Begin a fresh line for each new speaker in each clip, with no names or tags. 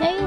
哎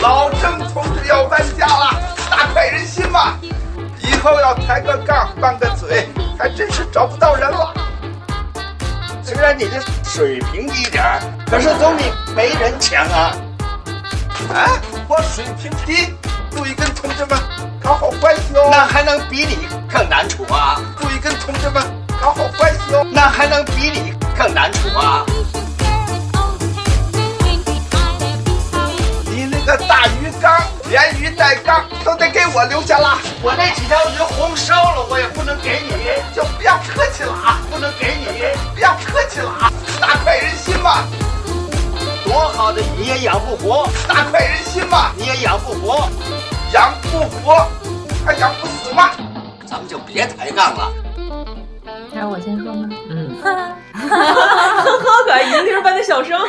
老郑同志要搬家了，大快人心嘛！以后要抬个杠、拌个嘴，还真是找不到人了。
虽然你这水平低点儿，可是总比没人强啊！
啊，我水平低，注意跟同志们搞好关系哦。
那还能比你更难处啊！
注意跟同志们搞好关系哦。
那还能比你更难处啊！
那大鱼缸连鱼带缸都得给我留下啦！
我那几条鱼红烧了，我也不能给你，
就不要客气了啊！
不能给你，
不要客气了啊！大快人心嘛！
多好的你也养不活，
大快人心嘛！
你也养不活，
养不活还养不死吗？
咱们就别抬杠了。
还是我先说吗？嗯，
呵呵，银铃般的 笑声。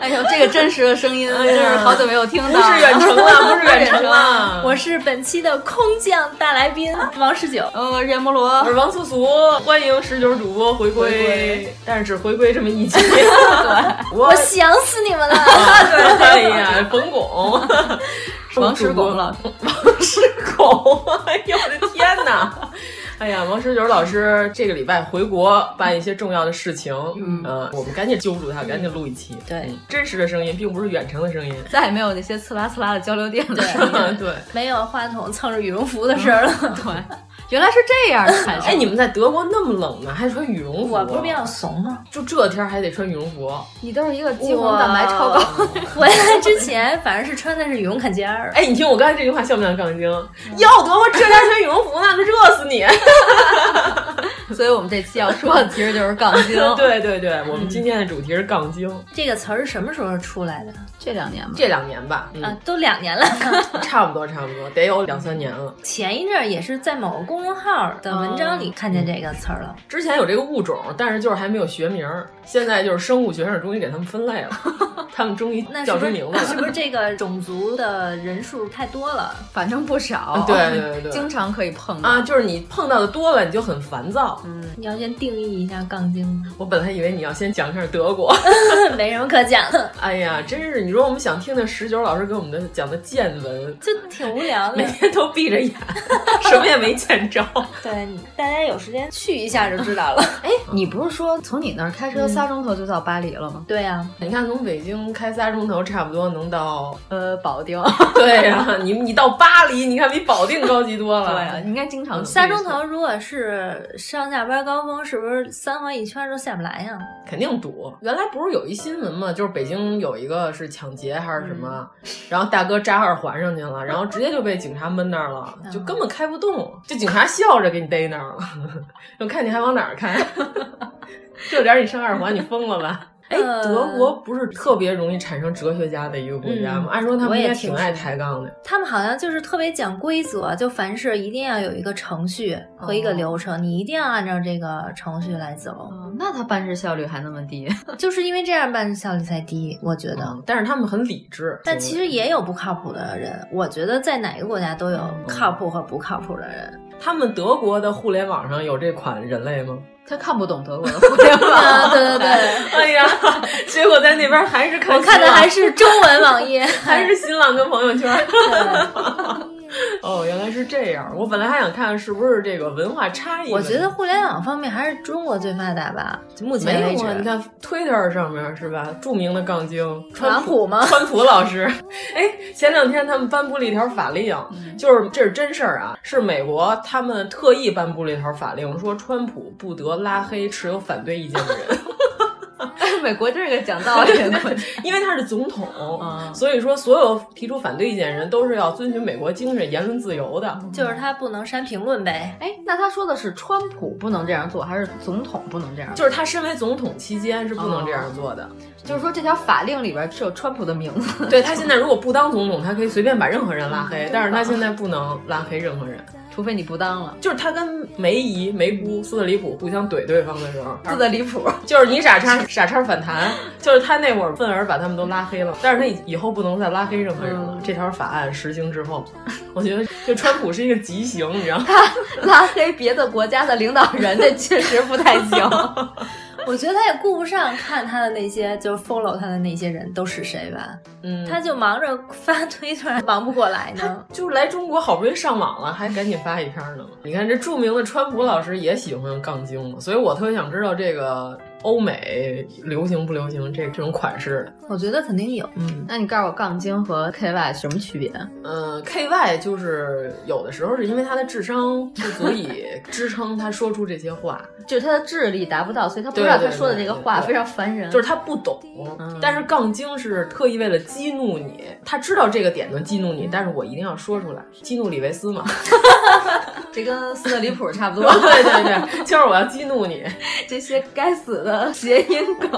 哎呦，这个真实的 声音真呃是好久没有听到。
不是远程 啊了，不是远程啊了。
我是本期的空降大来宾 王十九，
呃，任摩 罗，
我
是王素素。欢迎十九主播回归，但是只回归这 么一期。
我想死你们了！
哎呀，冯巩，
王十巩了，
王十巩，哎呦我的天哪！哎呀，王十九老师这个礼拜回国办一些重要的事情，嗯、呃，我们赶紧揪住他，赶紧录一期。嗯
对，
真实的声音，并不是远程的声音。啊
再也没有那些刺啦刺啦的交流电了，
对，对
没有话筒蹭着羽绒服的事儿了、嗯。 对，原来是这样的。
哎，你们在德国那么冷呢，还穿羽绒服？啊
我不是比较怂吗？
就这天还得穿羽绒服？
你都是一个肌红蛋白超高。 回来之前反正是穿的是羽绒坎肩儿。
哎，你听我刚才这句话像不像杠精？要德国这天穿羽绒服呢，那热死你！
所以，我们这期要说的其实就是杠精。
对对对，我们今天的主题是杠精。嗯、
这个词儿是什么时候出来的？这两年吧。
这两年吧。嗯、
啊，都两年了。
差不多，差不多，得有两三年了。
前一阵儿也是在某个公众号的文章里看见这个词儿了、嗯。
之前有这个物种，但是就是还没有学名。现在就是生物学上终于给他们分 类了，他们终于叫出名字了。
是不是这个种族的人数太多了？反正不
嗯
少。嗯
对对对，
经常可以碰
啊，就是你碰到的多了，你就很烦躁。
嗯，你要先定义一下杠精。
我本来以为你要先讲一下 德国，
没什么可讲的。
哎呀，真是！你说我们想听听十九老师给我们的讲的见闻，
就挺无聊的，
每天都闭着眼，什么也没见着。
对，大家有时间去一下就知道了。哎，你不是说从你那儿开车仨钟头就到巴黎了吗？对呀，
你看从北京开仨钟头，差不多能到
呃保 定。
对呀，你你到巴黎，你看比保定高级多了。
对呀，你应该经
嗯
常仨嗯钟头，如果是上。下班高峰是不是三环一圈都下不来呀？
肯定堵。原来不是有一新闻吗？就是北京有一个是抢劫还是什么，嗯、然后大哥扎二环上去了，然后直接就被警察闷那儿了，嗯、就根本开不动，就警察笑着给你逮那儿了。 我看你还往哪儿看？这点你上二环，你疯了吧？哎，
呃
德国不是特别容易产生哲学家的一个国家吗？嗯、按说他们应该挺爱抬杠的。
他们好像就是特别讲规则，就凡事一定要有一个程序和一个流程，哦、你一定要按照这个程序来走。哦、那他办事效率还那么低， 就是因为这样办事效率才低，我觉得。嗯、
但是他们很理智。
但其实也有不靠谱的人，我觉得在哪个国家都有
嗯
靠谱和不靠谱的人。
他们德国的互联网上有这款人类吗？
他看不懂德国的 互联网，对对对，
哎 呀，结果在那边还是看
我看的还是中文网页，
还是新浪跟朋友圈。 哦，原来是这样。我本来还想看是不是这个文化差异。
我觉得互联网方面还是中国最发达吧，就目前
没
为
有
止。
啊，你看 Twitter 上面是吧？著名的杠精
特朗
川
普吗
川普老师， 哎，前两天他们颁布了一条法令，
嗯
就是这是真事儿啊，是美国他们特意颁布了一条法令，说川普不得拉黑持有反对意见的人。
美国这个讲道理的
因为他是总统，
啊
所以说所有提出反对意见的人都是要遵循美国精神、言论自由的。
嗯
就是他不能删评论呗。
哎，那他说的是川普不能这样做，还是总统不能这样做？
就是他身为总统期间是不能这
哦
样 做的。
就是说这条法令里边是有川普的名字。
对他现在如果不当总统，他可以随便把任何人拉黑，但是他现在不能拉黑任何人。
嗯 除非你不当了，
就是他跟梅姨、梅姑、斯特里普互相怼对方的时候，
自的离谱。
就是你傻叉傻叉反弹， 就是他那会儿愤而把他们都拉黑了，但是他以以后不能再拉黑任何人了。
嗯
这条法案实行之后，我觉得就川普是一个极刑，你知 道吗？
拉黑别的国家的领导人，这确实不太行。
我觉得他也顾不上看他的那些，就是 follow 他的那些人都是谁吧，
嗯，
他就忙着发推特，忙不过来 呢。
就是来中国好不容易上网了，还赶紧发一篇呢。 你看这著名的川普老师也喜欢杠精嘛，所以我特别想知道这个欧美流行不流行这这种款式的。
我觉得肯定有，
嗯
那你告诉我，杠精和 KY 什么区别？
嗯，KY 就是有的时候是因为他的智商不足以支撑他说出这些 话，
就是他的智力达不到，所以他不
对
知道
对
他说的这个
对
话
对
非常烦人。
就是他不懂。但是杠精是特意为了激怒你，他知道这个点能激怒你，但是我一定要说出来，激怒李维斯 嘛。
这跟斯特里普差 不多。
对对对，就是我要激怒你，
这些该死的谐音 梗。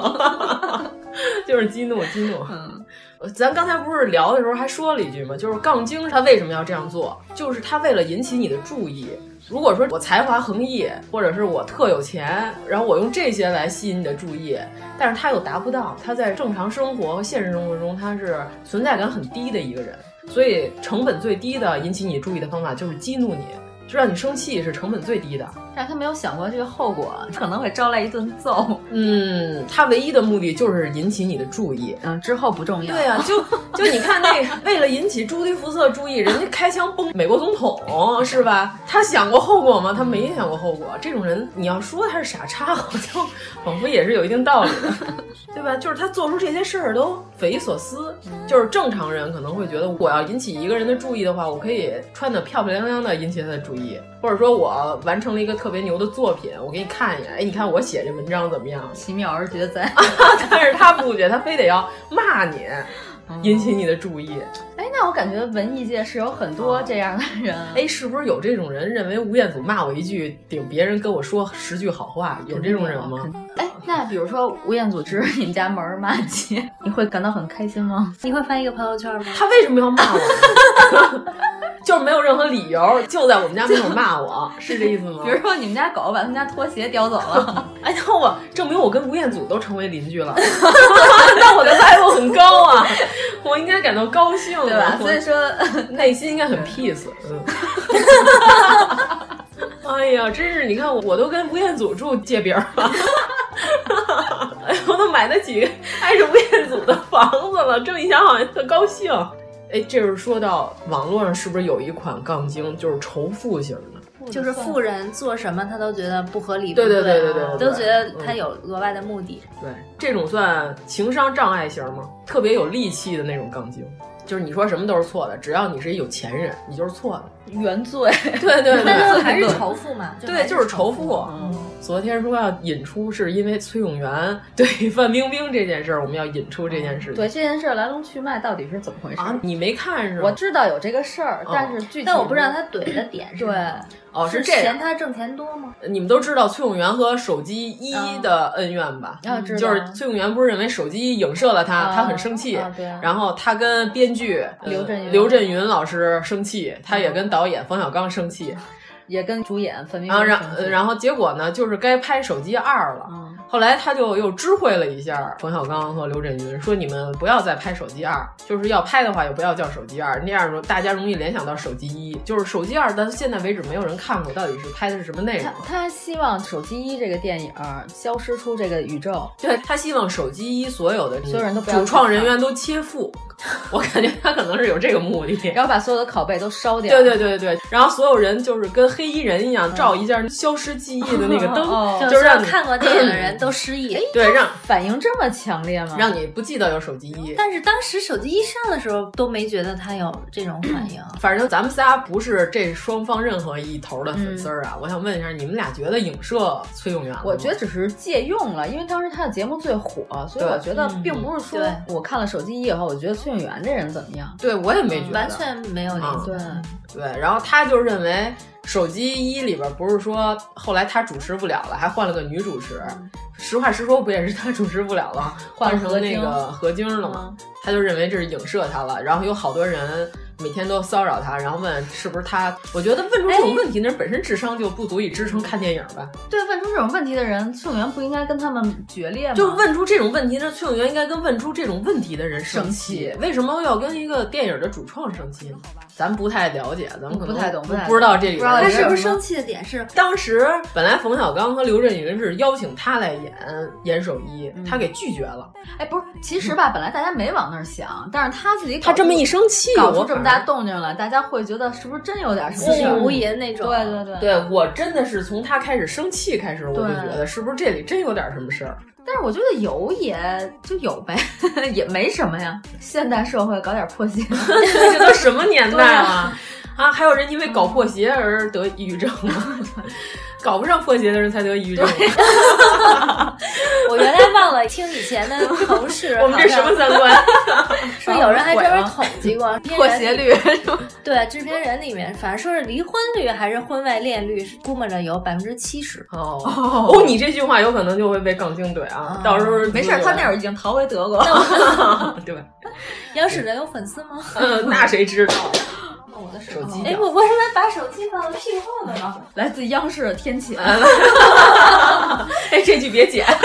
就是激怒激怒。
嗯，
咱刚才不是聊的时候还说了一句吗？就是杠精他为什么要这样做？就是他为了引起你的注意。如果说我才华横溢，或者是我特有钱，然后我用这些来吸引你的注意，但是他又达不到，他在正常生活和现实生活中他是存在感很低的一个人，所以成本最低的引起你注意的方法就是激怒你，就让你生气是成本最低的。
但是他没有想过这个后果，可能会招来一顿揍。
嗯，他唯一的目的就是引起你的注意，
嗯，之后不重要。
对啊，就就你看那个，为了引起朱迪福斯的注意，人家开枪崩美国总统是吧？他想过后果吗？他没想过后果。这种人，你要说他是傻叉， 好像仿佛也是有一定道理的，对吧？就是他做出这些事儿都匪夷所思。
嗯
就是正常人可能会觉得，我要引起一个人的注意的话，我可以穿的漂漂亮亮的引起他的注意，或者说我完成了一个特别牛的作品，我给你看一眼，哎，你看我写这文章怎么样？
奇妙而绝 哉。
但是他不觉，他非得要骂你，引起你的注意。
哎，那我感觉文艺界是有很多这样的人。
哎，是不是有这种人认为吴彦祖骂我一句，顶别人跟我说十句好话？有这种人吗？
哎，那比如说吴彦祖指着你们家门儿骂街，你会感到很开心吗？
你会发一个朋友圈吗？
他为什么要骂我？ 就是没有任何理由，就在我们家门口骂我， 是这意思吗
比？如说你们家狗把他们家拖鞋叼走 了，
哎，那我证明我跟吴彦祖都成为邻居 了， 那我的 level 很高啊，我应该感到高兴，
对吧？
我
所以说，
内心应该很 peace。嗯。 哎呀，真是！你看我，我都跟吴彦祖住借饼儿了， 哎，我都买得起挨着吴彦祖的房子了。这么一想，好像特高兴。哎，这是说到网络上是不是有一款杠精，就是仇富型的？
就是富人做什么他都觉得不合理，
对
不
对对对对对
都觉得他有额外的目的。
对，这种算情商障碍型吗？特别有戾气的那种杠精，就是你说什么都是错的，只要你是一有钱人，你就是错的。
原罪。
对对对，
但是还是嗯仇富嘛，
对，就是仇富。 昨天说要引出，是因为崔永元对 范冰冰这件事儿，我们要引出这件事情。
对这件事儿来龙去脉到底是怎么回事？
啊，你没哦看是吗？
我知道有这个事儿，但是具体
但我不知道他怼的点是什
对
么。
哦是
是
这
嫌
样，
他挣钱多吗？
你们都知道崔永元和手机一的恩怨吧？
嗯啊知道
就是崔永元不是认为手机一影射了他，
啊
他很生气，
啊对啊
然后他跟编剧呃
刘震云
刘震云老师生气，他也跟导演冯小刚生气。
也跟主演分明
然后
有
然
程
呃
序
然后结果呢，就是该拍手机二了。
嗯
后来他就又知会了一下冯小刚和刘震云，说你们不要再拍手机二，就是要拍的话也不要叫手机二，那样说大家容易联想到手机一。就是手机二到现在为止没有人看过，到底是拍的是什么内容
他？他希望《手机一》这个电影儿消失出这个宇宙，
对他希望手机一所有的
所有人都不要
主创人员都切腹， 我感觉他可能是有这个目的，
然后把所有的拷贝都烧掉。
对对对对对，然后所有人就是跟黑衣人一样照一下消失记忆的那个灯，
哦
就是让你
看过电影的人都失忆。哎
对让
反应这么强烈吗？
让你不记得有手机一。
但是当时手机一上的时候都没觉得他有这种反应。
反正咱们仨不是这双方任何一头的粉丝儿啊，我想问一下，你们俩觉得影射崔永元了吗？
我觉得只是借用了，因为当时他的节目最火，所以
对
我觉得
嗯
并不是说
对
我看了《手机一》以后，我觉得崔永元这人怎么样。
对我也没觉得，
完全没有理解
对对，然后他就认为手机一里边不是说后来他主持不了了，还换了个女主持。实话实说，不也是他主持不了了，嗯
换
换
了
成
何
那
晶
个何晶了嗯吗？他就认为这是影射他了，然后有好多人。每天都骚扰他，然后问是不是他？我觉得问出这种问题的人本身智商就不足以支撑看电影吧。
对，问出这种问题的人，崔永元不应该跟他们决裂吗？
就问出这种问题的崔永元应该跟问出这种问题的人生
生
气，
气
为什么要跟一个电影的主创生气呢？咱不太了解，咱们可能
不太懂不太懂
不知道这里边
他
儿
是不是生气的点是
当时本来冯小刚和刘震云是邀请他来演演手一，他给拒绝了。
哎，不是，其实吧，本来大家没往那儿想，但是他自己搞
嗯他这么
出
一生气
搞出
我
这么
反
大
而
动静来，大家会觉得是不是真有点什么
嗯
事儿
无
言那种
对对对。
对我真的是从他开始生气开始，我就
对
觉得是不是这里真有点什么 事儿？
但是我觉得有也就有呗， 也没什么呀。现代社会搞点破鞋，
这都什么年代了？啊，还有人因为搞破鞋而得抑郁症吗？搞不上破鞋的人才得抑郁症吗。
我原来忘了听以前的同事，
我们这什么三观？
说有人还专门
啊
统计过
破鞋率。
对制片人里面，反正说是离婚率还是婚外恋率，是估摸着有百分之七十。
哦哦，你这句话有可能就会被杠精怼啊！到时候
没事儿，他那会儿已经逃回德国了。
儿对，
央视能有粉丝吗？
呃，那谁知道？
我的手
手机
哎，我为什么把手机放到屁股后面 了？
来自央视的天启，
哎，这句别剪。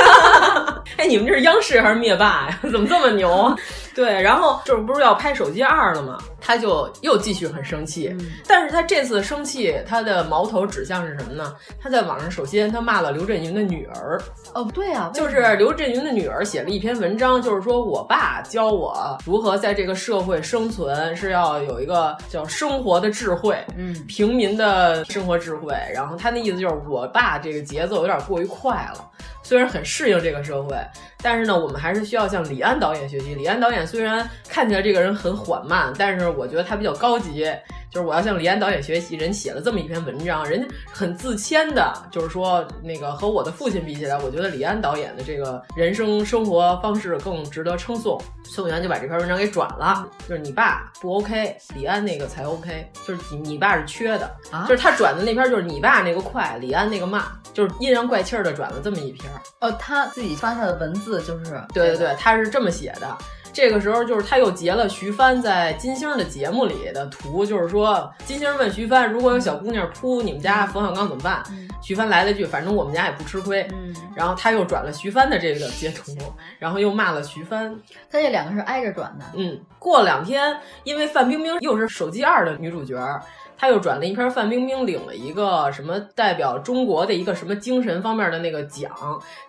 哎，你们这是央视还是灭霸呀？ 怎么这么牛啊？对，然后这不是要拍《手机二》了吗？他就又继续很生气，但是他这次生气，他的矛头指向是什么呢？他在网上首先他骂了刘震云的女儿，
哦，对啊，
就
为什么
是刘震云的女儿写了一篇文章，就是说我爸教我如何在这个社会生存，是要有一个叫生活的智慧，
嗯，
平民的生活智慧。然后他那意思就是我爸这个节奏有点过于快了，虽然很适应这个社会，但是呢，我们还是需要向李安导演学习。李安导演虽然看起来这个人很缓慢，但是我觉得他比较高级，就是我要向李安导演学习。人写了这么一篇文章，人家很自谦的，就是说那个和我的父亲比起来，我觉得李安导演的这个人生生活方式更值得称颂。宋元就把这篇文章给转了，就是你爸不 OK，李安那个才 OK，就是你你爸是缺的，
啊
就是他转的那篇就是你爸那个快，李安那个慢，就是阴阳怪气儿的转了这么一篇。
哦，他自己发出来的文字就是
对对对，他是这么写的。这个时候就是他又截了徐帆在金星的节目里的图，就是说金星问徐帆，如果有小姑娘扑你们家冯小刚怎么办？徐帆来了一句，反正我们家也不吃
嗯
亏。然后他又转了徐帆的这个截图，然后又骂了徐帆。
他这两个是挨着转的。
嗯，过两天，因为范冰冰又是手机二的女主角儿，她又转了一篇范冰冰领了一个什么代表中国的一个什么精神方面的那个奖。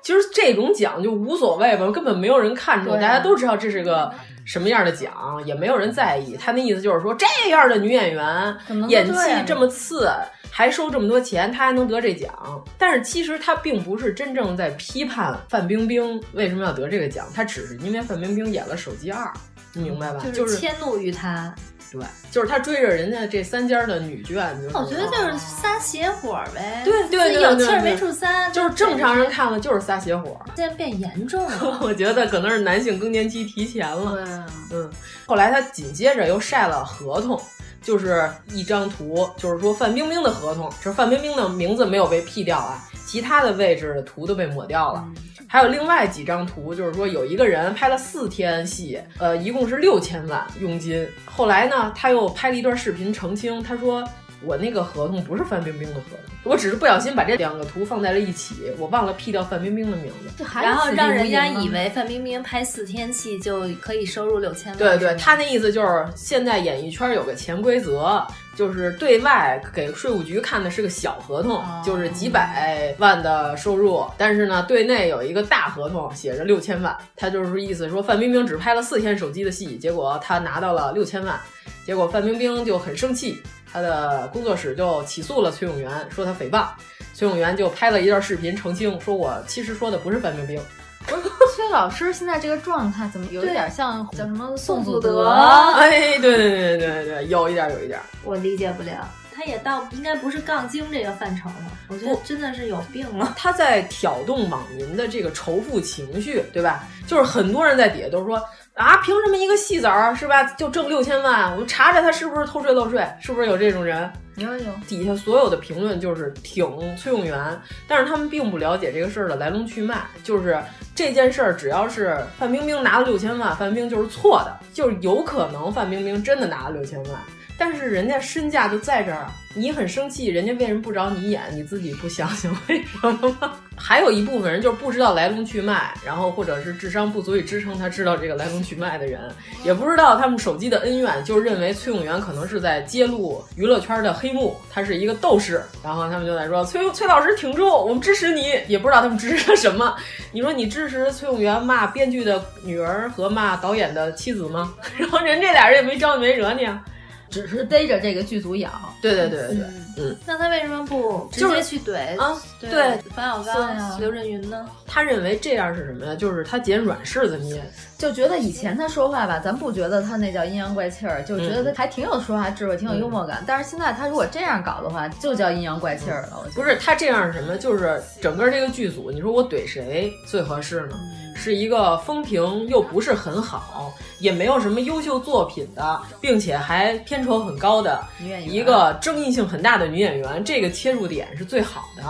其实这种奖就无所谓吧，根本没有人看出，
对
大
啊嗯
家都知道这是个什么样的奖，也没有人在意。她那意思就是说，这样的女演员
怎么能
演
这
技
样呢
这么次。还收这么多钱，她还能得这奖？但是其实她并不是真正在批判范冰冰为什么要得这个奖，她只是因为范冰冰演了《手机二》，你明白吧？就是
迁怒于他。
对，就是他追着人家这三家的女眷，就是
我觉得就是撒邪火呗，
哦对对对对
有气儿
对
没处撒，
就是正常人看了就是撒邪火。
现在变严重了。
我觉得可能是男性更年期提前了。
啊，
嗯，后来他紧接着又晒了合同。就是一张图，就是说范冰冰的合同，就是范冰冰的名字没有被 P 掉啊，其他的位置的图都被抹掉了。还有另外几张图，就是说有一个人拍了四天戏，呃，一共是六千万佣金。后来呢，他又拍了一段视频澄清，他说我那个合同不是范冰冰的合同，我只是不小心把这两个图放在了一起，我忘了 P 掉范冰冰的名字。
然后让人家以为范冰冰拍四天戏就可以收入六千万。
对对，他那意思就是现在演艺圈有个潜规则，就是对外给税务局看的是个小合同，就是几百万的收入，但是呢，对内有一个大合同写着六千万，他就是意思说范冰冰只拍了四天手机的戏，结果他拿到了六千万，结果范冰冰就很生气，她的工作室就起诉了崔永元，说他诽谤。崔永元就拍了一段视频澄清，说我其实说的不是范冰冰，
崔老师现在这个状态怎么有一点像叫什么宋祖
哎，对对对对对，有一点有一点。
我理解不了，他也到应该不是杠精这个范畴了，我觉得真的是有病了。
他在挑动网民的这个仇富情绪，对吧？就是很多人在底下都说啊，凭什么一个戏子儿是吧就挣六千万？我们查查他是不是偷税漏税，是不是有这种人？
有有，
底下所有的评论就是挺崔永元，但是他们并不了解这个事儿的来龙去脉。就是这件事儿，只要是范冰冰拿了六千万，范冰冰就是错的，就是有可能范冰冰真的拿了六千万，但是人家身价就在这儿啊，你很生气，人家为什么不找你演？你自己不想想 为什么吗？ 还有一部分人就是不知道来龙去脉，然后或者是智商不足以支撑他知道这个来龙去脉的人，也不知道他们手机的恩怨，就认为崔永元可能是在揭露娱乐圈的黑幕，他是一个斗士，然后他们就在说崔崔老师挺住，我们支持你，也不知道他们支持他什么。你说你支持崔永元骂编剧的女儿和骂导演的妻子吗？ 然后人这俩人也没招你没惹你啊，
只是逮着这个剧组咬。
对对对对对，嗯
那他为什么不直
就是
接去怼
啊
对
对
冯小
对啊
刚、刘震云呢？
他认为这样是什么呀？就是他捡软柿子捏。
就觉得以前他说话吧，咱不觉得他那叫阴阳怪气儿，就觉得他还挺有说话智慧，挺有幽默感。嗯但是现在他如果这样搞的话，就叫阴阳怪气儿了。我觉
不是他这样是什么？就是整个这个剧组，你说我怼谁最合适呢？
嗯
是一个风评又不是很好，也没有什么优秀作品的，并且还片酬很高的
女演员
一个争议性很大的女演员，这个切入点是最好的，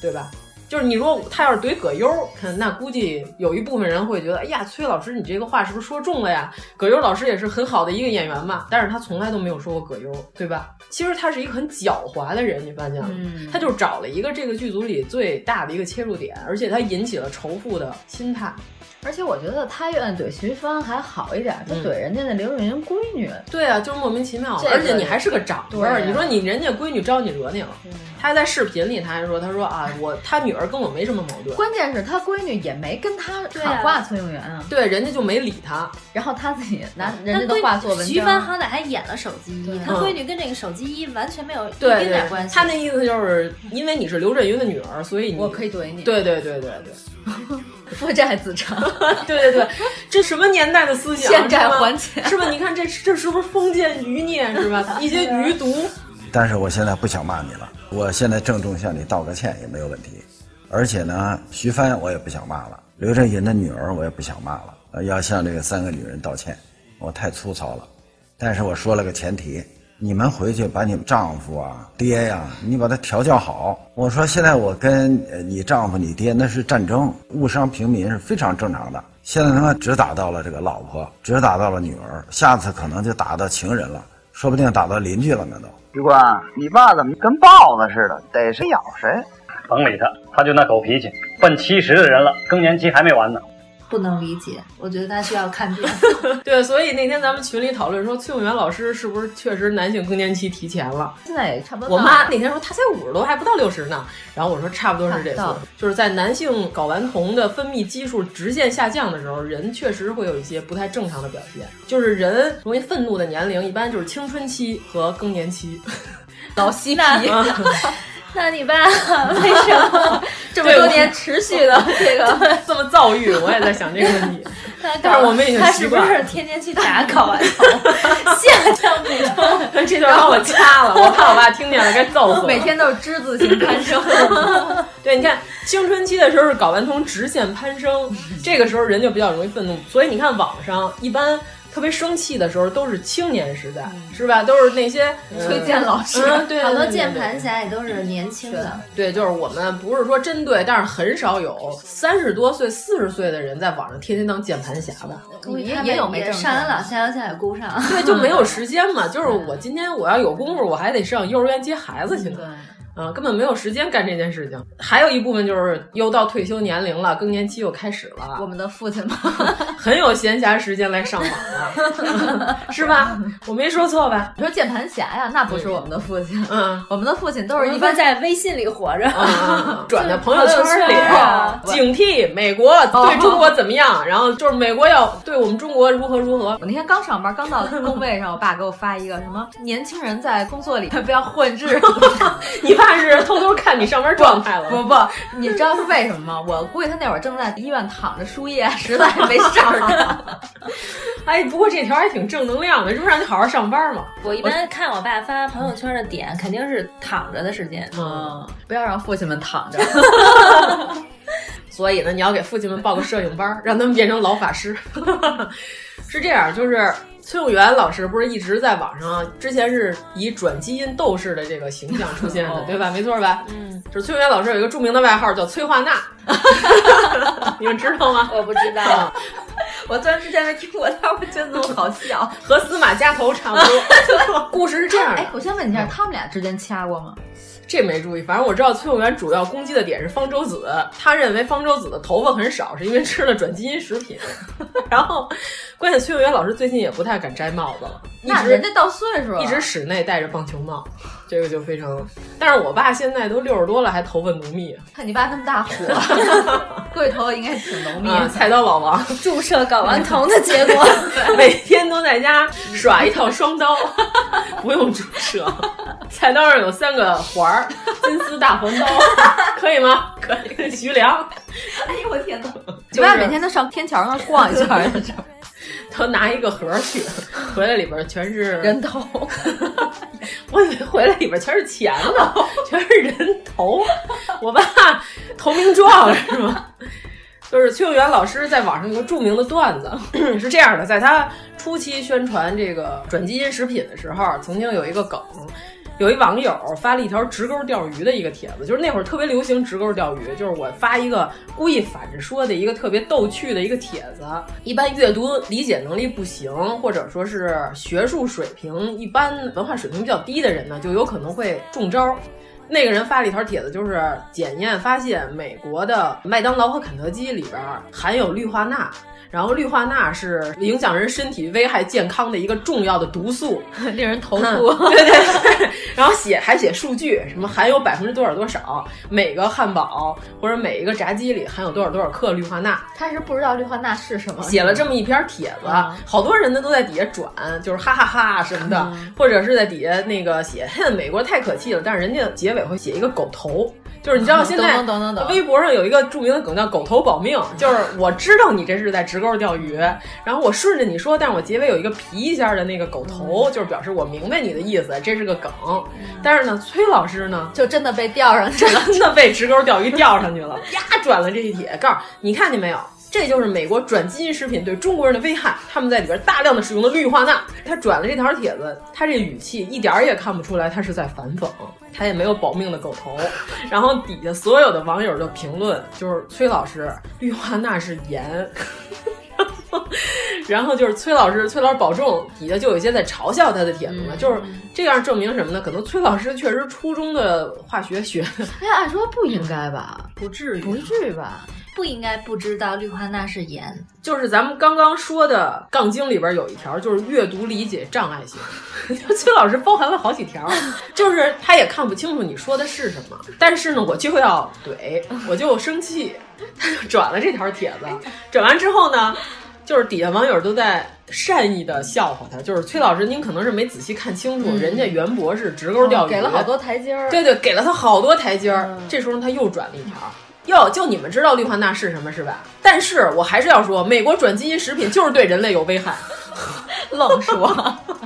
对吧？就是你如果他要是怼葛优，看那估计有一部分人会觉得，哎呀，崔老师你这个话是不是说中了呀？葛优老师也是很好的一个演员嘛，但是他从来都没有说过葛优，对吧？其实他是一个很狡猾的人，你发现了吗？
嗯
他就是找了一个这个剧组里最大的一个切入点，而且他引起了仇富的心态。
得，而且我觉得他愿意怼徐帆还好一点，他
嗯
怼人家那刘震云闺女，
对啊，就是莫名其妙，
这个
而且你还是个长辈儿，
对啊嗯
你说你人家闺女招你惹你了？他还在视频里他还说，他说啊，我他女儿跟我没什么矛盾，
关键是他闺女也没跟他
啊
喊话崔永元啊，
对，人家就没理他。
然后他自己拿
那
人家的话做文
徐帆
章。
好歹还演了手机一，他
嗯
闺女跟这个手机一完全没有一
对
丁点关系。
他那意思就是因为你是刘震云的女儿，所以你
我可以怼你，，
对对对对对
父债子偿，
对对 对，这什么年代的思想？
欠债
是吧
还钱
是吧？你看这这是不是封建余孽是吧？一些余毒。
但是我现在不想骂你了，我现在郑重向你道个歉也没有问题。而且呢，徐帆我也不想骂了，刘震云的女儿我也不想骂了，呃要向这个三个女人道歉，我太粗糙了。但是我说了个前提，你们回去把你们丈夫啊、爹呀、你把他调教好。我说现在我跟呃你丈夫、你爹那是战争，误伤平民是非常正常的。现在他妈只打到了这个老婆，只打到了女儿，下次可能就打到情人了，说不定打到邻居了呢都。
余光，你爸怎么跟豹子似的，逮谁咬谁？
甭理他，他就那狗脾气，奔七十的人了，更年期还没完呢。
不能理解，我觉得他需要看 病。
对，所以那天咱们群里讨论说，崔永元老师是不是确实男性更年期提前了？
现在也差不多
我
到
妈
了
那天说她才五十多，还不到六十呢。然后我说差不多是这
差不
次
到，
就是在男性睾丸酮的分泌激素直线下降的时候，人确实会有一些不太正常的表现。就是人容易愤怒的年龄，一般就是青春期和更年期。
老 嬉皮，
那你爸为什 么这么多年持续的这个？
这么躁郁，我也在想这个问题。
他搞
但是我们已经
他
习
是不
惯了
是天天去打睾
啊
丸酮？下降补 充，
这段让我掐了，我怕我爸听见了该揍死我。
每天都是之字形攀升，
对，你看青春期的时
嗯
候是睾丸酮直线攀升，这个时候人就比较容易愤怒，所以你看网上一般。特别生气的时候，都是青年时代，是吧？都是那些
嗯崔健老师
嗯，对，
好多
对对
键
对
盘侠也都是年轻的。
对，就是我们不是说针对，但是很少有三十多岁、四十岁的人在网上天天当键盘侠吧？
估计
也
他们
也有没挣
上完
头
老下有下也顾不上，
对，就没有时间嘛。就是我今天我要有功夫，我还得上幼儿园接孩子去呢。啊，根本没有时间干这件事情。还有一部分就是又到退休年龄了，更年期又开始了，我
们的父亲们
很有闲暇时间来上网了， 是吧？我没说错吧？
你说键盘侠呀，那不是我们的父亲，
嗯，
我们的父亲都
我
是
们
一
都
般
在啊微信里活着，
转到朋
友
友
圈
圈里
啊，
警惕美国对中国怎么样，然后就是美国要对我们中国如何如何。
我那天刚上班，刚到工位上，我爸给我发一个什么年轻人在工作里 不要混日子。
你爸是 偷偷看你上班状态了？
不不，你知道是为什么吗？我估计他那会儿正在医院躺着输液，实在是没事儿干。
哎，不过这条还挺正能量的，这不让你好好上班吗？
我一般看我爸发朋友圈的点，肯定是躺着的时间。
嗯，不要让父亲们躺着。
所以呢，你要给父亲们报个摄影班儿， 让他们变成老法师。 是这样，就是崔永元老师不是一直在网上，之前是以转基因斗士的这个形象出现
哦
的，对吧？没错吧？嗯，就是崔永元老师有一个著名的外号叫崔 化娜，你们知道吗？
我不知道，
我虽然之前没听过，但我觉得那么好笑，
和司马家头差不多。 故事是这样的
哎，我先问
嗯
你一下，他们俩之间掐过吗？
这没注意，反正我知道崔永元主要攻击的点是方舟子，他认为方舟子的头发很少是因为吃了转基因食品， 然后关键崔永元老师最近也不太敢摘帽子了，一
那
直
人家到岁数了，
一直室内戴着棒球帽，这个就非 常。但是我爸现在都六十多了，还头发浓密，啊
看你爸那么 大火，贵头应该挺浓密
啊，
的。
菜刀老王
注射睾 丸酮的结果。
每天都在家耍一套双刀， 不用注射，菜刀上有三个环儿，金丝大环 刀，可以吗？可以，徐良。
哎呦我天哪！你
就是
爸每天都上天桥上逛一圈儿，你知道吗
他拿一个盒儿去，回来里边儿全是
人头。
我以为回来里边儿全是钱呢，全是人头。我爸投名状是吗？就是崔永元老师在网上有个著名的段子，是这样的：在他初期宣传这个转基因食品的时候，曾经有一个梗，有一网友发了一条直钩钓鱼的一个帖子，就是那会儿特别流行直钩钓鱼，就是我发一个故意反着说的一个特别逗趣的一个帖子。一般阅读理解能力不行，或者说是学术水平一般、文化水平比较低的人呢，就有可能会中招。那个人发了一条帖子，就是检验发现美国的麦当劳和肯德基里边含有氯化钠，然后氯化钠是影响人身体、危害健康的一个重要的毒素，
令人头
嗯对对对，然后写还写数据，什么含有百分之多少多少，每个汉堡或者每一个炸鸡里含有多少多少克氯化钠，
他是不知道氯化钠是啊什么，
写了这么一篇帖子，好多人呢都在底下转，就是哈哈哈什么的，
嗯
或者是在底下那个写，哼，美国太可气了，但是人家结尾会写一个狗头。就是你知道现在
啊懂懂懂懂嗯懂
微博上有一个著名的梗叫“狗头保命”，就是我知道你这是在直钩钓鱼，然后我顺着你说，但是我结尾有一个皮一下的那个狗头，
嗯
就是表示我明白你的意思，这是个梗。但是呢，崔老师呢，
就真的被钓 上去了。
真的被直钩钓鱼钓上去了，啪转了这一帖，告诉你看见没有？这就是美国转基因食品对中国人的危害，他们在里边大量的使用的氯化钠。他转了这条帖子，他这语气一点儿也看不出来他是在反讽，他也没有保命的狗头。然后底下所有的网友就评论，就是崔老师，氯化钠是盐。 然后就是崔老师，崔老师保重，底下就有一些在嘲笑他的帖子嘛，就是这样证明什么呢？可能崔老师确实初中的化学学的
哎，按说不应该吧？
不至于，
不至于吧？
不应该不知道氯化钠是盐。
就是咱们刚刚说的《杠精》里边有一条，就是阅读理解障碍型。 崔老师包含了好几条，就是他也看不清楚你说的是什么，但是呢，我就要怼，我就生气，他就转了这条帖子。转完之后呢，就是底下网友都在善意的笑话他，就是崔老师，您可能是没仔细看清楚，人家袁博是直钩钓鱼，
嗯哦给了好多台阶儿。
对对，给了他好多台阶儿。这时候他又转了一条。哟，就你们知道氯化钠是什么是吧？但是我还是要说，美国转基因食品就是对人类有危害。
愣说。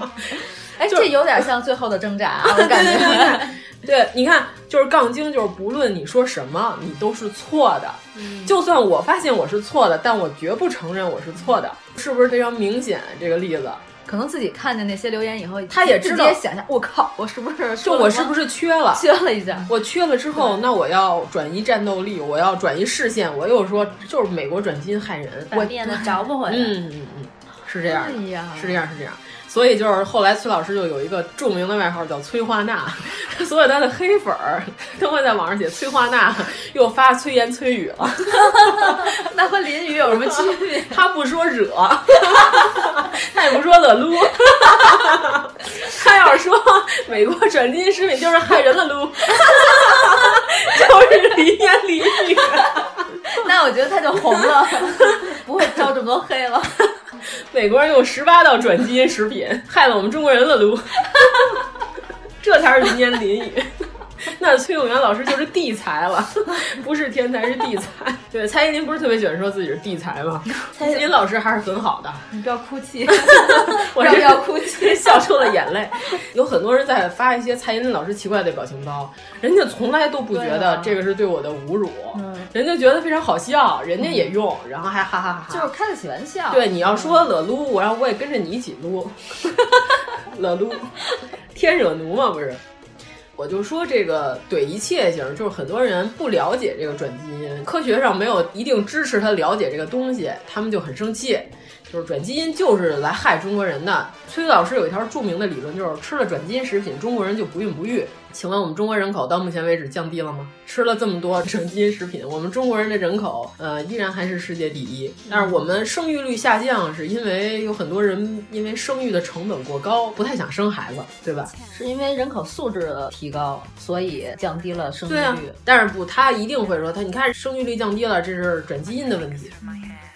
哎，这有点像最后的挣扎 啊，我感
对
觉。
对对，对，你看，就是杠精，就是不论你说什么，你都是错的。就算我发现我是错的，但我绝不承认我是错的。是不是非常明显？啊这个例子，
可能自己看见那些留言以后，
他也
直
知
接
道
想象，我靠，我是不是
就我是不是缺了？
缺了一下？
我缺了之后，那我要转移战斗力，我要转移视线。我又说，就是美国转心害人，
我变得找不回来。
嗯嗯嗯，是这样的，
哎呀
是这样，是这样。所以就是后来崔老师就有一个著名的外号叫崔化娜，所有他的黑粉儿都会在网上写崔化娜，又发崔言崔语了。
那和淋雨有什么区别？
他不说惹，他也不说了撸，他要是说美国转基因食品就是害人了撸，就是离言离语。
那我觉得他就 红了，不会招这么多黑了。
美国人用十八道转基因食品害了我们中国人了撸， 这才是林言林语。 那崔永元老师就是地才了，不是天才是 地才。对，蔡依林不是特别喜欢说自己是地才吗？蔡依林老师还是很好的，
你不要哭泣，
我
不
这
要哭泣，
笑出了眼泪。有很多人在发一些蔡依林老师奇怪的表情包，人家从来都不觉
对
得
啊嗯
这个是对我的侮辱，人家觉得非常好笑，人家也用，然后还哈哈哈哈。
就是开得起玩笑。
对，你要说了撸，我然后我也跟着你一起撸， 了撸，天惹奴嘛不是？我就说这个怼一切型，就是很多人不了解这个转基因，科学上没有一定支持他了解这个东西，他们就很生气。就是转基因就是来害中国人的。崔老师有一条著名的理论，就是吃了转基因食品，中国人就不孕不育。请问我们中国人口到目前为止降低了吗？吃了这么多转基因食品，我们中国人的人口呃依然还是世界第一。但是我们生育率下降，是因为有很多人因为生育的成本过高，不太想生孩子，对吧？
是因为人口素质的提高，所以降低了生育
对啊
嗯
率。，
但是不，他一定会说他，你看生育率降低了，这是转基因的问题。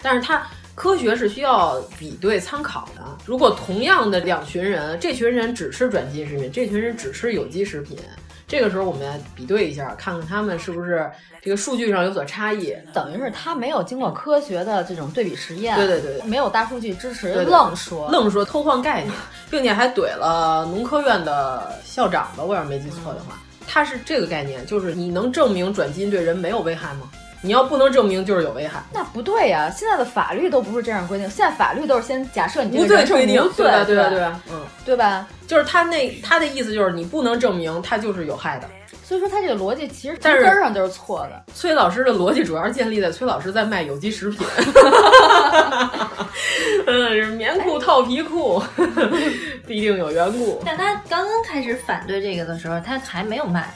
但是他科学是需要比对参考的。如果同样的两群人，这群人只吃转基因食品，这群人只吃有机食品，这个时候我们要比对一下，看看他们是不是这个数据上有所差异。
等于是他没有经过科学的这种对比实验，
对对对对
没有大数据支持，
对对
愣说
愣说偷换概念，并且还怼了农科院的校长吧，我要是没记错的话，他是这个概念，就是你能证明转基因对人没有危害吗？你要不能证明，就是有危害。
那不对呀、现在的法律都不是这样规定，现在法律都是先假设你
无
这个
罪
人是
推定
无，罪，
吧？对吧？
吧？
对吧？嗯，
对吧？
就是他那他的意思就是你不能证明他就是有害的。
所以说他这个逻辑其实从
但是
根儿上就是错的。
崔老师的逻辑主要是建立在崔老师在卖有机食品， 嗯，是棉裤套皮裤，必定有缘故。
但他刚刚开始反对这个的时候，他还没有卖。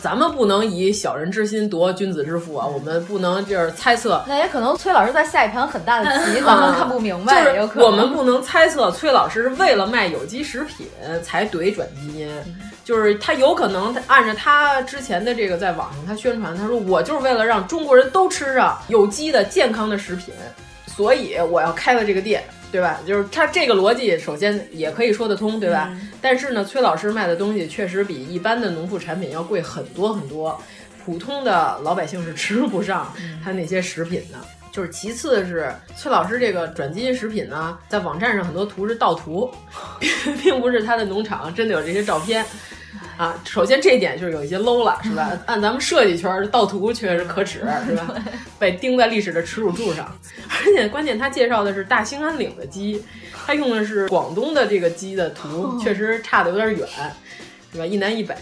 咱们不能以小人之心夺君子之腹啊，我们不能就是猜测。
那也可能崔老师在下一盘很大的棋， 咱们看不明白，也
就
有可
是
能
我们不能猜测崔老师是为了卖有机食品才怼转基因，
嗯
就是他有可能他按照他之前的这个在网上他宣传，他说我就是为了让中国人都吃上有机的健康的食品，所以我要开了这个店。对吧？就是他这个逻辑，首先也可以说得通，对吧？但是呢，崔老师卖的东西确实比一般的农副产品要贵很多很多，普通的老百姓是吃不上他那些食品的。就是其次是崔老师这个转基因食品呢，在网站上很多图是盗图，并不是他的农场真的有这些照片。啊，首先这一点就是有一些 low 了， 是吧？按咱们设计圈儿，盗图确实可耻，是吧？被钉在历史的耻辱柱上。而且关键，他介绍的是大兴安岭的鸡，他用的是广东的这个鸡的
哦
图，确实差的有点远，是吧？一南一北。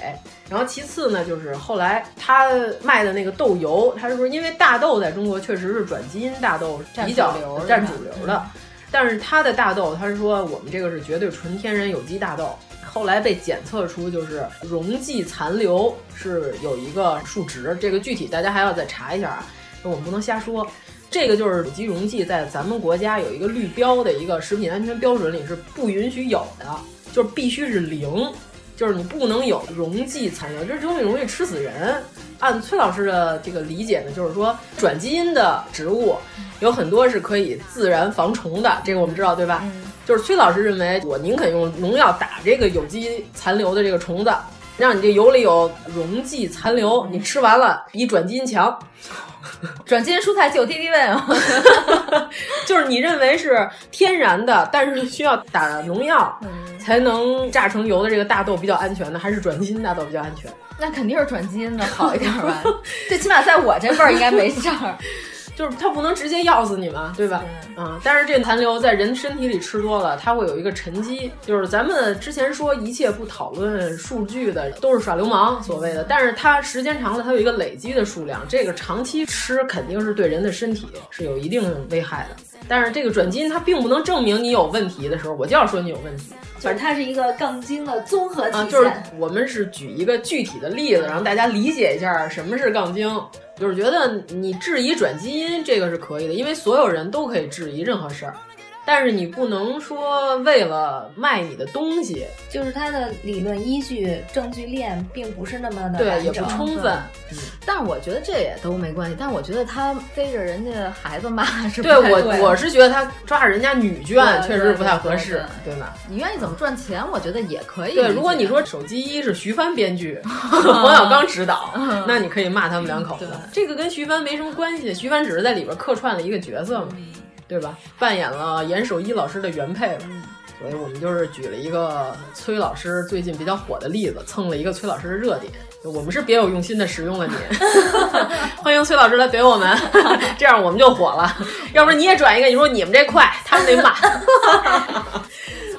然后其次呢，就是后来他卖的那个豆油，他是说因为大豆在中国确实是转基因大豆
占
比较
主流是吧嗯
占主流的，但是他的大豆，他是说我们这个是绝对纯天然有机大豆。后来被检测出就是溶剂残留是有一个数值，这个具体大家还要再查一下啊，我们不能瞎说。这个就是有机溶剂在咱们国家有一个绿标的一个食品安全标准里是不允许有的，就是必须是零，就是你不能有溶剂残留，这东西容易吃死人。按崔老师的这个理解呢，就是说转基因的植物有很多是可以自然防虫的，这个我们知道对吧？就是崔老师认为，我宁肯用农药打这个有机残留的这个虫子，让你这油里有溶剂残留，你吃完了比转基因强。
转基因蔬菜就有敌敌畏啊！
就是你认为是天然的，但是需要打农药才能榨成油的这个大豆比较安全呢，还是转基因大豆比较安全？
那肯定是转基因的好一点吧，最起码在我这辈儿应该没事儿。
就是它不能直接药死你嘛，对吧？啊、但是这个残留在人身体里吃多了，它会有一个沉积。就是咱们之前说一切不讨论数据的都是耍流氓所谓的，但是它时间长了，它有一个累积的数量，这个长期吃肯定是对人的身体是有一定危害的。但是这个转基因它并不能证明你有问题的时候，我就要说你有问题。
反正它是一个杠精的综合体
啊，
现。
就是我们是举一个具体的例子，让大家理解一下什么是杠精。就是觉得你质疑转基因这个是可以的，因为所有人都可以质疑任何事儿，但是你不能说为了卖你的东西，
就是它的理论依据、证据链并不是那么的
对
完
也不
整
充分。
但嗯是我觉得这也都没关系，但我觉得他逮着人家孩子骂是不
对
太对
我我是觉得他抓着人家女眷
对
确实不太
对
合
对
适，对吧？
你愿意怎么赚钱，我觉得也可以理解。
对，如果你说手机一是徐帆编 剧，冯小刚执导，
嗯
那你可以骂他们两口子。这个跟徐帆没什么关系，徐帆只是在里边客串了一个角色嘛，
嗯
对吧？扮演了严守一老师的原配嘛。所以我们就是举了一个崔老师最近比较火的例子，蹭了一个崔老师的热点。我们是别有用心的使用了你， 欢迎崔老师来怼我们， 这样我们就火了。要不然你也转一个，你说你们这快，他们得慢。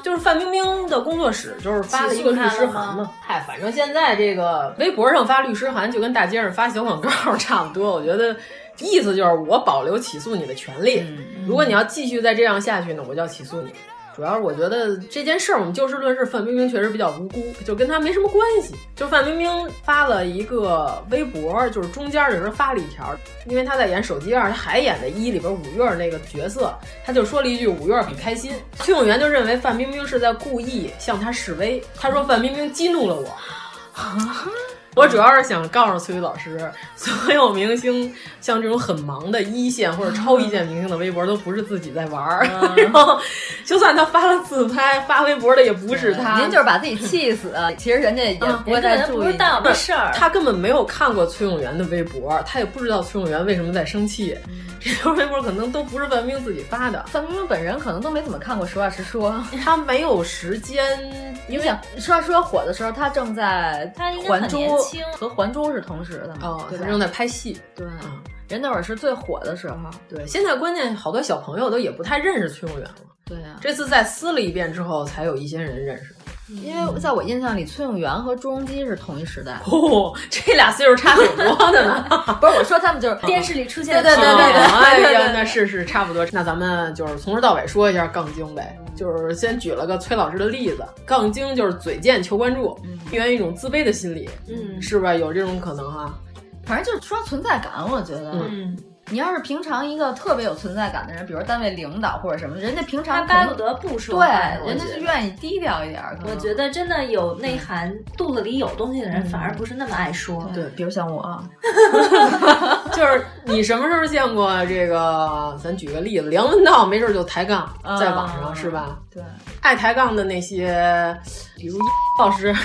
就是范冰冰的工作室，就是发了一个律师函嘛。嗨，反正现在这个微博上发律师函，就跟大街上发小广告差不多。我觉得意思就是我保留起诉你的权利，如果你要继续再这样下去呢，我就要起诉你。主要是我觉得这件事儿，我们就事论事，范冰冰确实比较无辜，就跟她没什么关系。就范冰冰发了一个微博，就是中间的时候发了一条，因为她在演《手机二》，她还演的一里边五月儿那个角色，她就说了一句“五月儿很开心”。崔永元就认为范冰冰是在故意向她示威，他说范冰冰激怒了我。
啊
我主要是想告诉崔宇老师，所有明星像这种很忙的一线或者超一线明星的微博，都不是自己在玩儿。
啊
然后，就算他发了自拍，发微博的也不是他。嗯
您就是把自己气死，啊其实人家也不会再注意你。
儿，他根本没有看过崔永元的微博，他也不知道崔永元为什么在生气。
嗯
这条微博可能都不是范冰冰自己发的，
范冰冰本人可能都没怎么看过《实话实说》，
他没有时间。
你想，《实话实说》火的时候，他正在《还珠
应该很年》轻
和《还珠》是同时的嘛？
哦
对吧
他正在拍戏。
对，人那会儿是最火的时候。啊
对，现在关键好多小朋友都也不太认识崔永元了。
对呀、
这次在撕了一遍之后，才有一些人认识。
因为在我印象里，崔永元和朱镕基是同一时代。
哦，这俩岁数差挺多的呢。
不是，我说他们就是
电视里出现的
对对对对对
哦哎
对对对
呀，那是是差不多。那咱们就是从头到尾说一下杠精呗，就是先举了个崔老师的例子，杠精就是嘴贱求关注，源于一种自卑的心理，
嗯
是吧？有这种可能啊哈。
反正就是说存在感，我觉得，
嗯，
你要是平常一个特别有存在感的人，比如单位领导或者什么，人家平常
他巴
肯
不得不说
对
话，我
人家
觉
是
得
愿意低调一点儿。可能
我觉得真的有内涵、肚子里有东西的人，反而不是那么爱说。
嗯对，比如像我，啊
就是你什么时候见过这个？咱举个例子，梁文道没事就抬杠，
啊
在网上、是吧？
对，
爱抬杠的那些，比如老 师，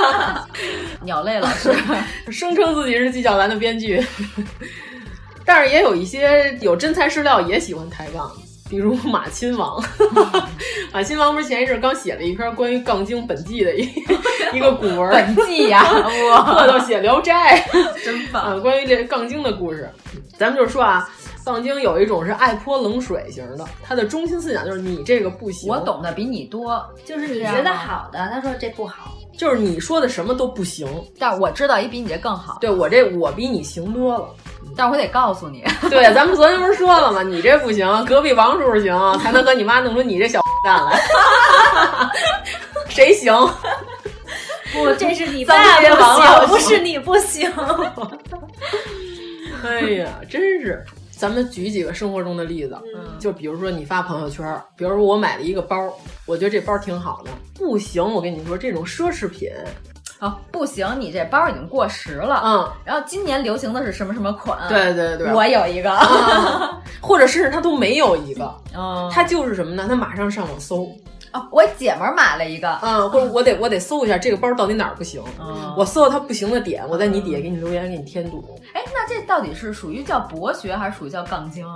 鸟类老 师
声称自己是纪晓岚的编剧， 但是也有一些有真材实料也喜欢抬杠，比如马亲 王。马亲王不是前一阵儿刚写了一篇关于杠精本纪 的一一个古文儿，
本纪 呀哇
我都写《聊斋》， 真棒、啊关于这杠精的故事，咱们就说啊。杠精有一种是爱泼冷水型的，他的中心思想就是你这个不行，
我懂得比你多，
就是
你
你
啊
觉得好的，他说这不 好。
就是你说的什么都不行，
但我知道也比你这更好。
对我这我比你行多了，
嗯但我得告诉你，
对，咱们昨天不是说了吗？你这不行，隔壁王叔叔行，才能和你妈弄出你这小蛋来。 谁行？
不，这是 你
咱
爸
们
不
别
行，
忙
不是你不行。
哎呀，真是。咱们举几个生活中的例子，
嗯
就比如说你发朋友圈，比如说我买了一个包，我觉得这包挺好的，不行，我跟你说，这种奢侈品，
啊，不行，你这包已经过时了。
嗯，
然后今年流行的是什么什么款？
对对对
我有 一个。
或者甚至他都没有一个，
嗯，
他就是什么呢？他马上上网搜，
啊，我姐们儿买了一个，
嗯，或者我得我得搜一下这个包到底哪儿不行，我搜到它不行的点，我在你底下给你留言，给你添堵。
哎，那这到底是属于叫博学还是属于叫杠精？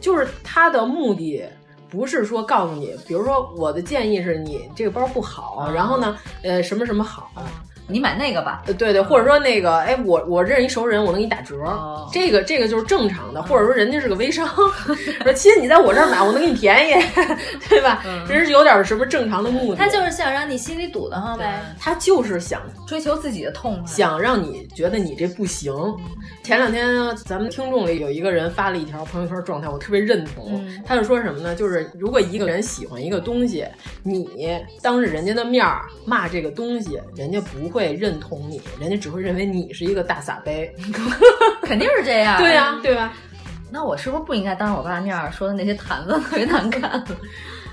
就是他的目的不是说告嗯诉你，比如说我的建议是你这个包不好，然后呢，呃，什么什么好，你买那个吧。对对，或者说那个，哎，我我认识一熟人，我能给你打折，这个这个就是正常的，或者说人家是个微商，说亲，你在我这儿买，我能给你便宜， 对吧？这是有点什么正常的目的。
他就是想让你心里堵得慌呗。
他就是想追求自己的痛快，想让你觉得你这不行。前两天啊咱们听众里有一个人发了一条朋友圈状态，我特别认同。
嗯
他就说什么呢？就是如果一个人喜欢一个东西，你当着人家的面儿骂这个东西，人家不会认同你，人家只会认为你是一个大撒杯。
肯定是这样。嗯
对呀对吧？
那我是不是不应该当着我爸面儿说的那些坛子特别难看？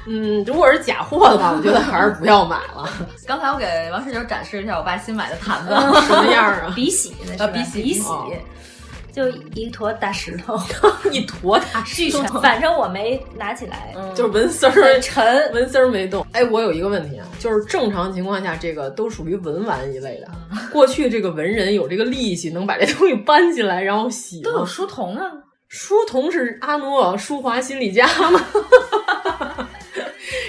嗯，如果是假货的话，我觉得还是不要买了。
刚才我给王十九展示了一下我爸新买的坛子
什么样 啊？
鼻洗
那是吧
啊，鼻洗
鼻洗
哦
就一坨大石头，
啊一坨大
巨沉，反正我没拿起来，
嗯
就是纹丝儿
沉，
纹丝儿没动。哎，我有一个问题啊，就是正常情况下，这个都属于文玩一类的。啊 过去这个文人有这个力气，能把这东西搬起来，然后洗。
都有书童啊，
书童是阿努尔舒华心理家 吗？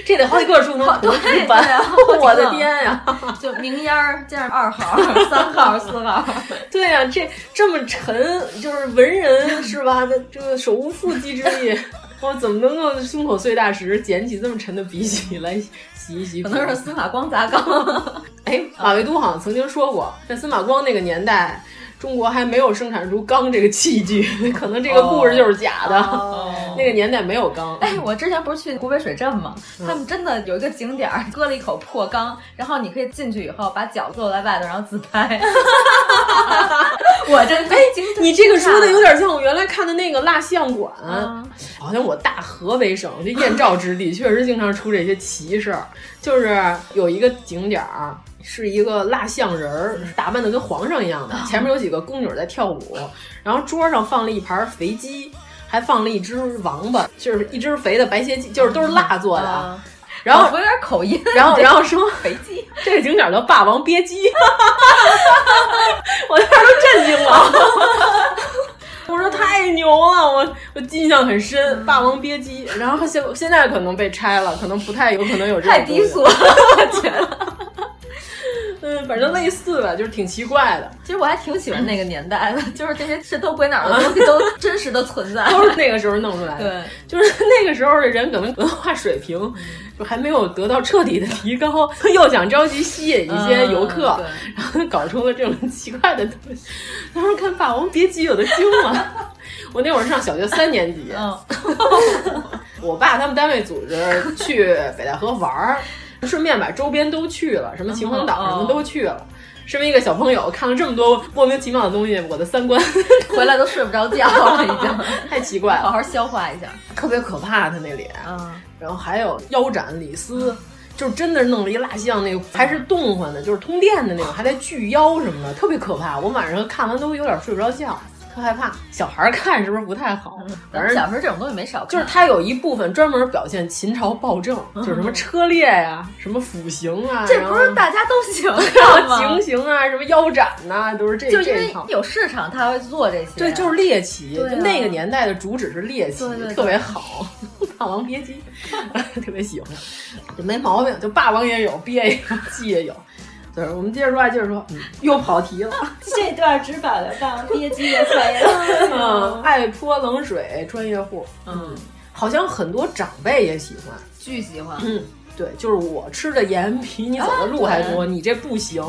这得好几个书童同
对
时
对
搬
啊，
我的天呀！
就明烟儿加上二号、三号、四号，
对呀、这这么沉，就是文人是 吧？那这个手无缚鸡之力，我怎么能够胸口碎大石，捡起这么沉的笔洗来洗一洗？
可能是司马光砸缸。
哎，马未都好像曾经说过，在司马光那个年代，中国还没有生产出钢这个器具， 可能这个故事就是假的。 那个年代没有钢。
哎，我之前不是去古北水镇吗？
嗯
他们真的有一个景点儿，搁了一口破缸，然后你可以进去以后把脚露在外头，然后自拍。 我真
哎， 你这个说的有点像我原来看的那个蜡像馆，好像我大河北省这燕赵之地 确实经常出这些奇事儿，就是有一个景点儿。是一个蜡像人儿，打扮的跟皇上一样的，前面有几个宫女在跳舞，然后桌上放了一盘肥鸡，还放了一只王八，就是一只肥的白切鸡，就是都是蜡做的啊。然后
我有点口音，
然后然后说
肥鸡，
这个景点叫霸王别姬， 我当时都震惊了。 我说太牛了，我我印象很深，《霸王别姬》，然后现现在可能被拆了，可能不太有可能有这种
太低俗 了，
我觉得。嗯，反正类似吧，就是挺奇怪的，
其实我还挺喜欢那个年代的，就是这些神头鬼脑的东西都 真实的存在，
都是那个时候弄出来的。
对，
就是那个时候的人可能文化水平就还没有得到彻底的提高，又想着急吸引一些游客，
嗯
然后搞出了这种 奇怪的东西。当时看《霸王别姬》有的惊了， 我那会儿上小学三年级，我爸他们单位组织去北戴河玩儿，顺便把周边都去了，什么秦皇岛什么都去了。身为一个小朋友，看了这么多莫名其妙的东西，我的三观
回来都睡不着觉了，已经
太奇怪了，
好好消化一下。嗯
特别可怕，他那脸，然后还有腰斩李斯，就是真的弄了一蜡像，那个还是动唤的，就是通电的那种，还在锯腰什么的，特别可怕。我晚上看完都有点睡不着觉，特害怕。小孩儿看是不是不太好？
咱
反正
嗯们小时候这种东西没少看，
就是它有一部分专门表现秦朝暴政，就是什么车裂呀、什么腐刑啊，
嗯这不是大家都喜 欢
然
看
后
吗？
行刑啊，什么腰斩呐、都是这
就因
这一
为
套。
有市场，他会做这些。
对，就是猎奇，
对啊
就那个年代的主旨是猎奇，
对对对
特别好。霸王别姬， 特别喜欢，就没毛病。就霸王也有，鳖也有，鸡也有。对，我们接着说啊，接着说，嗯又跑题了。
啊
这段只保留到憋鸡就可以
嗯，
了。
爱泼冷水，专业户。嗯，好像很多长辈也喜欢。
巨喜欢。
嗯，对，就是我吃的盐比你走的路还多，
啊对
你这不行。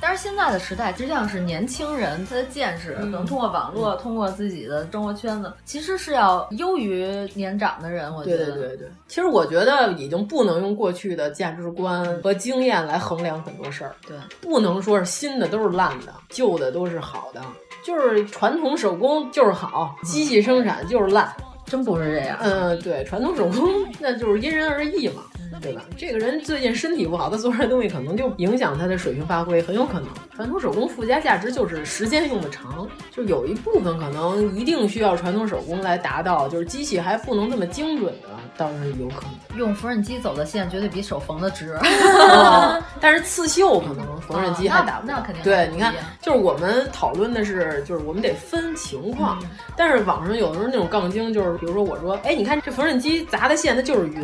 但是现在的时代，实际上是年轻人他的见识，可能通过网络，通过自己的生活圈子，其实是要优于年长的人。我觉
对
得，
对对对，其实我觉得已经不能用过去的价值观和经验来衡量很多事儿，
对，
不能说是新的都是烂的，旧的都是好的，就是传统手工就是好，机器生产就是烂。
真不是这样。
嗯，对，传统手工那就是因人而异嘛，对吧？这个人最近身体不好，他做出来的东西可能就影响他的水平发挥，很有可能。传统手工附加价值就是时间用的长，就有一部分可能一定需要传统手工来达到，就是机器还不能这么精准的，倒是有可能。
用缝纫机走的线绝对比手缝的直。
哦但是刺绣可能缝纫机还打不到、
那那肯定还
对，
嗯不
你
一样
看，就是我们讨论的是，就是我们得分情况。
嗯嗯
但是网上有的时候那种杠精，就是比如说我说，哎，你看这缝纫机砸的线它就是匀，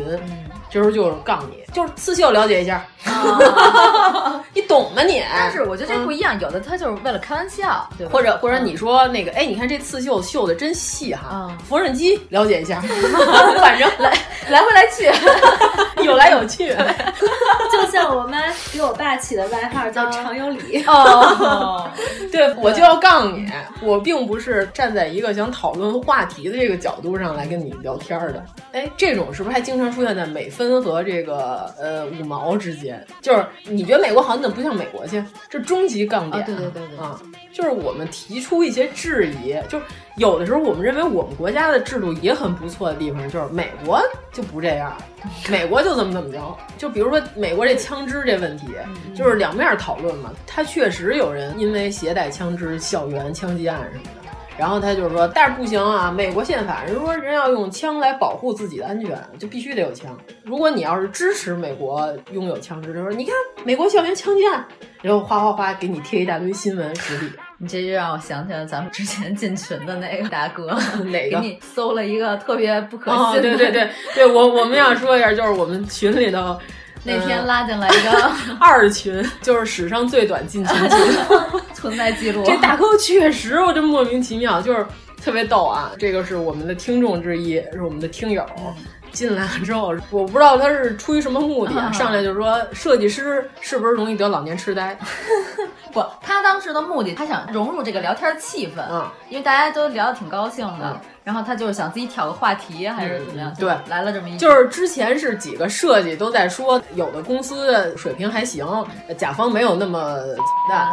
这时候就是杠你，就是刺绣了解一下， 你懂吗你？
哦但是嗯我觉得这不一样，有的他就是为了开玩笑，对吧
或者或者你说那个，哎，你看这刺绣绣的真细哈，缝纫机了解一 下，反正来
嗯来回来去，
有来有去，
就像我妈给我爸起的外号
嗯
叫常有理。
哦， 对我就要杠你，我并不是站在一个想讨论话题的这个角度上来跟你聊天儿的。哎，这种是不是还经常出现在美分和这个呃五毛之间？就是你觉得美国好，你怎么不像美国去？这终极杠点、对对对对啊，就是我们提出一些质疑，就是有的时候我们认为我们国家的制度也很不错的地方，就是美国就不这 样，美国就怎么怎么着。就比如说美国这枪支这问题，就是两面讨论嘛。他确实有人因为携带枪支、校园枪击案什么的。然后他就是说，但是不行啊！美国宪法人说人要用枪来保护自己的安全，就必须得有枪。如果你要是支持美国拥有枪支，就说你看美国校园枪击案，然后哗哗哗给你贴一大堆新闻实例。
你这就让我想起来咱们之前进群的那个大哥，
哪
给
个
你搜了一个特别不 可
哦，
信
对
的。
对对， 对，我我们想说一下，就是我们群里头。
那天
嗯
拉进来一个
二群， 就是史上最短进群群。
存在记录，
这大哥确实，我真莫名其妙，就是特别逗啊！这个是我们的听众之一，是我们的听友。进来了之后，我不知道他是出于什么目的啊，
嗯
上来就说设计师是不是容易得老年痴呆？
不，他当时的目的，他想融入这个聊天气氛，
嗯，
因为大家都聊得挺高兴的，然后他就是想自己挑个话题，还是怎么样？
嗯对
来了这么一，
就是之前是几个设计都在说，有的公司的水平还行，甲方没有那么蛋，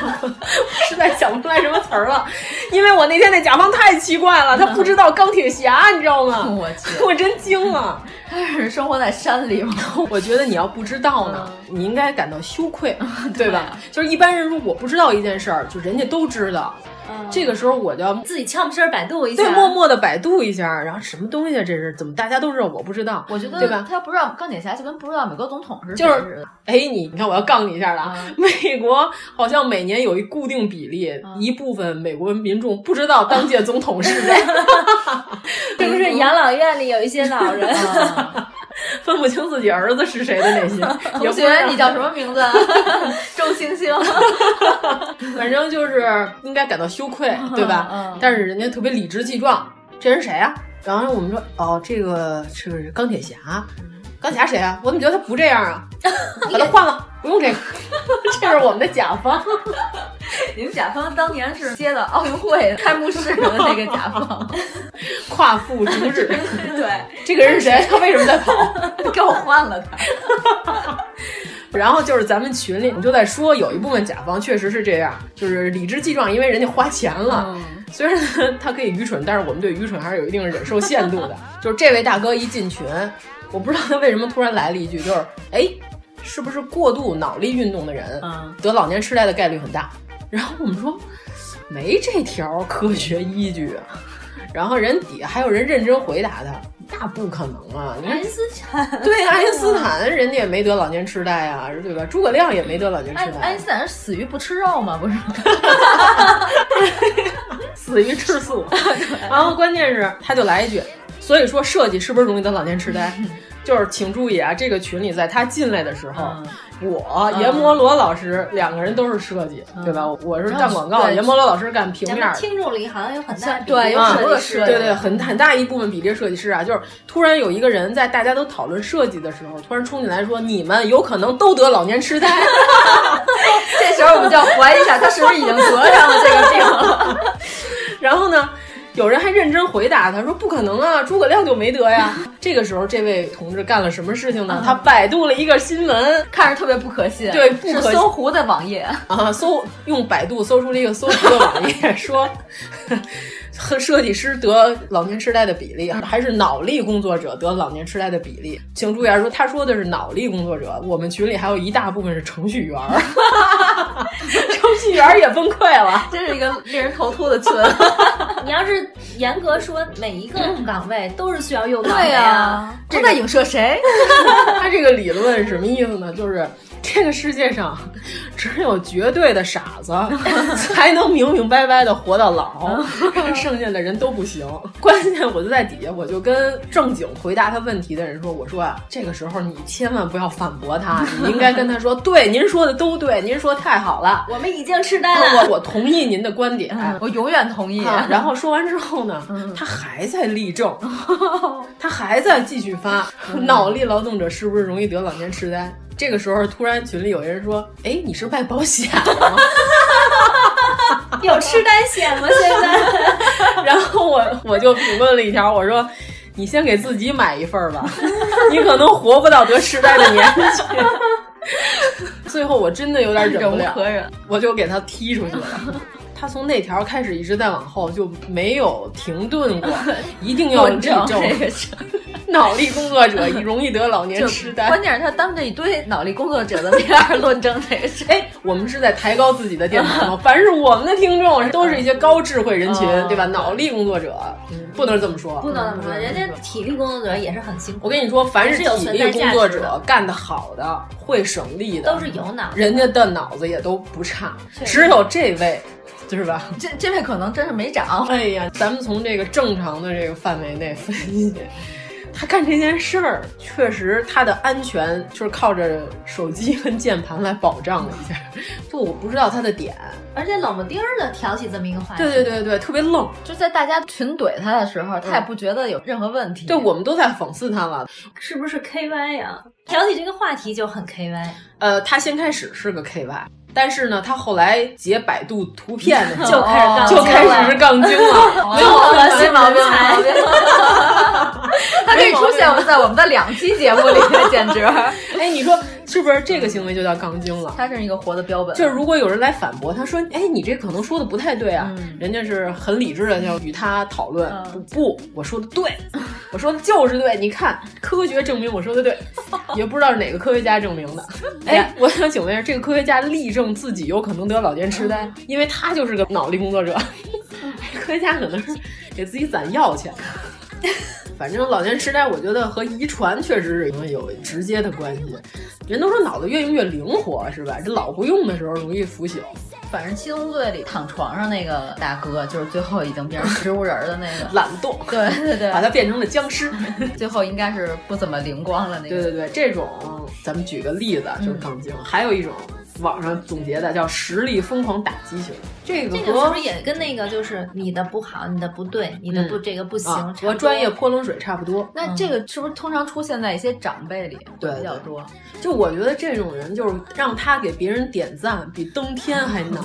实在想不出来什么词儿了。因为我那天那甲方太奇怪了，他不知道钢铁侠，你知道吗？
我 去，
我真惊了。
他是生活在山里吗？
我觉得你要不知道呢，你应该感到羞愧，嗯 对吧？就是一般人如果不知道一件事儿，就人家都知道。这个时候我就要
自己悄没声儿百度一下，
对默默的百度一下，然后什么东西啊？这是怎么大家都知道，我不知道，
我觉得
对吧？
他不知道钢铁侠就跟不知道美国总统是谁
就
似的
是，哎，你你看，我要杠你一下了啊！美国好像每年有一固定比例，
啊
一部分美国民众不知道当届总统是 谁，
是不是养老院里有一些老 人？
啊
分不清自己儿子是谁的 内心。也不
同
知道
学你叫什么名字啊？周星星。
反正就是应该感到羞 愧，对吧？
嗯
但是人家特别理直气壮，这人谁啊？然后我们说，哦，这个是钢铁侠，钢铁侠谁啊？我怎么觉得他不这样 啊？把他换了，不用这个，这是我们的甲方。
你们甲方当年是接的奥运会开幕式的那个甲 方，
夸父逐日，
对，
这个人是谁？他为什么在跑？
给我换了他。
然后就是咱们群里，我们就在说，有一部分甲方确实是这样，就是理直气壮，因为人家花钱
嗯
了。虽然他可以愚蠢，但是我们对愚蠢还是有一定忍受限度的。就是这位大哥一进群，我不知道他为什么突然来了一句，就是哎，是不是过度脑力运动的人，得老年痴呆的概率很大？然后我们说没这条科学依据啊。然后人底下还有人认真回答他，那不可能啊！你看
爱因斯坦，
对，爱因斯坦人家也没得老年痴呆啊，对吧？诸葛亮也没得老年
爱
痴
爱
呆
因，斯坦是死于不吃肉吗？不是，
死于吃素。然后关键是他就来一句，所以说设计是不是容易得老年痴呆？ 就是请注意啊，这个群里在他进来的时候，我
嗯
阎摩罗老师两个人都是设计，对吧？我是干广告，
对
阎摩罗老师干平
咱
面
们
儿。嗯
听众里好像有很大比例
对，有很多
的
设计，对对，很很大一部分比例设计师啊，就是突然有一个人在大家都讨论设计的时候，突然冲进来说：“你们有可能都得老年痴呆。”
这时候我们就要怀疑一下，他是不是已经得上了这个病了？
然后呢，有人还认真回答他说：“不可能啊，诸葛亮就没得 呀。”这个时候，这位同志干了什么事情呢？他百度了一个新闻
看着特别不可信，
对不可
嗯是搜狐的网页。
啊，搜用百度搜出了一个搜狐的网页，说和设计师得老年痴呆的比例，啊还是脑力工作者得老年痴呆的比例。请注意啊，说他说的是脑力工作者，我们群里还有一大部分是程序员 儿， 程序员儿也崩溃了。
真是一个令人头秃的群，
你要是严格说，每一个岗位都是需要用脑的
对呀、啊
呀。
正在影射谁？
他这个理论是什么意思呢？就是这个世界上只有绝对的傻子 才能明明白白的活到老，剩下的人都不行。关键我就在底下，我就跟正经回答他问题的人说：“我说啊，这个时候你千万不要反驳他，你应该跟他说， 对，您说的都对，您说太好了，
我们已经吃
啊
呆了。
我我同意您的观
嗯
点，
哎
哎我永远同意
啊
然后说完之后呢，他还在立正，
哦
他还在继续发，
嗯
脑力劳动者是不是容易得老年痴呆？这个时候，突然群里有人说：“哎，你是卖保险的 吗？
有痴呆险吗？现 在？”
然后我我就评论了一条，我说：“你先给自己买一份儿吧，你可能活不到得痴呆的年纪。” 最后我真的有点忍不
忍
了
无可忍，
我就给他踢出去了。他从那条开始一直在往后就没有停顿 过，一定要立正。
这个
脑力工作 者容易得老年
就
痴呆。
关键是他当着一堆脑力工作者的面儿 论证这个事。
哎，我们是在抬高自己的 电台吗？凡是我们的听众都是一些高智慧人群，
嗯
对吧？脑力工作者，不能这么说，嗯
不能那么
嗯
说，人家体力工作者也是很辛苦。
我跟你说，凡
还
是
有
体
存
力
在
工
价
作
值的。
者干得好的，会省力的，
都是有脑子的
人家的脑子也都不差，
确实
只有这位，是吧？
这这位可能真是没长，
哎呀，咱们从这个正常的这个范围内分析，他干这件事儿，确实他的安全就是靠着手机跟键盘来保障了一下。就我不知道他的点，
而且冷不丁儿的挑起这么一个话题，
对对对对，特别愣。
就在大家群怼他的时候，他也不觉得有任何问题。
对，我们都在讽刺他了。
是不是 KY 呀、挑起这个话题就很 KY，
呃，他先开始是个 KY，但是呢，他后来截百度图片的时候
就开始杠精
就
了
开始是杠精了，了
没有核心 毛病， 他可以出现在我们的两期节目里，简 直。
哎，你说是不是这个行为就叫杠精了？
他真是一个活的标本。
就是如果有人来反驳，他说：“哎，你这可能说的不太对啊。人家是很理智的要与他讨论，不不，我说的对，我说的就是对。你看，科学证明我说的对，也不知道是哪个科学家证明的。哎，我想请问一下，这个科学家力证自己有可能得老年痴呆，因为他就是个脑力工作者。科学家可能是给自己攒药钱。 反正老年痴呆，我觉得和遗传确实是有直接的关系。人都说脑子越用越灵活，是吧？这老不用的时候容易腐朽。
反正《七宗罪》里躺床上那个大哥，就是最后已经变成植物人儿的那个
懒惰，
对对对，
把他变成了僵尸，
最后应该是不怎么灵光了那
对
个。
对对，这种咱们举个例子，啊
嗯
就是杠精。还有一种网上总结的叫“实力疯狂打击型”，这个
这个是
和
不是也跟那个就是你的不好，你的不对，你的不、这个不行，
啊
差不
和
多
专业泼冷水差不多。
那这个是不是通常出现在一些长辈里
对
比较多？
就我觉得这种人，就是让他给别人点赞，比登天还难，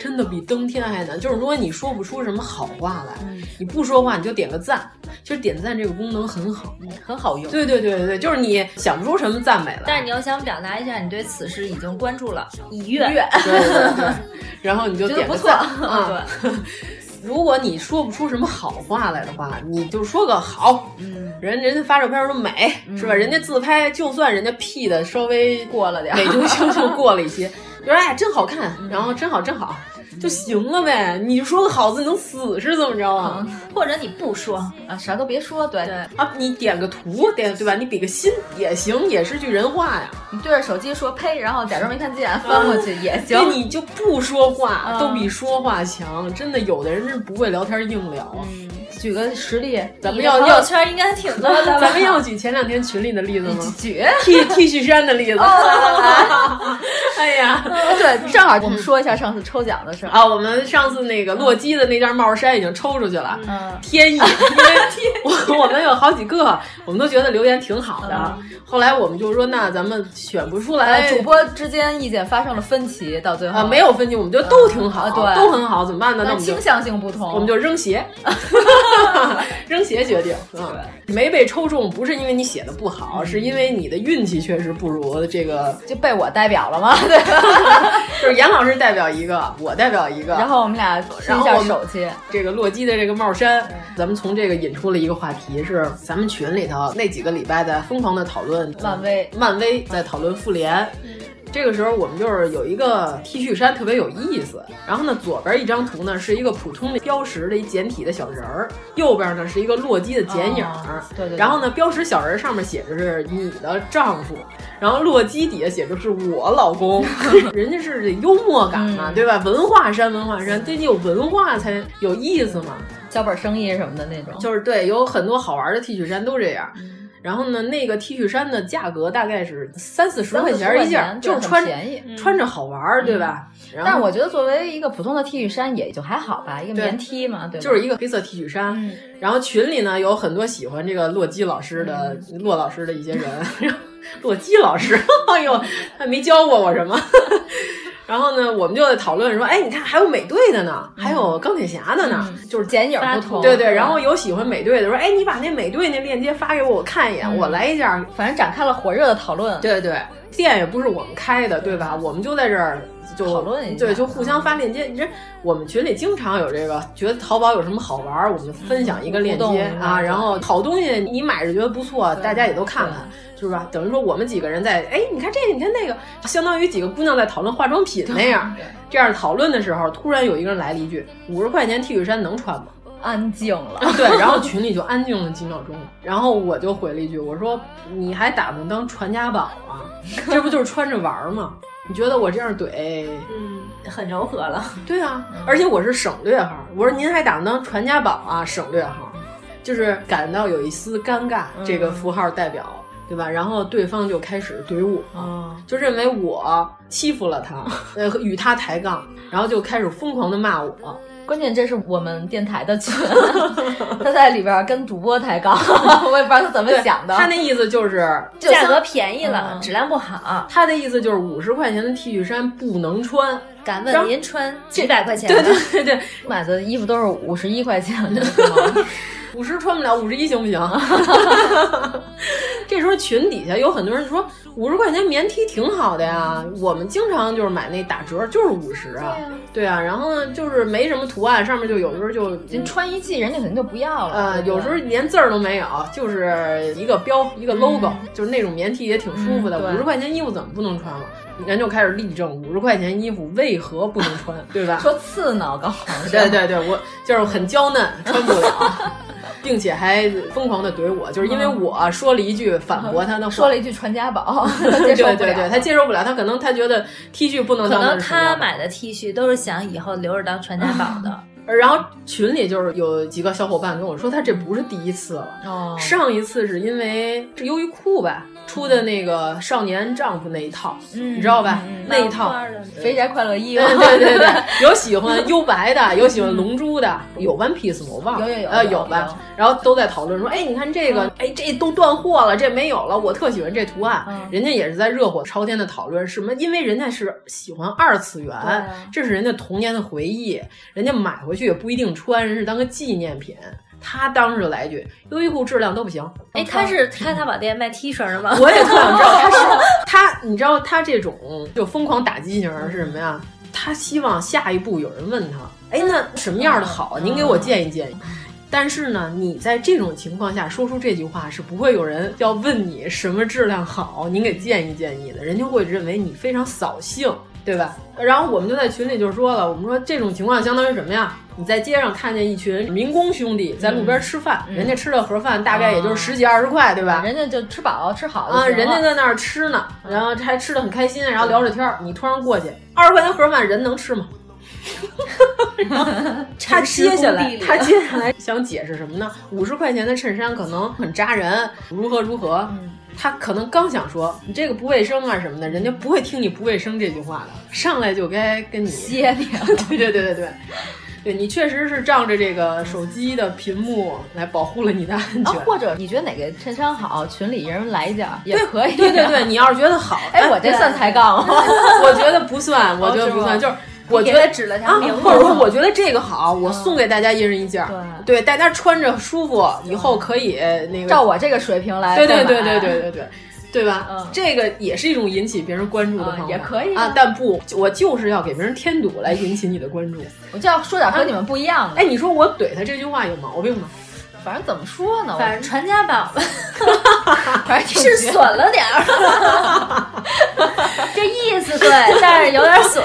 真的比登天还难。就是如果你说不出什么好话来，
嗯
你不说话，你就点个赞。其实点赞这个功能很好，
嗯
很好用。
对对对对对，就是你想不出什么赞美来，
但是你要想表达一下你对此事已经关注了，已
对
阅，
对对，然后你就
觉得
点
不
个
错，
赞 啊。 如果你说不出什么好话来的话，你就说个好，嗯，人人家发照片都美，是吧？人家自拍，就算人家 P 的稍微
嗯过了点儿嗯
美中秀 秀过了一些，就说哎真好看，然后真好真好就行了呗。你就说个好字能死是怎么着啊？
嗯
或者你不说，
啊，啥都别说，对，
啊，你点个图，点对吧？你比个心也行，也是句人话呀。
你对着手机说呸，然后假装没看见，翻过去也行。
对你就不说话
嗯
都比说话强，真的，有的人是不会聊天硬聊。啊
举个实例，
咱们
你的
要
朋友
要
圈应该挺多的吧
咱们要举前两天群里的例子 吗？
举
T T 恤衫的例子。 哎呀，
对，正好我们说一下上次抽奖的事儿。
啊，我们上次那个洛基的那件帽衫已经抽出去了，
嗯
天意，因为我我们有好几个，我们都觉得留言挺好的。后来我们就说，那咱们选不出来，
呃，主播之间意见发生了分歧，到最后
哎啊没有分歧，我们觉得都挺好，
嗯对
都很好，怎么办啊呢？那我
那
们就
倾向性不同，
我们就扔鞋，扔鞋决 定。嗯，没被抽中不是因为你写的不好，是因为你的运气确实不如这个。
就被我代表了嘛， 对吧？
就是严老师代表一个，我代表一个，
然后我们俩
然
伸一
后
下
我们
手机，
这个洛基的这个帽衫，
嗯
咱们从这个引出了一个话题，是咱们群里头那几个礼拜在疯狂的讨论
漫威嗯
漫威在讨论复联，这个时候我们就是有一个 T 恤衫特别有意思，然后呢左边一张图呢是一个普通的标识的一简体的小人儿，右边呢是一个洛基的剪影儿、
哦对对对
然后呢标识小人儿上面写着是你的丈夫，然后洛基底下写着是我老 公，人家是幽默感嘛、
嗯
对吧？文化衫文化衫，这你有文化才有意思嘛，
小本生意什么的那种，
就是对，有很多好玩的 T 恤衫都这样。
嗯
然后呢，那个 T 恤衫的价格大概是三四十块钱一件儿，
三四十块钱
就
对
是穿
很便宜嗯
穿着好玩儿，对吧？然后
但我觉得作为一个普通的 T 恤衫也就还好吧，一个
嗯对
棉 T 嘛，对吧，
就是一个黑色 T 恤衫，
嗯
然后群里呢有很多喜欢这个洛基老师的
嗯
洛老师的一些人，然后洛基老师，哎呦，他没教过我什么。 然后呢，我们就在讨论说，哎，你看还有美队的呢，还有钢铁侠的呢，
嗯
就是剪影
发
不
头
对对。
嗯
然后有喜欢美队的说，哎，你把那美队那链接发给我，我看一眼，
嗯
我来一件。
反正展开了火热的讨论。
对对，店也不是我们开的，对吧？我们就在这儿就
嗯讨论一下嗯
对，就互相发链接。你这我们群里经常有这个，觉得淘宝有什么好玩儿，我们分享一个链
嗯互
接
动
啊，
对
然后好东西你买着觉得不错，大家也都看看。是吧？等于说我们几个人在，哎，你看这个，你看那个，相当于几个姑娘在讨论化妆品那样。这样讨论的时候，突然有一个人来了一句：“五十块钱 T 恤衫能穿吗？”，
安静了
对，然后群里就安静了几秒钟，然后我就回了一句：“我说你还打算当传家宝啊？这不就是穿着玩儿吗？你觉得我这样怼，嗯，很柔和了。 对啊，而且我是省略号。我说您还打算当传家宝啊？省略号，就是感到有一丝尴尬，
嗯
这个符号代表。”对吧？然后对方就开始怼我，
嗯
就认为我欺负了他，呃，与他抬杠，然后就开始疯狂的骂我。
关键这是我们电台 的群，他在里边儿跟主播抬杠，我也不知道他怎么
对
想的。
他那意思就是
就像
价格便宜了，
嗯
质量不好，
他的意思就是五十块钱的 T 恤衫不能穿。
敢
然后
问您穿几百块钱？
对 对对对，
买的衣服都是五十一块钱的，
五十穿不了，五十一行不 行？这时候群底下有很多人说五十块钱棉 T 挺好的呀，我们经常就是买那打折就是五十啊，对啊，然后呢就是没什么图案，上面就有时候就
人穿一季人家肯定就不要了。
呃，有时候连字儿都没有，就是一个标一个 logo，、就是那种棉 T 也挺舒服的。
嗯
五
对
十、块钱衣服怎么不能穿了？人就开始力证五十块钱衣服为何不能穿，对吧？
说刺挠刚好像
对对对，我就是很娇嫩，穿不了， 并且还疯狂的怼我，就是因为我说了一句反驳他的话，
嗯说了一句传家宝，他
对
接
对
受不了。
对，他接受不了，他可能他觉得 T 恤不能
可
当
能
成什么
他
样的嗯
买的 T 恤都是想以后留着当传家宝的。
然后群里就是有几个小伙伴跟我说，他这不是第一次了，
哦
上一次是因为是优衣库吧出的那个少年丈夫那一套，
嗯
你知道吧？
嗯嗯
那一套
漫画的肥宅快乐衣
对对对对，有喜欢幽白的，有喜欢龙珠的，有 One Piece 吗？我忘了，
嗯有有有
呃
有嗯
有吧？然后都在讨论说，哎，你看这个，哎，这都断货了，这没有了，我特喜欢这图案。
嗯
人家也是在热火朝天的讨论什么，因为人家是喜欢二次元
对啊，
这是人家童年的回忆，人家买回去也不一定穿，人是当个纪念品。他当时就来一句：“优衣库质量都不行。”
哎，他是开淘宝店卖 T 恤的吗？
嗯我也特想知道他是他，你知道他这种就疯狂打击型是什么呀？他希望下一步有人问他，哎，那什么样的好？您给我建议建议。但是呢，你在这种情况下说出这句话，是不会有人要问你什么质量好，您给建议建议的，人就会认为你非常扫兴，对吧？然后我们就在群里就说了，我们说这种情况相当于什么呀？你在街上看见一群民工兄弟在路边吃饭，人家吃的盒饭大概也就是十几二十块，对吧？
人家就吃饱吃好就
啊，
行了
人家在那儿吃呢，然后还吃的很开心，然后聊着天儿。你突然过去，二十块钱盒饭，人能吃吗？他接下 来，他接下来想解释什么呢？五十块钱的衬衫可能很扎人，如何如何？他可能刚想说你这个不卫生啊什么的，人家不会听你不卫生这句话的，上来就该跟你
歇你 啊
对对对对对。对你确实是仗着这个手机的屏幕来保护了你的安
啊
全，，
或者你觉得哪个衬衫好，群里一人来一件儿也
对
可以。
对对对，你要是觉得好，
哎我这算抬
啊
杠 吗
我觉得不算，我觉得不算，
哦是
就
吗
是。我觉
你给
得
他指了条
啊
明，路
或者说我觉得这个好，
嗯
我送给大家一人一件儿，对，大家穿着舒服，以后可以那个
照我这个水平来
对对
购买
对对对对对，对吧？这个也是一种引起别人关注的方法，
嗯也可以啊
啊。但不，我就是要给别人添堵来引起你的关注。
我就要说点和你们不一样的。
哎，你说我怼他这句话有毛病吗？哎
反正怎么说呢，我
反正传家宝吧，
反正挺
是
绝
损了点儿。
这意思对，但是有点 损。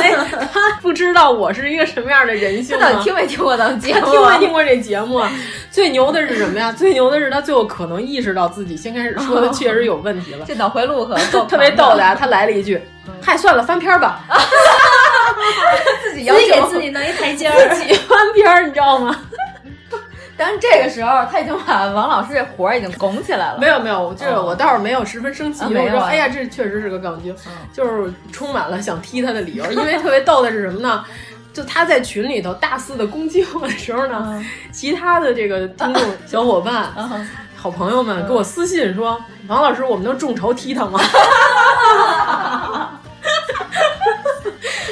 哎，他
嗯
不知道我是一个什么样的人性
他到
吗？
底听没听过咱们节目啊
他 听没听过这节目啊？最牛的是什么呀？最牛的是他最后可能意识到自己先开始 说的确实有问题了。
这脑回路可够
特别逗的
嗯
啊，他来了一句：“嗨，算了，翻篇儿 吧。”
自己要
要
求
求
弄一台阶
儿自己翻篇儿，你知道吗？
但是这个时候他已经把王老师这活儿已经拱起来了。
没有没有，这我倒是没有十分生气，
哦啊嗯
因
没
为
有
我说
啊
哎呀，这确实是个杠精，就是充满了想踢他的理由。因为特别逗的是什么呢？ 就他在群里头大肆的攻击我的时候
嗯
呢，其他的这个听
啊
众小伙伴、好朋友
嗯
们给我私信说：“王老师，我们能众筹踢他吗？”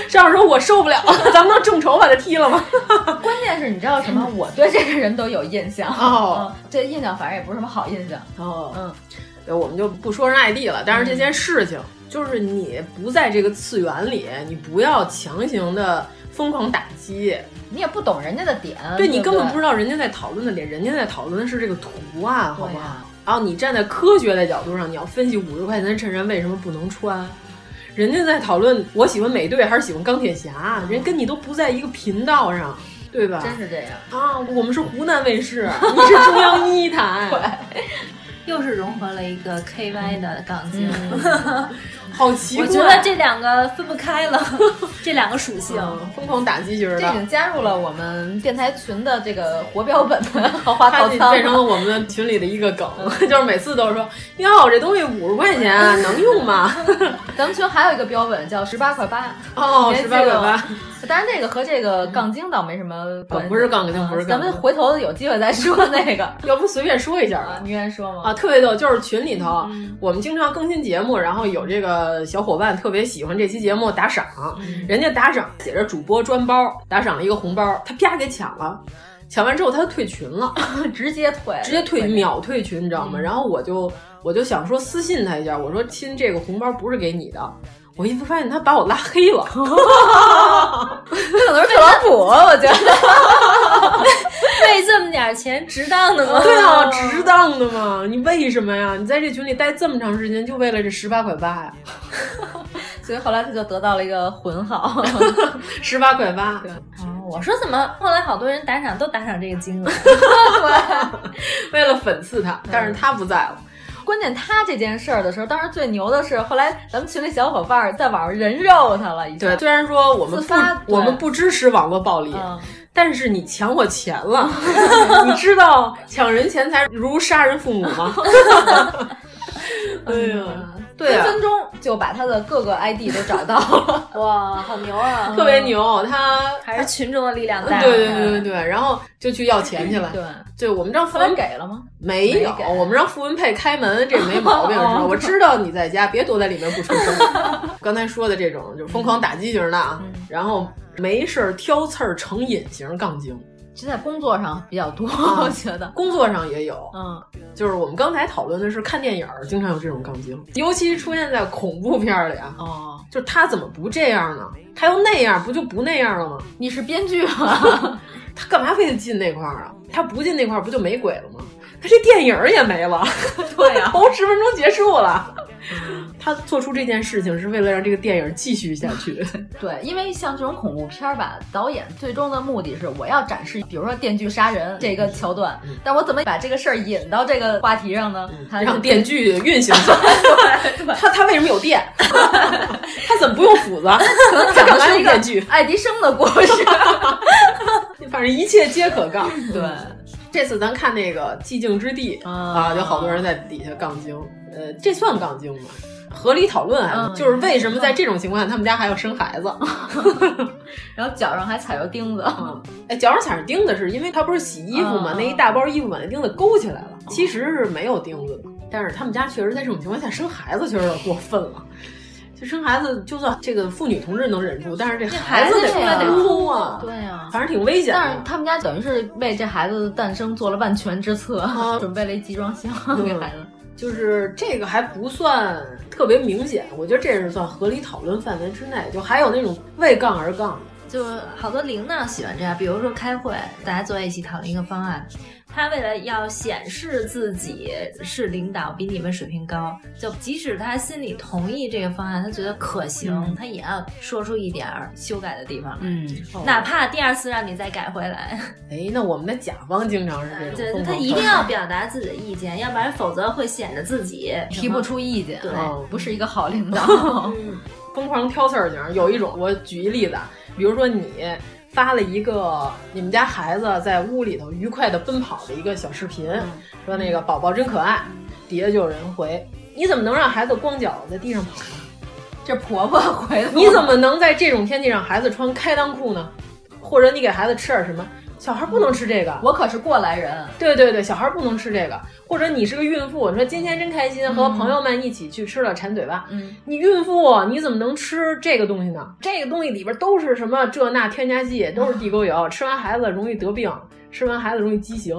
这样说我受不了，咱们能众筹把他踢了吗？
关键是你知道什么？我对这个人都有印象
哦
嗯这印象反正也不是什么好印象。
哦，嗯，对，我们就不说人 ID 了，但是这件事情、就是你不在这个次元里，你不要强行的疯狂打击，
你也不懂人家的点，
对
不
你根本不知
道。
道人家在讨论的点，人家在讨论的是这个图案，好不好？然后你站在科学的角度上，你要分析五十块钱的衬衫为什么不能穿。人家在讨论我喜欢美队还是喜欢钢铁侠，啊人跟你都不在一个频道上，对吧？
真是这样。
啊，我们是湖南卫视，你是中央一台，
又是融合了一个
嗯
KY 的杠精，
好奇怪。
我觉得这两个分不开了，这两个属性，
疯狂打击型
这
的，
已经加入了我们电台群的这个活标本 的豪华
它
套
就
餐，
变成了我们群里的一个梗， 就是每次都说：“哟，我这东西五十块钱能用吗
咱们群还有一个标本叫十八块八
哦
你还记得吗
18.8
当然这个和这个杠精倒没什么
啊
关系，啊
不是杠精不是杠精
咱们回头有机会 再说那个。
要不随便说一下吧
你愿意说吗？？”
啊，特别逗，就是群里头，我们经常更新节目，然后有这个小伙伴特别喜欢这期节目打赏，
嗯
人家打赏写着主播专包，打赏了一个红包，他啪给抢了，抢完之后他就退群了。
直接退，
直接退秒退群，你知道
嗯
吗？然后我就我就想说私信他一下，我说亲，这个红包不是给你的。我一发现他把我拉黑 了，
这可能是特朗普， 我觉得。
为这么点钱值当的吗？
对啊，值当的嘛！你为什么呀？你在这群里待这么长时间，就为了这十八块八呀？
所以后来他就得到了一个混 号，
十八块八。
啊我说怎么后来好多人打赏都打赏这个金额？
为了粉刺他，
嗯
但是他不在了。
关键他这件事儿的时候，当时最牛的是，后来咱们群里小伙伴儿在网上人肉他了，已经
对，虽然说我们
嗯自发嗯
不我们不支持网络暴力，但是你抢我钱了， 你知道抢人钱财如杀人父母 吗？ 哎呀，
嗯
对啊
分分钟就把他的各个 ID 都找到了，
哇，好牛啊！
特别
哦
牛，他
还是群众的力量
对
大。
对对对对，然后就去要钱去了。
对，
对我们让
后
付
来
文
给了吗？
没有
没给，
我们让付文佩开门，这没毛病是吧？
哦
我知道你在家，别躲在里面不出声。刚才说的这种就是疯狂打击型的啊，
嗯
然后没事儿挑刺儿成瘾型杠精，
现在工作上比较多，
啊
我觉得。
工作上也有。
嗯，
就是我们刚才讨论的是看电影儿，经常有这种杠精，尤其出现在恐怖片儿里啊。
哦，
就是他怎么不这样呢？他又那样，不就不那样了吗？
你是编剧啊，
他干嘛非得进那块儿啊？他不进那块儿不就没鬼了吗？他这电影儿也没了，
对 呀、
头十分钟结束了。他做出这件事情是为了让这个电影继续下去。
对，因为像这种恐怖片儿吧，导演最终的目的是我要展示，比如说电锯杀人这个桥段，但我怎么把这个事儿引到这个话题上呢？ 他
嗯让电锯运行 起来。他他为什么有电？他怎么不用 斧子？
可能
他
讲
干
的
嘛
是
用
一个
电锯？
爱迪生的故事。
反正一切皆可 杠。
对，
这次咱看那个《寂静之地》啊，有好多人在底下杠精。呃，这算杠精吗？合理讨论啊，
嗯
就是为什么在这种情况下他们家还要生孩 子？
然后脚上还踩着钉子，
哎，脚上踩着钉子是因为他不是洗衣服嘛，
嗯
那一大包衣服把那钉子勾起来了，其实是没有钉子的。但是他们家确实在这种情况下生孩子确实有点过分了。 就生孩子，就算这个妇女同志能忍住，但是这孩子得出来得哭啊，
对呀、
反正挺危险的。
但是他们家等于是为这孩子的诞生做了万全之策，
啊 嗯
准备了一集装箱给孩子。
就是这个还不算特别明显，我觉得这是算合理讨论范围之内。就还有那种为杠而杠，
就是好多领导喜欢这样，比如说开会，大家坐在一起讨论一个方案，他为了要显示自己是领导，比你们水平高，就即使他心里同意这个方案，他觉得可行，
嗯
他也要说出一点儿修改的地方，
嗯
哪怕第二次让你再改回来，
哎，那我们的甲方经常是这
对
种疯狂
他一定要表达自己的意见，要不然否则会显得自己
提不出意见，
对，
不是一个好领导。
嗯疯狂挑刺儿型儿。有一种，我举一例子，啊，比如说你发了一个你们家孩子在屋里头愉快的奔跑的一个小视频，
嗯
说那个宝宝真可爱，底下就有人回：你怎么能让孩子光脚在地上跑呢？
这婆婆回了，
你怎么能在这种天气让孩子穿开裆裤呢？或者你给孩子吃点什么？小孩不能吃这个，
我可是过来人。
对对对，小孩不能吃这个。或者你是个孕妇，你说今天真开心，和朋友们一起去吃了馋嘴巴。
嗯，
你孕妇你怎么能吃这个东西呢？这个东西里边都是什么这那添加 剂，都是地沟油，吃完孩子容易得病，吃完孩子容易畸形。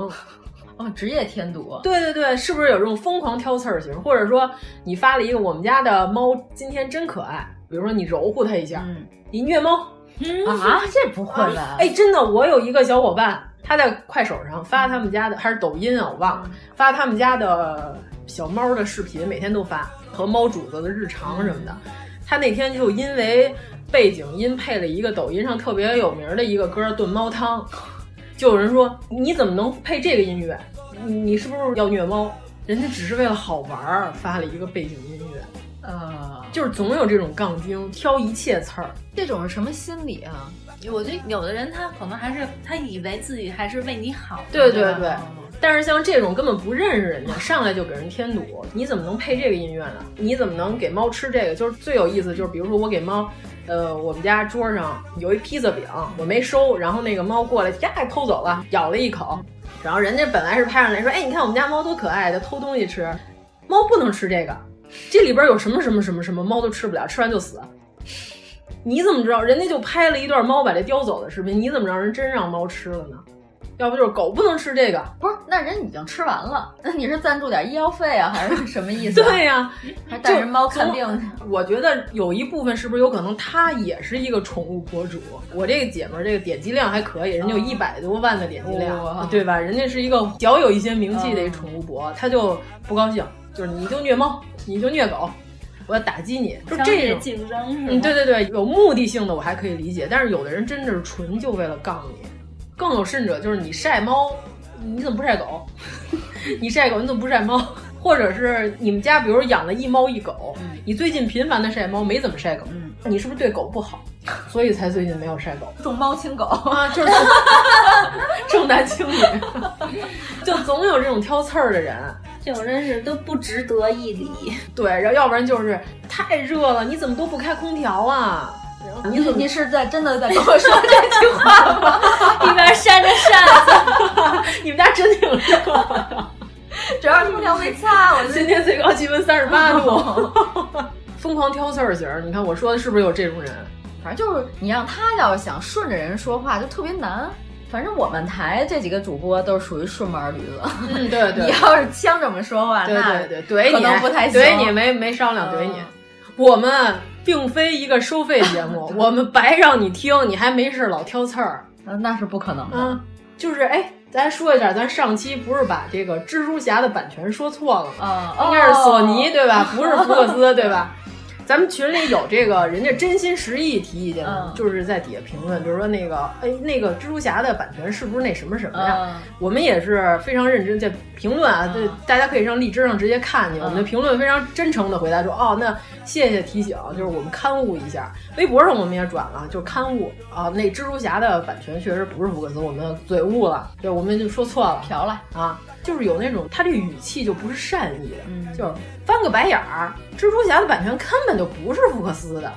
哦，职业添堵。
对对对，是不是有这种疯狂挑刺儿型？或者说你发了一个我们家的猫今天真可爱，比如说你揉乎它一下，你虐猫、
啊，嗯这不会吧？
哎，真的，我有一个小伙伴，他在快手上发他们家的，还是抖音啊，我忘
嗯
了，发他们家的小猫的视频，每天都发和猫主子的日常什么的。
嗯
他那天就因为背景音配了一个抖音上特别有名的一个歌炖猫汤，就有人说你怎么能配这个音乐？你你是不是要虐猫？人家只是为了好玩儿发了一个背景音乐，
呃，
就是总有这种杠精挑一切刺儿。
这种是什么心理啊？
我觉得有的人他可能还是他以为自己还是为你好，
对对对，但是像这种根本不认识人家，上来就给人添堵，你怎么能配这个音乐呢？你怎么能给猫吃这个？就是最有意思，就是比如说我给猫，呃，我们家桌上有一披萨饼，我没收，然后那个猫过来呀偷走了，咬了一口，然后人家本来是拍上来说，哎，你看我们家猫多可爱的，偷东西吃，猫不能吃这个，这里边有什么什么什么什么，猫都吃不了，吃完就死。你怎么知道？人家就拍了一段猫把这叼走的视频，你怎么让人真让猫吃了呢？要不就是狗不能吃这个，
不是，那人已经吃完了，那你是赞助点医药费啊，还是什么意思？
对、呀、
还带人猫看病去。
我觉得有一部分是不是有可能她也是一个宠物博主？我这个姐们儿这个点击量还可以，人
啊
家有一百多万的点击量，
哇
对吧？人家是一个小有一些名气的一个宠物
啊
博，她就不高兴，就是你就虐猫，你就虐狗，我要打击你，就
商
这
业
种。
竞争是吗？
嗯，对对对，有目的性的我还可以理解，但是有的人真的是纯就为了杠你。更有甚者，就是你晒猫，你怎么不晒狗？你晒狗，你怎么不晒猫？ 或者是你们家，比如养了一猫一狗，
嗯
你最近频繁的晒猫，没怎么晒狗，你是不是对狗不好，所以才最近没有晒 狗？
重猫轻狗
啊，就是 重男轻女，就总有这种挑刺儿的人。
这种真是都不值得一理。
对，然后要不然就是太热了，你怎么都不开空调啊？然后
你
怎么
你是在 真的在跟 我说这句话 吗？
一边扇着扇
子， 你们家真挺热的，
主要是空调没擦，我 就
今天最高气温三十 八度，疯狂挑刺儿型儿。你看我说的是不是有这种人？
反正就是你让他要是想顺着人说话，就特别难。反正我们台这几个主播都是属于顺毛驴子，
嗯对 对
你要是呛这么说话，
对
那
对对，怼
可
你
能不太行，
怼你没没商量，怼你。嗯我们并非一个收费节 目，我们白让你听，你还没事儿老挑刺儿。
嗯，那是不可能的。
嗯，就是哎，咱说一下，咱上期不是把这个蜘蛛侠的版权说错了吗？
哦
应该是索尼对吧？不是福克斯对吧？咱们群里有这个人家真心实意提意见的，就是在底下评论，就是说那个哎，那个蜘蛛侠的版权是不是那什么
哦嗯
什么呀？我们也是非常认真在评论啊，对，大家可以上荔枝上直接看去。我们的评论非常真诚的回答说，哦，那谢谢提醒，就是我们刊物一下。微博上我们也转了，就是刊物啊，那蜘蛛侠的版权确实不是福克斯，我们嘴误了，对，我们就说错了，
嫖了
啊，就是有那种他这语气就不是善意的，就是翻个白眼儿，蜘蛛侠的版权根本就不是福克斯的。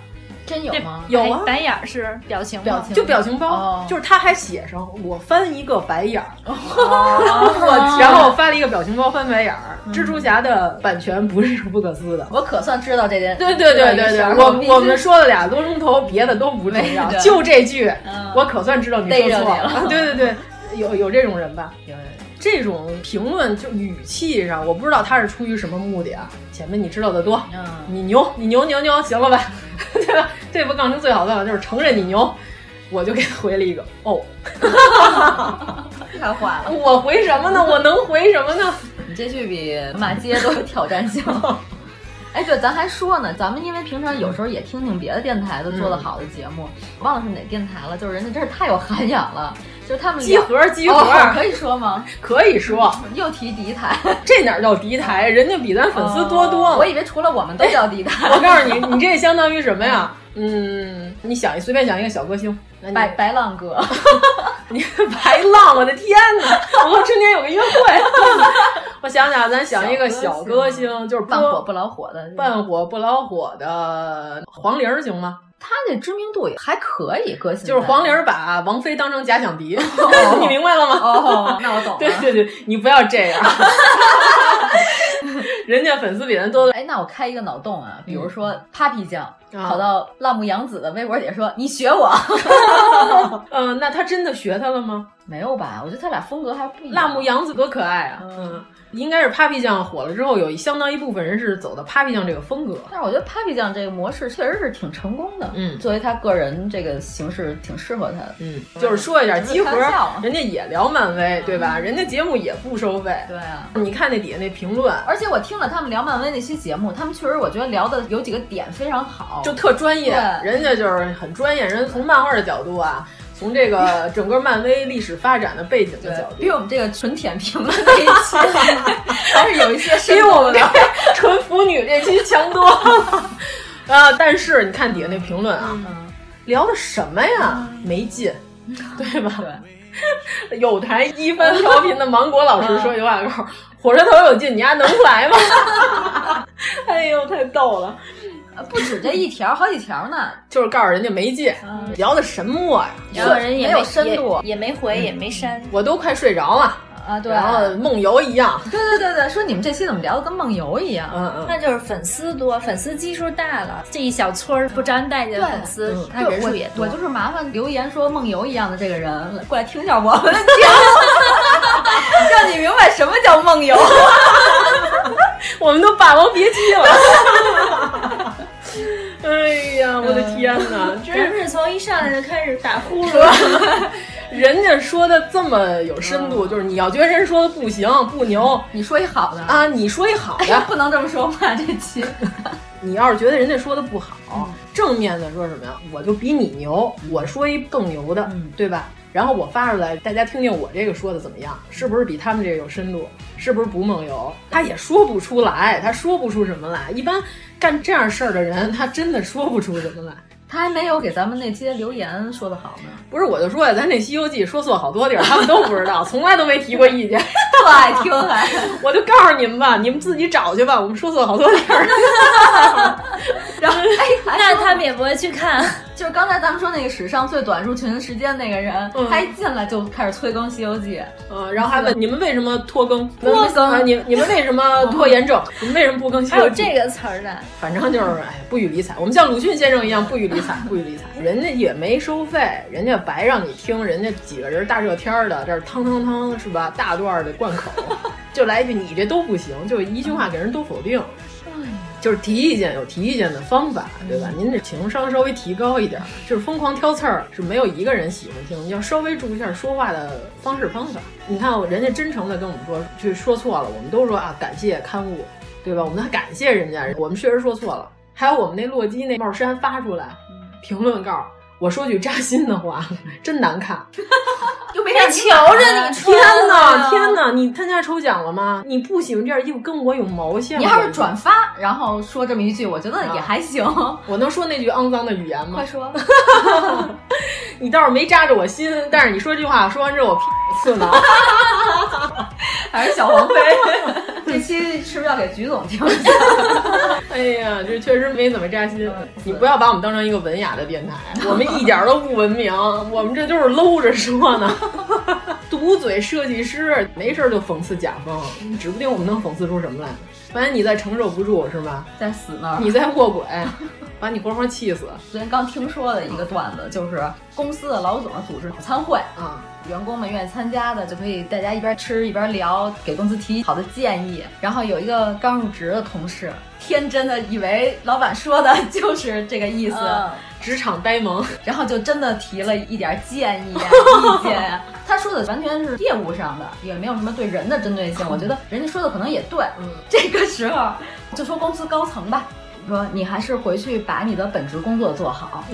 真有吗？
有啊，
白眼儿是表情吗
表情哦
就表情包，就是他还写上我翻一个白眼儿， 我然后我发了一个表情包翻白眼儿。蜘蛛侠的版权不是福克斯的，
我可算知道这件。
对对对对
这
对
件事，儿
我
必须
我们说了俩多钟头，别的都不重要
没，的嗯
就这句，我可算知道你说错
逮着你 了
对对对，有有这种人吧？有有。这种评论就语气上，我不知道他是出于什么目的啊。前面你知道的多，
嗯
你牛，你牛牛牛，行了吧？对吧？对付杠精最好的办法就是承认你牛。我就给他回了一个哦，
太坏了！
我回什么呢？我能回什么 呢？
你这句比马街都有挑战性。哎，对，咱还说呢，咱们因为平常有时候也听听别的电台的做的好的节目，忘了是哪电台了，就是人家真是太有涵养了，就是他们
集
聊
合集合
哎哦可以说吗？
可以说
又提敌台，
这哪叫敌台？人家比咱粉丝多多了。
哦我以为除了我们都叫敌台。
我告诉你，你这相当于什么呀？嗯，你想随便想一个小歌星，
白白浪哥，
白浪，我的天哪！ 我和春天有个约会， 我想想，咱想一个小歌星，就是
半火不老火的，
半火不老火的黄龄儿行吗？
他这知名度也还可以，歌星
就是黄龄儿把王菲当成假想敌， 你明白了吗？
哦，那我懂了。
对对对，你不要这样， 人家粉丝比咱多。
哎，那我开一个脑洞啊，比如说 Papi 酱跑到辣目洋子的微博底下说：“你学我。
嗯、那他真的学他了吗？”
没有吧？我觉得他俩风格还不一样。
辣目洋子多可爱啊！嗯，应该是 Papi 酱火了之后，有相当一部分人是走的 Papi 酱这个风格。
但是我觉得 Papi 酱这个模式确实是挺成功的，
嗯
作为他个人这个形式挺适合他的，
嗯，就是说一下集合
开玩笑啊，
人家也聊漫威，对吧？人家节目也不收费。
对啊。
你看那底下那评论，
而且我听了他们聊漫威那期节目，他们确实我觉得聊的有几个点非常好，
就特专业，
对
人家就是很专业，人家从漫画的角度啊，从这 个整个漫威历史发展的背景的角度，
比我们这个纯舔屏的 那一 期还是有一些深
比我
度
们
的
的。 纯腐女这期强 多了。啊，但是你看底下那评论啊，聊的什么呀？没劲，对吧？嗯对。 嗯有台一番调频的芒果老师说有话告，火车头有劲，你丫能来吗？ 哎呦，太逗了！
不止这一条，好几条呢。
就是告诉人家没劲，聊嗯的什么呀？
然后人也
没有嗯深度
也也没回，也没删。
我都快睡着了，
啊，对，
然后梦游一样。
对对对对，说你们这期怎么聊的跟梦游一样？呃
嗯嗯
那就是粉丝多，粉丝基数大了，这一小撮儿不沾待见的粉丝，他人数也
嗯我
多。
我就是麻烦留言说梦游一样的这个人过来听一下我们的节目， 让你明白什么叫梦游。
我们都《霸王别姬》了。 哎呀，我的天哪！真
咱
是
们是从一上来就开始打呼噜，
人家说的这么有深度，就是你要觉得人说的不行不牛
你说一好的，
啊，你说一好
哎呀，
的；
不能这么说话，这期
你要是觉得人家说的不好，正面的说什么呀？我就比你牛，我说一更牛的，对吧？然后我发出来，大家听听我这个说的怎么样？是不是比他们这个有深度？是不是不梦游？他也说不出来，他说不出什么来。一般干这样事儿的人，他真的说不出什么来。
他还没有给咱们那期留言说的好呢，
不是，我就说呀，咱这《西游记》说错好多地儿，他们都不知道， 从来都没提过意见。
特爱听 还。
我就告诉你们吧，你们自己找去吧。我们说错好多地 儿，
然后哎，还
那
说
他们也不会去 看。
就是刚才咱们说那个史上最短入群时间那个人，
嗯
他一进来就开始催更《西游记》，
嗯，然后还问你们为什么拖更？
拖更
啊你你们为什么拖延 症？你们为什么不更新？
还有这，个词儿呢，
反正就是哎，不予理睬。我们像鲁迅先生一样不予理睬，不予理睬。人家也没收费，人家白让你听，人家几个人大热天儿的，这儿汤汤汤是吧？大段儿的贯 口，就来一句你这都不行，就一句话给人都否定。就是提意见有提意见的方法，对
嗯
吧？您这情商稍微提高一点儿，就是疯狂挑刺儿是没有一个人喜欢听，要稍微注意一下说话的方式方法。你看，人家真诚的跟我们说，去说错了，我们都说啊感谢刊物，对吧？我们还感谢人家，我们确实说错了。还有我们那洛基那帽衫发出来，
嗯
评论告我说句扎心的话， 真难 看。
就没
人求着你
天
穿
啊
哪，天哪！你参加抽奖了吗？你不喜欢这件衣服，跟我有毛线？
你要是转发，然后说这么一句，我觉得也还行。
我能说那句肮脏的语言吗
啊 快？说，
你倒是没扎着我心，但是你说这句话说完之后，我屁股刺挠。
还是小黄 飞，这期是不是要给菊总听一下？
哎呀，这确实没怎么扎心。你不要把我们当成一个文雅的电台，我们一点都不文明，我们这就是搂着说呢。 堵嘴设计师没事儿就讽刺甲方，指不定我们能讽刺出什么来。万一你再承受不住是吧？
在死那儿，
你再卧轨，把你活活气死
昨天刚听说的一个段子，就是公司的老总组织早餐会，
啊！
员工们愿意参加的，就可以大家一边吃一边聊，给公司提好的建议。然后有一个 刚入职的同事，天真的以为老板说的就是这个意思，
嗯
职场呆萌，
然后就真的提了一点建议啊、意见 啊。他说的完全是业务上的，也没有什么对人的针对
嗯
性。我觉得人家说的可能也对。这个时候就说公司高层吧，说你还是回去把你的本职工作做 好，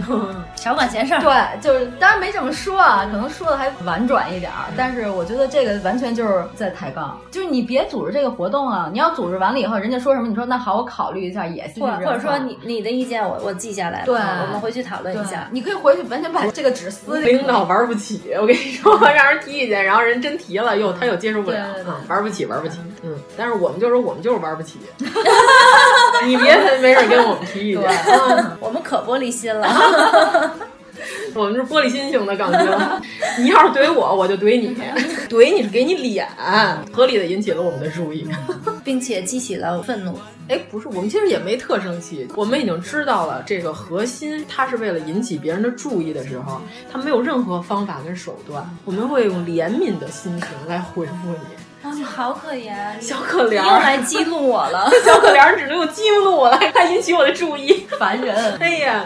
少管闲事儿。
对，就是当然没这么说啊，可能说的还婉转一点
嗯
儿，但是我觉得这个完全就是在抬杠。就是你别组织这个活动啊，你要组织完了以后，人家说什么，你说那好，我考虑一下，也是啊
或或者说你你的意见我我记下来了，
对
我们回去讨论一
对
下。
你可以回去完全把这个纸撕
领导玩不起，我跟你说， 让人提意见，然后人真提了，哟，他又接受不了，啊玩不起，玩不起。嗯，但是我们就说我们就是玩不起， 你别没事跟我们提意见，嗯
我们可玻璃心 了。
我们是玻璃心型的杠精，你要是怼我，我就怼你，怼你是给你脸，合理的引起了我们的注意。
并且激起了愤怒。
哎，不是，我们其实也没特生气，我们已经知道了这个核心，它是为了引起别人的注意的时候，它没有任何方法跟手段，我们会用怜悯的心情来回复你。
哦
啊，你好可怜，
小可怜儿。
你又来激怒我了
小可怜儿只能用激怒我来来引起我的注意，
烦人。
哎呀，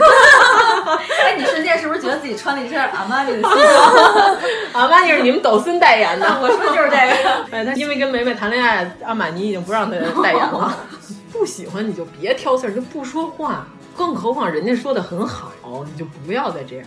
哎，你瞬间是不是觉得自己穿了一身阿玛尼的西 装？，
阿玛尼是你们抖森代言的
我说的就是这个。
哎，他因为跟梅梅谈恋爱，阿玛尼已经不让他代言了。 不喜欢你就别挑刺儿，你就不说话。更何况人家说的很好，你就不要再这样。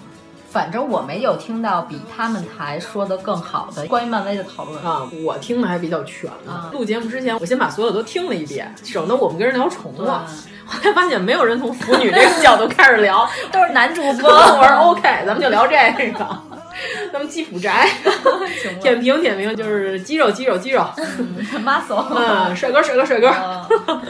反正我没有听到比他们台说的更好的关于漫威的讨论
啊。我听的还比较全呢。录节目之前，我先把所有都听了一遍，省得我们跟人聊重了。后来发现没有人从腐女这个角度开始聊，
都是男主播
我说 OK，咱们就聊这个。 咱们基辅宅，舔屏舔屏就是肌肉肌肉肌肉，
muscle，
嗯，帅哥帅哥帅哥，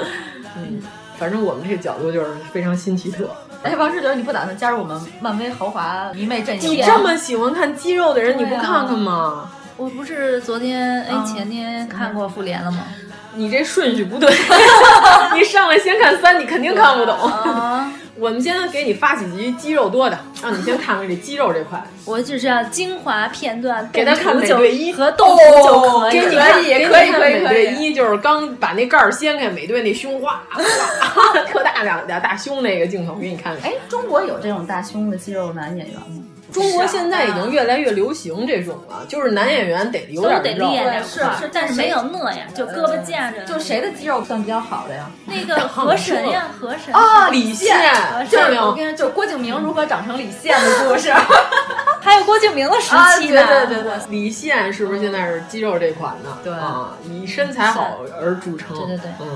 嗯，反正我们这个角度就是非常新奇特。
哎，王志九，你不打算加入我们漫威豪华迷妹阵营？啊
你这么喜欢看肌肉的人，你
对啊
不看看吗？
我不是昨天哎前天看过复联了吗？
你这顺序不对，你上来先看三，你肯定看不
嗯
懂。
啊
我们先给你发几集肌肉多的，让你先看看这肌肉这 块。
我只是要精华片段，
给他
动
看
图
美
就
队一哦
和动图就可以
给
了。
你看给你看美队
以。
一就是刚把那盖儿掀开，美队那胸哗哗特大两俩大胸那个镜头给你看看。
哎，中国有这种大胸的肌肉男演员吗？啊
中国现在已经越来越流行这种了，就是男演员得有
都
点
得
肉，
练点，
是是
但是没有那呀，就胳膊架着。
就谁的肌肉算比较好的呀？
那 个河神呀，河神
啊，
李现
河神
就是
郑
我
柳
跟你说，就是郭敬明如何长成李现的故事。
还有郭敬明的时
啊，
期
对
呢。
对对对，李现是不是现在是肌肉这款呢？
对
啊，以身材好而著称。
对对对
嗯，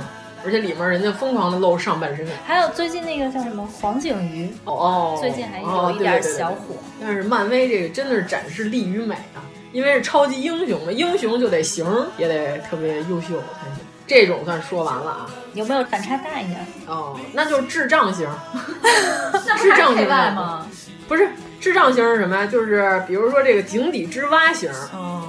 而且里面人家疯狂的露上半身。
还有最近那个叫什么黄景瑜，
哦，
最近还
哦
有一点小。
对对对对
火。
但是漫威这个真的是展示力与美啊，因为是超级英雄嘛，英雄就得型儿也得特别优秀才行。这种算说完了啊，
有没有反差大一点？
哦，那就是智 障型儿，智
那不是还
障
是
型
配
儿
外吗？
不是智障型是什么呀？就是比如说这个井底之蛙型，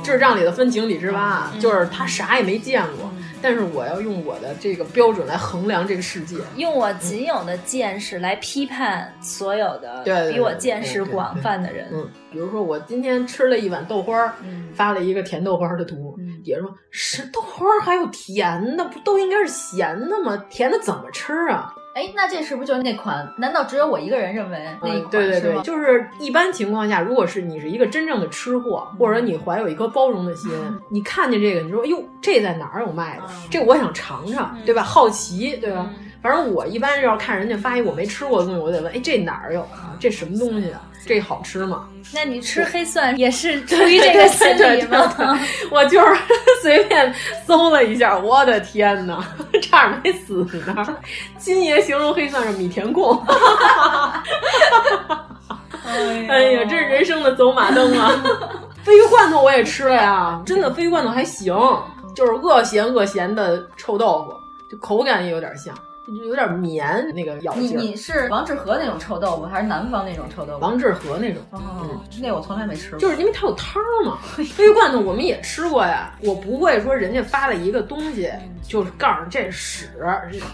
智障里的分井底之蛙啊，就是他啥也没见过，但是我要用我的这个标准来衡量这个世界。
用我仅有的见识来批判所有的
对对对
比我见识广泛的人，
嗯，比如说我今天吃了一碗豆花儿，发了一个甜豆花儿的图，也说是豆花儿还有甜的，不都应该是咸的吗？甜的怎么吃啊？
哎，那这是不是就是那款？难道只有我一个人认为那一
嗯，
款
对对
是
对，
吗？
就是一般情况下，如果是你是一个真正的吃货，或
嗯
者你怀有一颗包容的心，你看见这个，你说哟，这在哪儿有卖的？
嗯
这我想尝尝，对吧？好奇，对吧？反正我一般要是看人家发一我没吃过的东西，我得问，哎，这哪儿有啊？这什么东西啊？这好吃吗？
那你吃黑蒜也是出于这个心理 吗？
我就是 随便搜了一下，我的天哪， 差点没死那儿。金爷形容黑蒜是米田共， 哎呀，这是人生的走马灯 啊！鲱鱼罐头我也吃了呀，真的鲱鱼罐头还行，就是恶咸恶咸的臭豆腐，就口感也有点像，就有点绵那个咬
你
劲
你
儿。
是王致和那种臭豆腐，还是南方那种臭豆腐？
王致和那种，
哦，那我从来没吃过。
就是因为它有汤儿嘛。鲱鱼罐头我们也吃过呀，我不会说人家发了一个东西，就是告诉这是屎，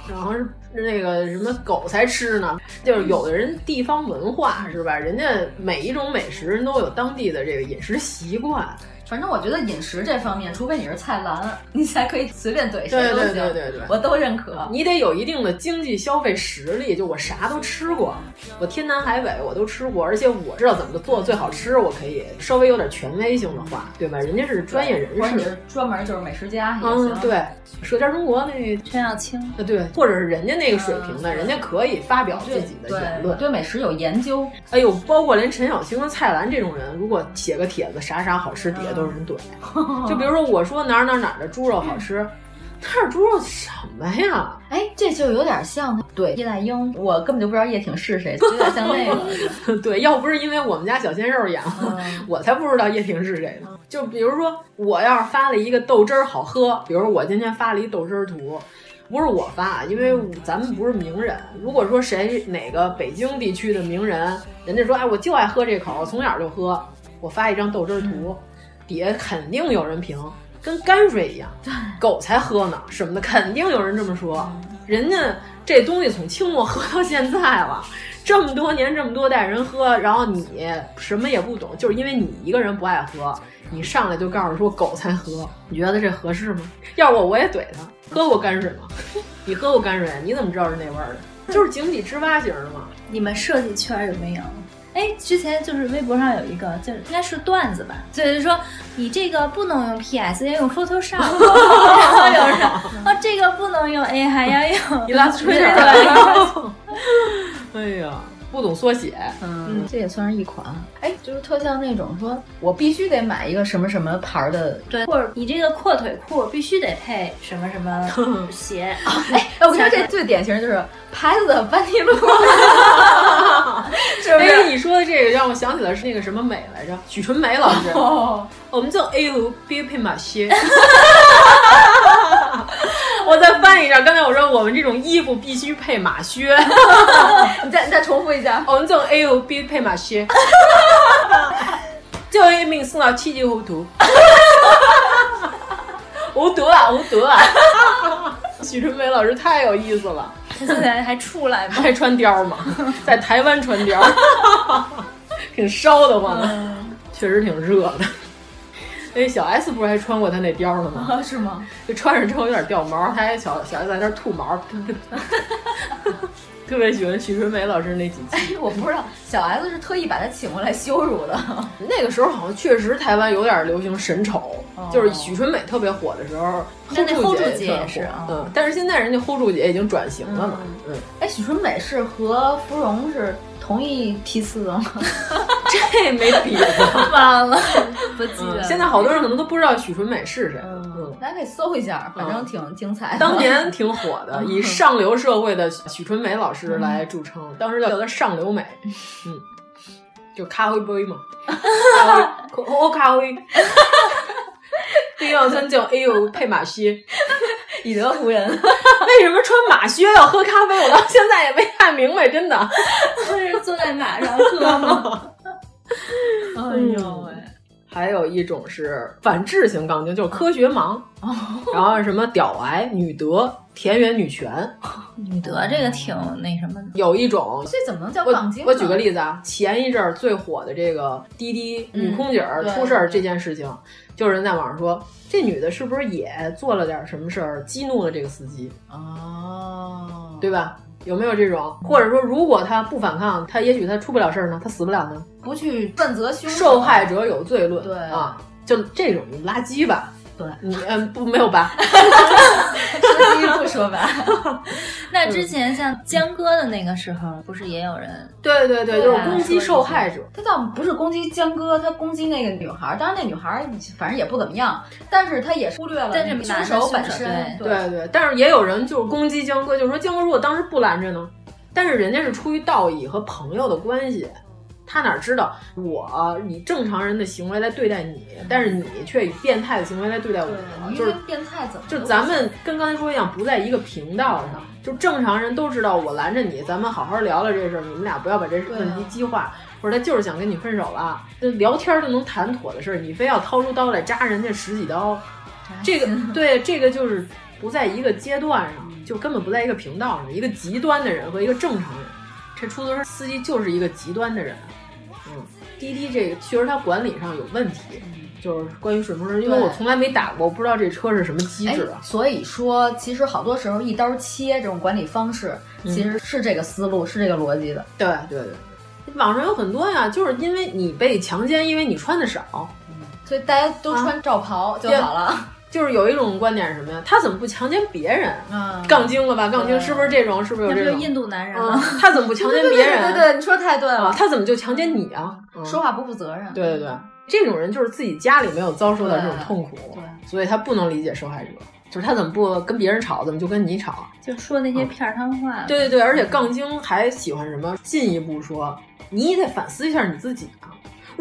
然后是那个什么狗才吃呢。就是有的人地方文化是吧？人家每一种美食人都有当地的这个饮食习惯。
反正我觉得饮食这方面，除非你是菜篮，你才可以随便怼谁
对
都
对
行，
对对对，
我都认可。
你得有一定的经济消费实力，就我啥都吃过，我天南海北我都吃过，而且我知道怎么做最好吃，我可以稍微有点权威性的话，对吧？人家是专业人
或者你
士
是。专门就是美食家也行。
嗯，对，《舌尖中国》那陈小青，呃，对，或者是人家那个水平的，人家可以发表自己的言论，
嗯对美食有研究。
哎呦，包括连陈小青和蔡澜这种人，如果写个帖子啥啥好吃，底下都是 人怼。就比如说我说哪儿哪儿哪儿的猪肉好吃，那儿猪肉什么呀？
哎，这就有点像对叶大英，我根本就不知道叶挺是谁，有点像那个。
对，要不是因为我们家小鲜肉养， 我才不知道叶婷是谁呢。就比如说，我要是发了一个豆汁儿好喝，比如说我今天发了一豆汁儿图，不是我发，因为咱们不是名人。如果说谁哪个北京地区的名人，人家说哎我就爱喝这口，从小就喝，我发一张豆汁儿图，底下肯定有人评，跟泔水一样，狗才喝呢什么的，肯定有人这么说。人家这东西从清末喝到现在了，这么多年这么多代人喝，然后你什么也不懂，就是因为你一个人不爱喝，你上来就告诉说狗才喝，你觉得这合适吗？要我我也怼他，喝过泔水吗？你喝过泔水？你怎么知道是那味儿的？就是井底之蛙型的嘛。
你们设计圈有没有？哎，之前就是微博上有一个，就是应该是段子吧，就是说你这个不能用 PS，要用 Photoshop，然 后有人说哦，这个不能用 A，还要用
你拉吹点
对
儿。哎呀，不懂缩写，
嗯，这也算是一款。哎，就是特像那种说，我必须得买一个什么什么牌儿的。
对，或者你这个阔腿裤必须得配什么什 么鞋。
哎，我跟你说，这最典型的就是牌子的班尼 路， 是不
哎，
是？
你说的这个让我想起来是那个什么美来着，许纯美老师。
哦，
我们叫 A 卢 B 配马 靴。我再翻译一下，刚才我说我们这种衣服必须配马靴。
哎你再你再重复一下，
哦我们这种 A 卢 B 配马 靴。就一名送到七级糊 涂。无毒啊，无毒啊！许春梅老师太有意思了，
他现在还出来吗？
还穿貂 吗？在台湾穿貂，挺烧得慌的，
嗯
确实挺热的。哎，小 S 不是还穿过她那貂呢吗？
哦
是吗？
就穿上之后有点掉毛，他还小小孩在那儿 吐毛，特别喜欢许春梅老师那几期。
我不知道，小 S 是特意把他请过来羞辱的。
那个时候好像确实台湾有点流行神丑，
哦
就是许春美特别火的时候
但那
hold 住
hold 住姐
特别
也是
火
啊
嗯，但是现在人家 hold 住姐已经转型了嘛，嗯，
哎，许纯美是和芙蓉是同一批次的吗？
这没比过。
忘了，不记
嗯
得。
现在好多人可能都不知道许春美是谁，嗯，
大家可以搜一下，反正挺精彩的。
当 年挺火的，以上流社会的许春梅老师来著称，当时叫她上流美，嗯，就咖啡杯嘛，咖啡，哦咖啡，对药酸这种，哎呦配马靴，
以德服人，
为什么穿马靴要喝咖啡？我到现在也没看明白， 真的。
就是坐在马上喝吗？
哎
呦喂！还有一种是反智型杠精，就是科学盲，然后什么屌癌、女德、田园女权，
女德这个挺那什么的，
有一种
这怎么能叫杠精
我
呢
我举个例子啊，前一阵儿最火的这个滴滴女空姐儿
嗯对
出事儿这件事情，就有人在网上说，这女的是不是也做了点什么事儿，激怒了这个司机？
哦，
对吧？有没有这种？或者说，如果她不反抗，她也许她出不了事儿呢，她死不了呢？
不去问责凶手啊
受害者有罪论，
对
啊，就这种垃圾吧。
对，
你嗯不没有 吧？
说第一不说吧。
那
嗯
之前像江哥的那个时候，不是也有人
对对对，
啊
就是攻击受害者。
他倒不是攻击江哥，他攻击那个女孩儿。当然，那女孩儿反正也不怎么样，但是他也忽略了
但是
凶
男的
手
凶
本
手
身。
对对但是也有人就是攻击江哥，就是说江哥如果当时不拦着呢，但是人家是出于道义和朋友的关系，他哪知道我以正常人的行为来对待你，但是你却以变态的行为来对待我，
你
就
这
是
个变态怎么？
就咱们跟刚才说一样，不在一个频道上。就正常人都知道，我拦着你，咱们好好聊聊这事儿，你们俩不要把这问题激化。或者他就是想跟你分手了，就聊天都能谈妥的事儿，你非要掏出刀来扎人家十几刀，这个对，这个就是不在一个阶段上，就根本不在一个频道上。一个极端的人和一个正常人，这出租车司机就是一个极端的人。嗯，滴滴这个确实它管理上有问题，就是关于水幕车，因为我从来没打过，我不知道这车是什么机制啊。
哎所以说，其实好多时候一刀切这种管理方式，
嗯
其实是这个思路，是这个逻辑的。
对对对，网上有很多呀，就是因为你被强奸，因为你穿的少，
所以大家都穿罩袍就好了。
就是有一种观点是什么呀？他怎么不强奸别人？
嗯
杠精了吧？杠精是不是这种？是不是有
那不
这
就
种？
印度男人
嗯
吗？
他怎么不强奸别人？
啊 对对对对对你说得太对了
啊他怎么就强奸你啊？
说话不负责任。
对对对，这种人就是自己家里没有遭受到这种痛苦，所以他不能理解受害者，就是他怎么不跟别人吵，怎么就跟你吵？
就说那些片儿汤话。
对对对，而且杠精还喜欢什么？进一步说，你也得反思一下你自己啊！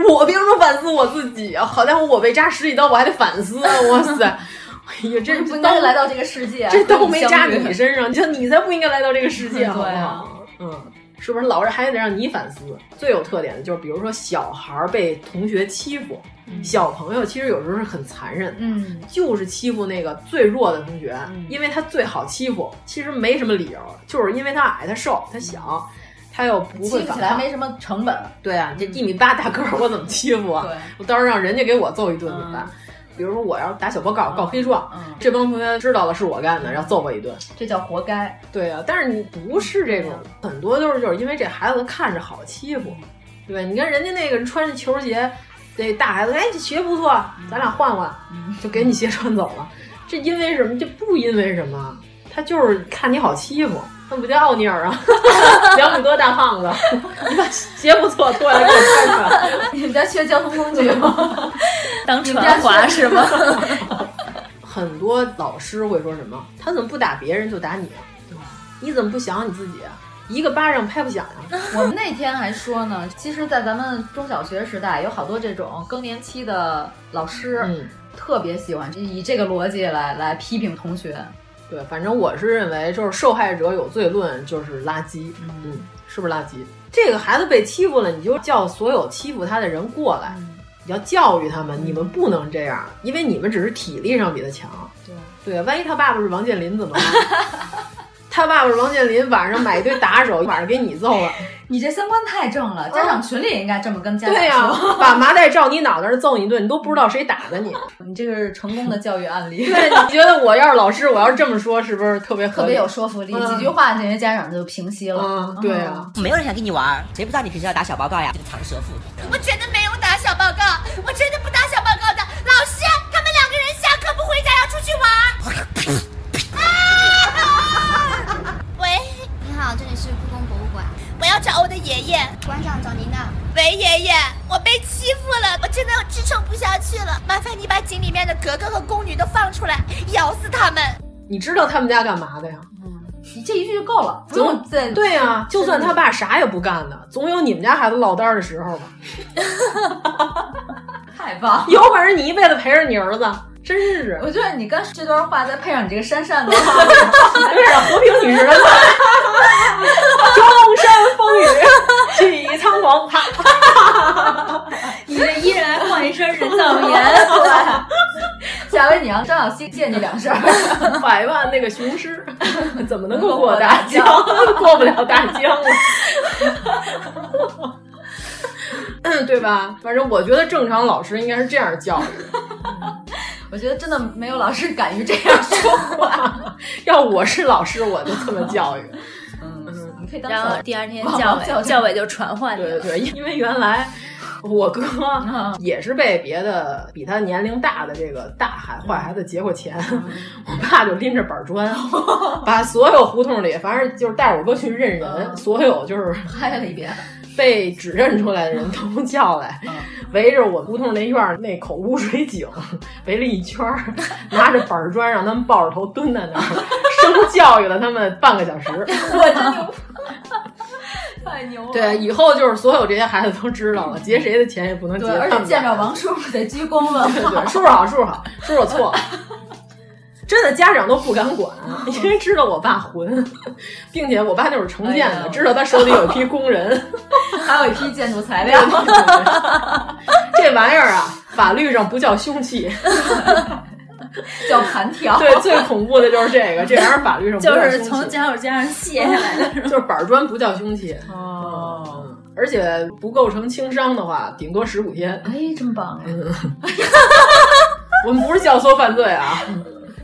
我凭什么反思我自己啊？好家伙，我被扎十几刀，我还得反思，啊哇 塞！哎呀，这
不应该来到这个世界，
这刀没扎
跟
你
啊你
身上，就你才不应该来到这个世 界，
嗯
好不
对啊
好？嗯，是不是老是还得让你反思？最有特点的就是，比如说小孩儿被同学欺负，小朋友其实有时候是很残忍的，
嗯，
就是欺负那个最弱的同学，因为他最好欺负，其实没什么理由，就是因为他矮，他瘦，他小，他又不
欺
会
负
反
嗯起来
抗
没。什么成本。
对啊，这一米八大个儿，我怎么欺负啊？我到时候让人家给我揍一顿怎么办？
嗯
比如说我要打小报告告黑状，这帮同学知道了是我干的，然后揍我一顿，
这叫活该。
对啊，但是你不是这种，很多都是就是因为这孩子看着好欺负，对吧？你看人家那个穿着球鞋，那大孩子，哎，这鞋不错，咱俩换换，就给你鞋穿走了。这因为什么？这不因为什么，他就是看你好欺负。那不叫奥尼尔啊， 两米多大胖子， 你把鞋不错脱下来给我穿穿。
你们家缺交通工具 吗？
当
你们家
传话是吗？
很多老师会说什么？他怎么不打别人就打你啊？你怎么不想想你自己啊？一个巴掌拍不响啊呀、
我们那天还说呢，其实，在咱们中小学时代，有好多这种更年期的老师，
嗯
特别喜欢以这个逻辑来来批评同学。
对，反正我是认为，就是受害者有罪论就是垃圾，嗯，是不是垃圾？这个孩子被欺负了，你就叫所有欺负他的人过来，
嗯
你要教育他们，你们不能这样，因为你们只是体力上比他强。
对
对，万一他爸爸是王健林怎么办？ 他爸爸是王健林，晚上买一堆打手，晚上给你揍 了。
你这三观太正了，家长群里也应该这么跟家长
啊对啊呀、
说。
把麻袋照你脑袋上揍你一顿，你都不知道谁打的你。
你这个是成功的教育案例，
对，你觉得我要是老师，我要是这么说，是不是特别合
特
理
别有说服力，
嗯
几句话这些家长就平息了。嗯
对啊，
没有人想跟你玩儿，谁不知道你平时要打小报告呀？这个藏蛇腹。
我真的没有打小报告，我真的不打小报告的。老师，他们两个人下课不回家，要出去玩。啊！喂，你好，这里是故宫博物馆，我要找我的爷爷。馆长找您呢。喂，爷爷，我被欺负了，我真的支撑不下去了，麻烦你把井里面的格格和宫女都放出来，咬死他们。
你知道他们家干嘛的呀？
你这一句就够了，不用再
对呀、就算他爸啥也不干呢，总有你们家孩子落单儿的时候吧。
太棒
有本事你一辈子陪着你儿子，真是
我觉得你刚这段话再配上你这个闪闪的话，
有点和平女神了。中山风雨起苍狂，啪！
你这依然放一身人造 棉，
对。下回你让张小希借你两身儿，
百万那个雄狮怎么能够
过
过
大
大
江
江？过不了大江了。嗯，对吧？反正我觉得正常老师应该是这样教育。
我觉得真的没有老师敢于这样说话。
要我是老师，我就这么教育。
你可以当
然后
小
第二天
网
教
网教
委
授
教委就传唤你了。
对， 因为原来我哥
嗯
也是被别的比他年龄大的这个大孩坏孩子劫过钱，
嗯
我爸就拎着板 砖，把所有胡同里，反正就是带我哥去认人，
嗯
所有就是
拍了一遍，
被指认出来的人都叫来，
嗯
围着我胡同那院儿那口污水井 围了一圈儿， 拿着板砖让他们抱着头蹲在那儿， 生教育了他们半个小 时。
我真牛，太牛了。
对，以后就是所有这些孩子都知道了，劫谁的钱也不能劫
嗯对，。而且见着王
叔，
叔叔得鞠躬 问
对
好
对，。叔叔好，叔叔好，叔叔错。真的，家长都不敢管，因为知道我爸混，并且我爸那会儿城建
哎
的，
呦
知道他手里有一批工人。
还有一批建筑材料，
这玩意儿啊，法律上不叫凶器，
叫盘条。
对，最恐怖的就是这个，这玩意儿法律上不
就
叫
是
凶器
从脚手架上卸下来的。
就是板砖不叫凶器。
哦，
嗯而且不构成轻伤的话，顶多十五天。
哎，真棒、
嗯！我们不是教唆犯罪啊，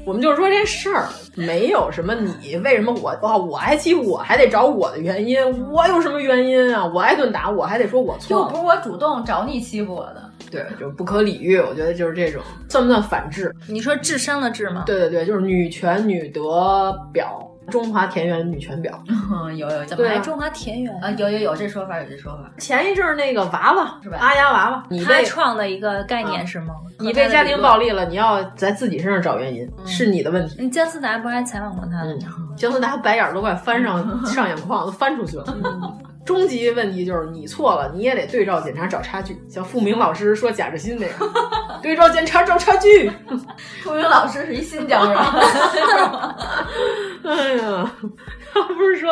我们就是说这事儿没有什么你为什么我哇我挨欺负我还得找我的原因，我有什么原因啊？我挨顿打我还得说我错，
又不是我主动找你欺负我的。
对，就不可理喻。我觉得就是这种，算不算反制？
你说智商的智吗？
对对对，就是女权女德表，中华田园女权表。
嗯，有有，
怎么
对啊
还中华田园
啊，有有有这说法，有这说法。
前一阵儿那个娃娃
是吧
阿丫娃娃，你
他
被
创的一个概念是吗？
你被家庭暴力了，你要在自己身上找原因，是你的问题。
嗯，姜思达不是还采访过他吗？
姜思达白眼儿都快翻上 上眼眶，都翻出去了。终极问题就是你错了，你也得对照检查找差距，像付明老师说贾志新那样，对照检查找差距。
付明老师是一新疆人，
哎呀，他不是说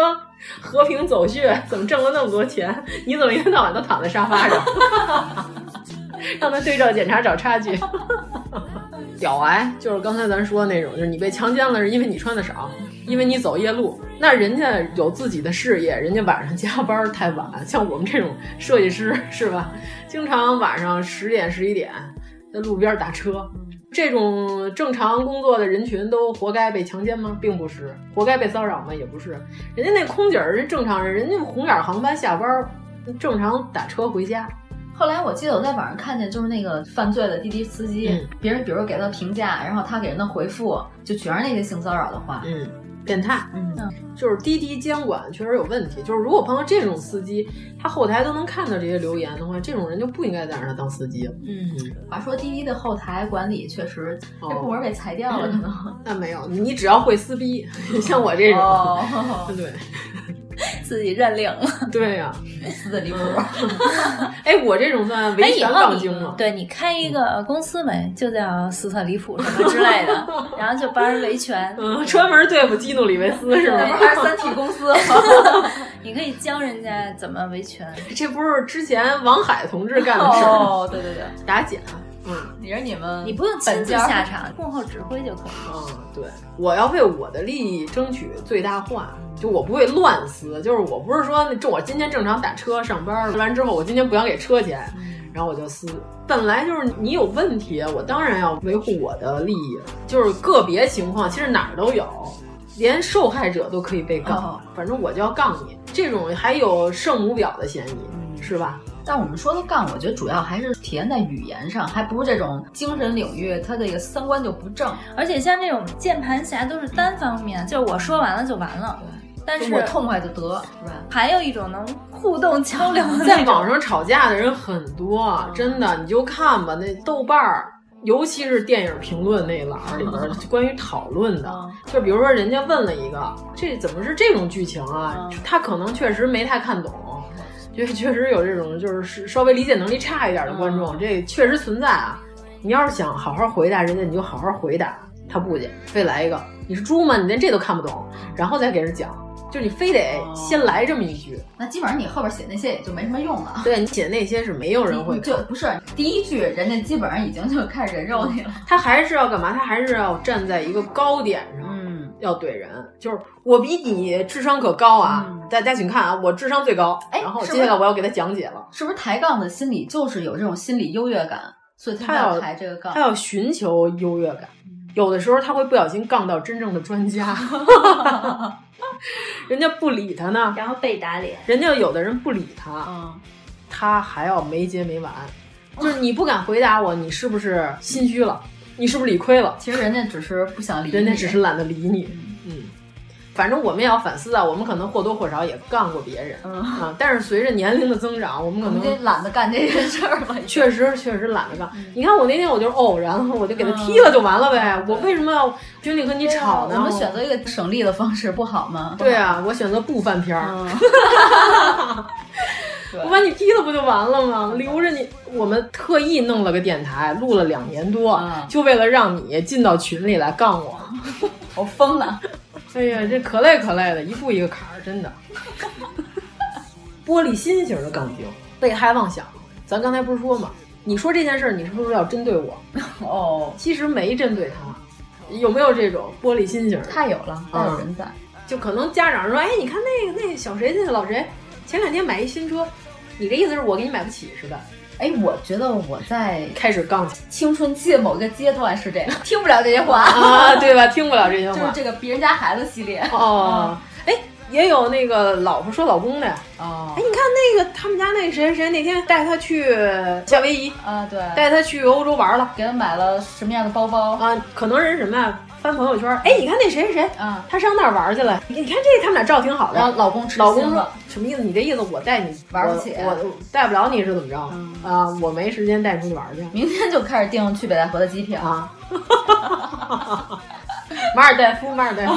和平走穴怎么挣了那么多钱？ 你怎么一天到晚都躺在沙发上？ 让他对照检查找差 距。屌癌就是刚才咱说的那种，就是你被强奸了是因为你穿的少，因为你走夜路。那人家有自己的事业，人家晚上加班太晚，像我们这种设计师是吧？经常晚上十点十一点在路边打车，这种正常工作的人群都活该被强奸吗？并不是，活该被骚扰吗？也不是。人家那空姐儿是正常人，人家红眼航班下班儿正常打车回家，
后来我记得我在网上看见，就是那个犯罪的滴滴司机，
嗯
别人比如给他评价，然后他给人的回复就全是那些性骚扰的话。
嗯，变态。
嗯
就是滴滴监管确实有问题。就是如果碰到这种司机，他后台都能看到这些留言的话，这种人就不应该再让他当司机了。
嗯，话说滴滴的后台管理确实，这
哦
部门被裁掉了，可能。
嗯
那没有，你只要会撕逼，像我这种，
哦
对
自己认领 了。
对呀、
撕的离谱。
嗯哎，我这种算
哎，
维
以
权
后
杠
你
精吗？
对你开一个呃公司没，就叫 斯特里普什么之类的， 然后就帮人维权。
嗯，专门对付基努里维斯是吗？
那不还是三体公 司吗？
你可以教人家怎么维权。
这不是之前王海同志干的事儿吗？
哦，对对对，
打假。嗯，
你说你们，
你不用亲
呃本
自
家
下场，幕后指挥就可以。
嗯，对，我要为我的利益争取最大化，就我不会乱撕，就是我不是说那我今天正常打车上班儿，完之后我今天不想给车钱，然后我就撕。本来就是你有问题，我当然要维护我的利益。就是个别情况，其实哪儿都有，连受害者都可以被告，
哦
反正我就要杠你。这种还有圣母婊的嫌疑，是吧？
但我们说的杠，我觉得主要还是体现在语言上，还不是这种精神领域，他这个三观就不正。
而且像这种键盘侠都是单方面，就是我说完了就完了。但是
我痛快就得，是吧？
还有一种能互 动交流的
在
那
网
种，
上吵架的人很多，啊真的，你就看吧，那豆瓣儿。尤其是电影评论那一栏儿里边儿，关于讨论的，就比如说人家问了一个，这怎么是这种剧情啊？他可能确实没太看懂，就确实有这种就是稍微理解能力差一点的观众，这确实存在啊。你要是想好好回答人家，你就好好回答，他不去，非来一个你是猪吗？你连这都看不懂，然后再给人讲，就你非得先来这么一句。
那基本上你后边写那些也就没什么用 了。
对你写那些是没有人会
你嗯就不是第一句，人家基本上已经就开始人肉你
嗯
了。
他还是要干嘛？他还是要站在一个高点上，
嗯，
要怼人。就是我比你智商可高啊！大家请看啊，我智商最高。
嗯哎
然后
是
接
不是
下来我要给他讲解了，
是不是抬杠的心理就是有这种心理优越感，所以
他
他
要
要抬这个杠
他。要寻求优越感。
嗯
有的时候他会不小心杠到真正的专 家，人家不理他呢，
然后被打脸。
人家有的人不理他，
嗯
他还要没结没完，就是你不敢回答我，你是不是心虚了？你是不是理亏了？
其实人家只是不想理你，
人家只是懒得理你。嗯，反正我们也要反思啊，我们可能或多或少也干过别人、
嗯
啊，但是随着年龄的增长，我们可
我们这
能。
懒得干这件事儿了。
确实，确实懒得干。
嗯
你看我那天，我就是偶然，我就给他踢了就完了呗。我为什么要经历和你吵呢？
啊哦我们选择一个省力的方式不好吗？
对啊，我选择不翻篇儿。
嗯
我把你踢了不就完了吗？留着你，我们特意弄了个电台，录了两年多，
嗯
就为了让你进到群里来杠 我。
我疯了！
哎呀，这可累可累的，一步一个坎儿，真的。玻璃心型的杠精，被害妄想。咱刚才不是说吗？你说这件事儿，你是不是要针对 我？
哦，
其实没针对他，有没有这种玻璃心型的？
太有了，
嗯
太有人在。
就可能家长说，哎，你看那个那个小谁那个老谁，前两天买一新车，
你的意思是我给你买不起是吧？
哎，我觉得我在开始杠
青春期的某个阶段是这样， 听不了这些话
啊，对吧？听不了这些
就是
话。
这个别人家孩子系列
哦，哎，也有那个老婆说老公的呀。
哦
哎，你看那个他们家那个谁谁谁那天带他去夏威夷
啊，对，
带他去欧洲玩了，
给他买了什么样的包包
啊？可能人什么呀？翻朋友圈，哎，你看那谁谁谁，
啊，
他上那儿玩去了。你你看这他们俩照挺好的，
然后老公吃
老公
惊
说
了
什么意思？你这意思我带你
玩不
我
起
我我带不了你是怎么着
嗯
啊？我没时间带你出去玩去。
明天就开始订去北戴河的机票
啊， 马尔代夫，马尔代 夫，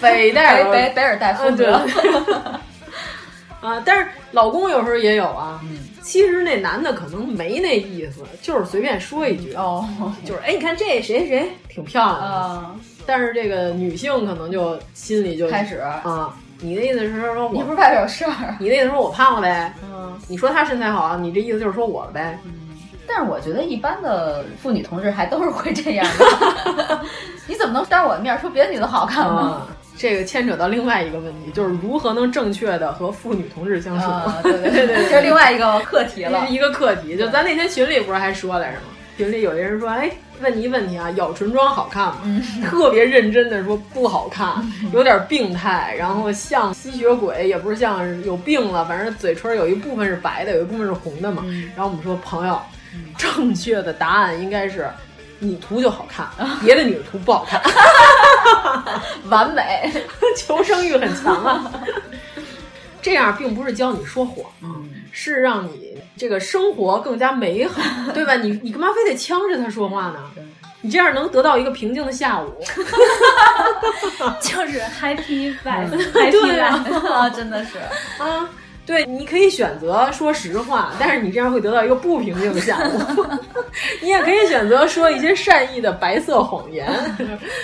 北戴河，
北北尔代夫
嗯对
是吧。
啊，但是老公有时候也有啊。
嗯
其实那男的可能没那意思，就是随便说一句
哦，呃
就是哎，你看这谁谁挺漂亮的，但是这个女性可能就心里就
啊开始
啊，你的意思是说我
你不是外边有事儿？
你的意思说我胖呗？
嗯，
你说她身材好，啊你这意思就是说我 呗？
但是我觉得一般的妇女同志还都是会这样的， 你怎么能当着我的面说别的女的好看呢
啊？，这个牵扯到另外一个问题，就是如何能正确的和妇女同志相处。
啊对对
对
对
对，
这是另 外一个课题了
一个课题。就咱那天群里不是还说来着吗？群里有一人说，哎，问你一问题啊，咬唇妆好看吗？
嗯
特别认真的说不好 看，有点病态，然后像吸血鬼，也不是像是有病了，反正嘴唇有一部分是白的，有一部分是红的嘛。
嗯
然后我们说，朋友，正确的答案应该是。你涂就好看，
啊
别的女的涂不好看，
完美，
求生欲很强啊。 这样并不是教你说谎，是让你这个生活更加美好，对吧？你你干嘛非得呛着他说话呢？你这样能得到一个平静的下午，
就是 happy
对
vibe，happy
啊
vibe，
真的是。
啊，对，你可以选择说实话，但是你这样会得到一个不平静的下午。你也可以选择说一些善意的白色谎言，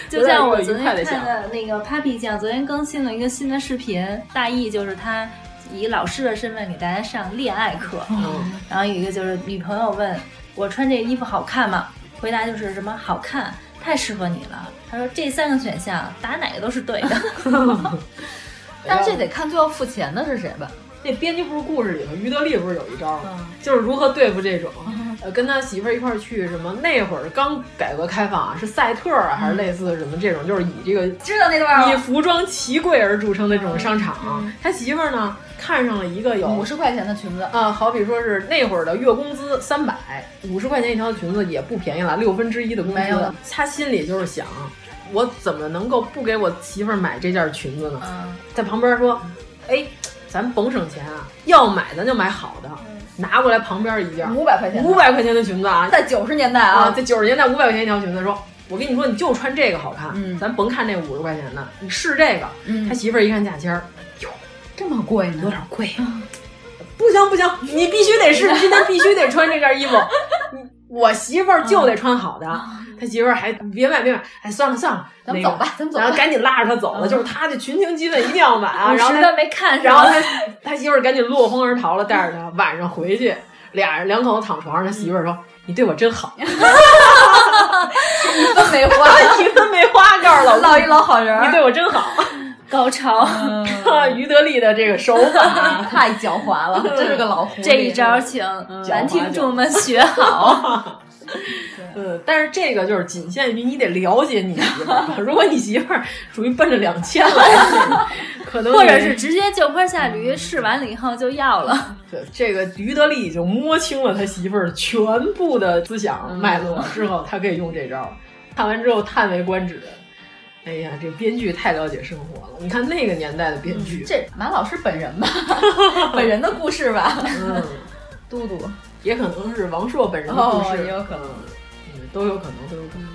就像我
得到一个
昨
愉
天
快的下
看
午。
的那个 Papi 酱，昨天更新了一个新的视频，大意就是他以老师的身份给大家上恋爱课，
哦
嗯
然后有一个就是女朋友问我穿这衣服好看吗？回答就是什么好看，太适合你了。他说这三个选项答哪个都是对的，
但是这得看最后付钱的是谁吧。
那编辑部故事里头，于德利不是有一招吗？
嗯
就是如何对付这种，呃，跟他媳妇儿一块儿去什么？那会儿刚改革开放啊，是赛特啊，
嗯
还是类似什么这种，就是以这个
知道那段儿了
以服装奇贵而著称的
嗯
这种商场啊。他媳妇儿呢，看上了一个有
五十块钱的裙子
啊，好比说是那会儿的月工资三百，五十块钱一条裙子也不便宜了，六分之一的工
没有
资。他心里就是想，我怎么能够不给我媳妇儿买这件裙子呢？
啊
在旁边说，哎，咱甭省钱啊，要买咱就买好的，拿过来旁边一件
嗯五百块钱的
五百块钱的裙子啊，
在九十年代
啊，
啊
在，九十年代五百块钱一条裙子，说我跟你说，你就穿这个好看，
嗯
咱甭看这五十块钱的，你试这个。他媳妇儿一看价签儿，哟，
这么贵呢？
有点贵。啊
嗯
不行不行，你必须得试，你今天必须得穿这件衣服。 你我媳妇儿就得穿好的，他媳妇儿还别买别买，哎，算了算了，
嗯咱们
那个
走吧咱们走吧
然后赶紧拉着他走了，
嗯
就是他就群情激愤，一定要买 啊。然后
实
他
在没看上
然后他他媳妇儿赶紧落荒而逃了，带着他晚上回去，俩人两口子躺床上，他媳妇儿说：“你对我真 好。”
一分 没花
一分没花，告诉老 公
老 一老好人儿
你对我真好。
高潮。
嗯
于德利的这个手 法
太狡猾 了，真是个老狐狸。
这一招请
嗯
男听众们学好。
嗯，但是这个就是仅限于你得了解你媳妇儿，如果你媳妇儿属于奔着两千来的，可能
或者是直接就坡下驴，试完了以后就要了。
对这个于德利已经摸清了他媳妇儿全部的思
嗯
想脉络之后，他可以用这招儿。看完之后叹为观止，哎呀，这编剧太了解生活了。你看那个年代的编剧，
这马老师本人吧， 本人的故事吧，
嗯，
嘟嘟
也可能是王朔本人的故
哦，
事，
也有可能。
嗯都有可能，都有可能。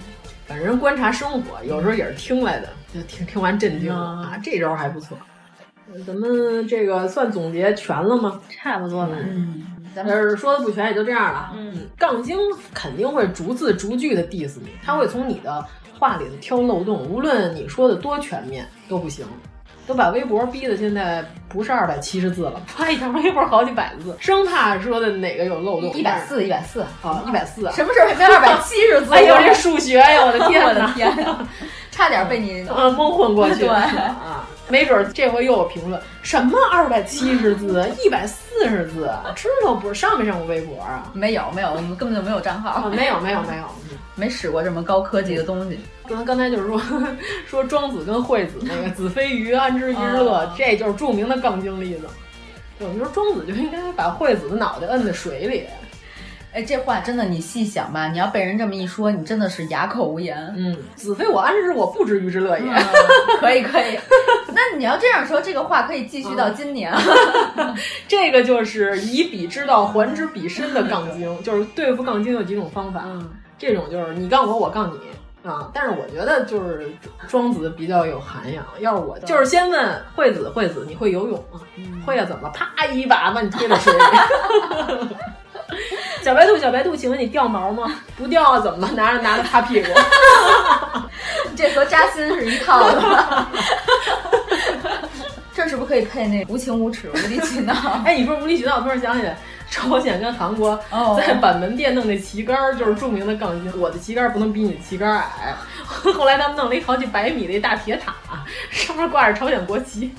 反正观察生活，有时候也是听来的，就听听完镇定了
嗯
啊，这招还不错。呃咱们这个算总结全了吗？
差不多了，
嗯，咱们要是说的不全也就这样了。嗯，杠精肯定会逐字逐句的 diss 你，他会从你的话里头挑漏洞，无论你说的多全面都不行，都把微博逼的现在不是二百七十字了，发一条微博好几百字，生怕说的哪个有漏洞。
一百四，一百四，
啊，一百四啊，
什么时候变二百七十字？
哎呦，这数学呀，我的天
我
哪
的天，差点被你
呃嗯，蒙混过去。
对
啊，没准儿这回又有评论，什么二百七十字、一百四十字，知道不？上没上过微博啊？
没有没有，我们根本就没有账号，
啊没有没有没有，
没使过这么高科技的东西。
刚刚才就是说 说庄子跟惠子那个子非鱼安知一乐
啊，
这就是著名的杠精例子。对，我们说庄子就应该把惠子的脑袋摁在水里。
哎，这话真的，你细想吧，你要被人这么一说，你真的是哑口无言。
嗯，子非我安知，我不知鱼之乐也。
可以可以，那你要这样说，这个话可以继续到今年。
这个就是以彼之道还之彼身的杠精，就是对付杠精有几种方法。这种就是你杠我，我杠你啊。但是我觉得就是庄子比较有涵养，要是我就是先问惠子，惠子你会游泳吗？会啊，怎么了？啪一把把你推到水里。 小白兔，小白兔，请问你掉毛吗？不掉啊，怎么了？拿着拿着擦屁股。
这和扎心是一套的。 这是不是可以配那无情无耻、无理取闹？
哎，你说无理取闹，我突然想起来，朝鲜跟韩国
哦
在板门店弄那旗杆儿，就是著名的杠精。我的旗杆儿不能比你旗杆儿矮。 后来他们弄了一好几百米的一大铁塔，上面挂着朝鲜国旗，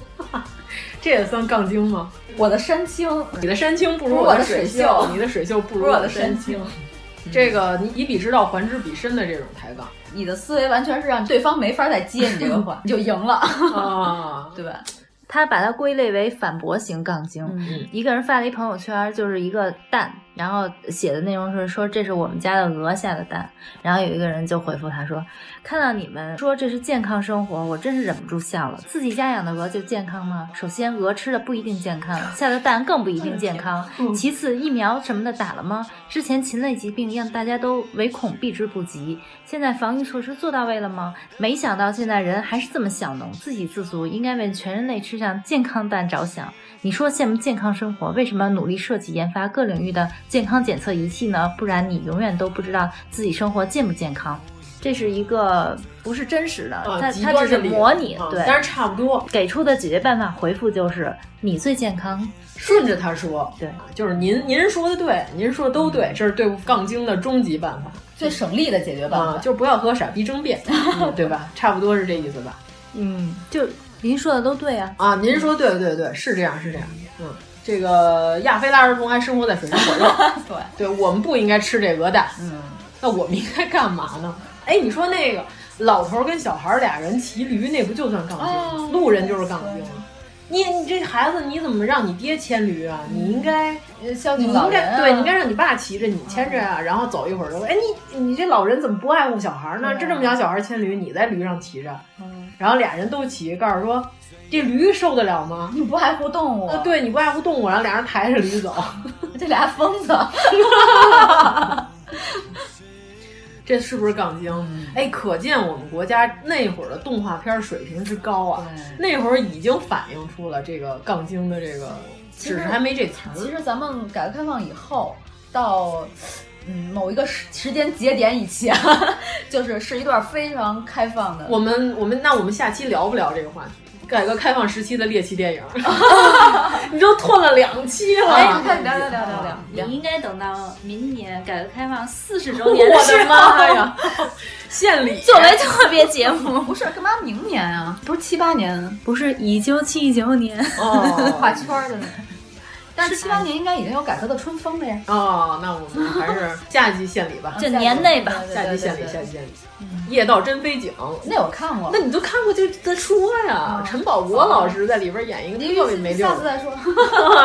这也算杠精吗？
我的山青，
你的山青不如
不如
我
我的
水
水袖
你的水袖 不如
不如我
我
的
山
山
青。这个你以彼之道还之彼身的这种抬杠
你的思维完全是让对方没法再接你这个话，你就赢了。
啊，
对吧？
他把它归类为反驳型杠精。一个人发了一朋友圈，就是一个蛋，然后写的内容是说这是我们家的鹅下的蛋，然后有一个人就回复他说，看到你们说这是健康生活，我真是忍不住笑了。自己家养的鹅就健康吗？首先，鹅吃的不一定健康，下的蛋更不一定健康。其次，疫苗什么的打了吗？之前禽类疾病让大家都唯恐避之不及，现在防疫措施做到位了吗？没想到现在人还是这么小农，自给自足，应该为全人类吃上健康蛋着想。你说羡慕健康生活，为什么努力设计研发各领域的健康检测仪器呢？不然你永远都不知道自己生活健不健康。这是一个不是真实的，
啊
它
极
它
端
只是
的例子
模拟，
啊
对，
但是差不多。
给出的解决办法回复就是你最健康，
顺着他说，
对，
就是您您说的对，您说的都对，这是对付杠精的终极办法。
最省力的解决办法，
啊，就是不要和傻逼争 辩，嗯对吧？差不多是这意思吧？
嗯，就您说的都对啊。
啊，您说对对对，是这样是这样，嗯。这个亚非拉儿童还生活在水深火热，
对
对，我们不应该吃这鹅蛋，
嗯，
那我们应该干嘛呢？哎，你说那个老头儿跟小孩儿俩人骑驴，那不就算杠精吗？
哦
路人就是杠精啊。你你这孩子你怎么让你爹牵驴啊？你应该呃孝
敬
你
老
应
人啊
该对，你应该让你爸骑着你牵着啊，然后走一会儿就说，哎你你这老人怎么不爱护小孩呢？
对啊嗯
这这么小小孩牵驴，你在驴上骑着，然后俩人都骑，告诉说这驴受得了吗？
你不爱护动物
啊，，对，你不爱护动物，然后俩人抬着驴走，
这俩疯子，
这是不是杠精？
嗯
哎，可见我们国家那会儿的动画片水平之高啊！那会儿已经反映出了这个杠精的这个，
其实
只是还没这词
其
儿。
实咱们改革开放以后，到嗯某一个时时间节点以前， 就是是一段非常开放的。
我们我们那我们下期聊不聊这个话题？改革开放时期的猎奇电影， 你都吞了两期了。
哎，你看，聊聊聊聊
啊
聊，
你应该等到明年改革开放四十周
我
年时
的
候
妈呀！
啊
献礼
作为特别节目，
不是干嘛明年啊？不是七八年
不是一九七九年，
哦
画圈儿的呢？但是七八年应该已经有改革的春风了呀。
哦，那我们还是下集献礼吧，
就年内吧
下集献礼，
对对对对嗯
下集献礼。夜到真飞警，
那我看过
那，你都看过就再说呀。啊陈宝国老师在里边演一个特别没溜
哦下次
儿，
再说。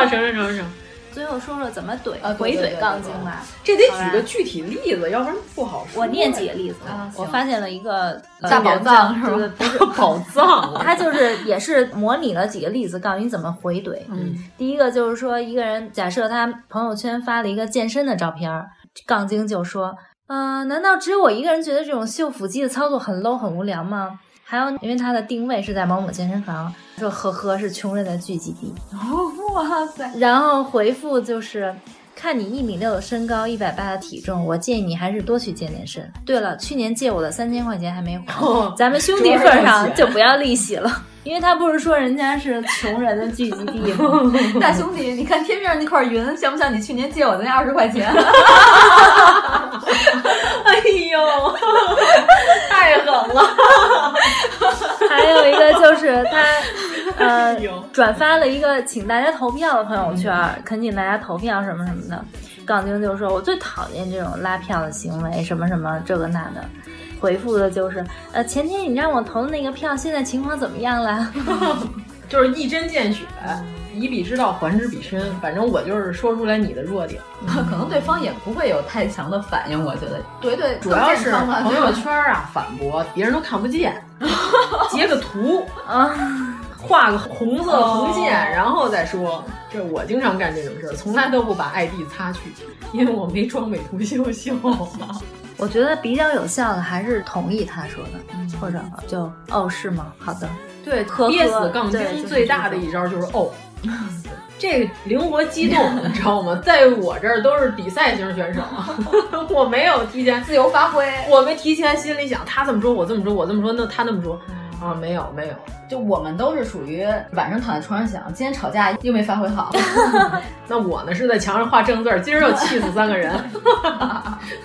成成成成，
最后说说怎么怼
啊对
回
对
怼
对
杠
对
精吧。
这得举个具体例子，要不然不好说。
我念几个例子
啊，
我
行
发现了一个呃
大宝藏是吧
对对不是
宝藏啊
他就是也是模拟了几个例子，告诉你怎么回怼。
嗯，
第一个就是说，一个人假设他朋友圈发了一个健身的照片儿，杠精就说：“呃，难道只有我一个人觉得这种秀腹肌的操作很 low 很无聊吗？”还有，因为他的定位是在某某健身房，说呵呵是穷人的聚集地。
哦哇塞，
然后回复就是。看你一米六的身高，一百八的体重，我建议你还是多去健健身。对了，去年借我的三千块钱还没还，
哦
咱们兄弟份儿上
主要是要钱
就不要利息了， 因为他不是说人家是穷人的聚集地吗？
大兄弟，你看天面上那块云，像不像你去年借我的那二十块钱？
哎呦，太狠了！
还有一个就是他
呃转发了一个请大家投票的朋友圈，恳请大家投票什么什么的。杠精就说：“我最讨厌这种拉票的行为，什么什么这个那的。”回复的就是：“呃，前天你让我投的那个票，现在情况怎么样了？”
就是一针见血，
嗯
以彼之道还之彼身。反正我就是说出来你的弱点，
可能对方也不会有太强的反应。我觉得，对对，
主要是
更健康了
朋友圈啊反驳，别人都看不见， 截个图啊，画个红色的红线，
哦
然后再说。这我经常干这种事儿，从来都不把 ID 擦去，因为我没装美图秀秀。
我觉得比较有效的还是同意他说的，或者就哦是吗？好的，
对
呵呵
憋死杠精
对就是
最大的一招就是哦。 这灵活机动，你知道吗？在我这儿都是比赛型选手， 我没有提前自由发挥，我没提前心里想他这么说，我这么说，我这么说，那他那么说，啊，没有没有，
就我们都是属于晚上躺在床上想，今天吵架又没发挥 好，
那我呢是在墙上画正字儿，今儿又气死三个人。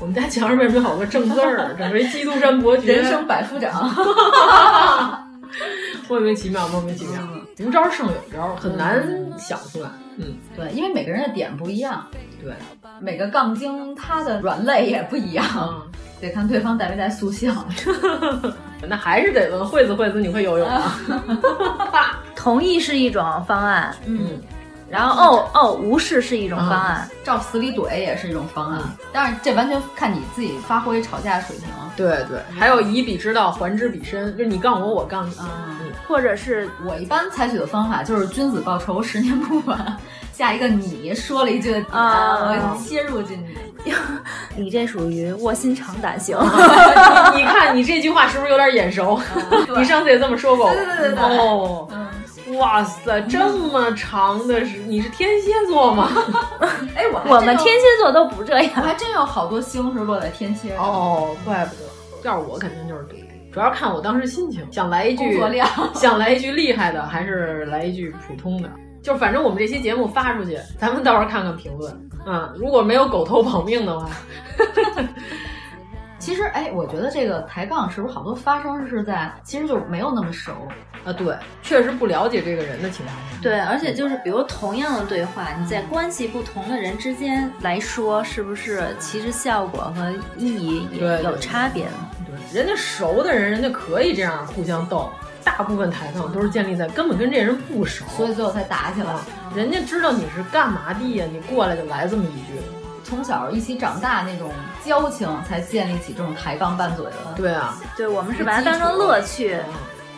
我们家墙上为什么有好多正字儿？啊整个一基督山伯爵，
人生百夫长。
莫名其妙，莫名其妙，无招胜有招，很难想出来。嗯，
对，因为每个人的点不一样，
对，
每个杠精他的软肋也不一样，得看对方带没带塑像。
那还是得问惠子，惠子你会游泳 吗？
同意是一种方案，
嗯，
然后哦哦无视是一种方案。
照死里怼也是一种方
嗯
案，但是这完全看你自己发挥吵架水平。
对对，还有以彼之道还之彼身，就是你杠我，我杠你。
或者是
我一般采取的方法就是君子报仇，十年不晚。下一个你说了一句
啊
我切入进去。
你这属于卧薪尝胆型，
啊 你看你这句话是不是有点眼熟？你上次也这么说过。
嗯对对对对对
哦，哇塞，这么长的是你是天蝎座吗？
哎，我还
我
真
们
有
天蝎座都不这样。
我还真有好多星是落在天蝎上。
哦，怪不得，要是我肯定就是怼。主要看我当时心情，想来一句
工 作量
想来一句厉害的，还是来一句普通的。就反正我们这期节目发出去，咱们到时候看看评论。嗯，如果没有狗头保命的话，
其实，哎，我觉得这个抬杠是不是好多发生是在其实就是没有那么熟
啊？对，确实不了解这个人的情况下，
对，而且就是比如同样的对话，你在关系不同的人之间来说，是不是其实效果和意义也
对
有差别呢？
人家熟的人，人家可以这样互相斗。大部分抬杠都是建立在根本跟这人不熟，所
以最后才打起来。
人家知道你是干嘛的呀，你过来就来这么一句。
从小一起长大那种交情，才建立起这种抬杠拌嘴的。
对啊，
对我们是把它当成乐趣，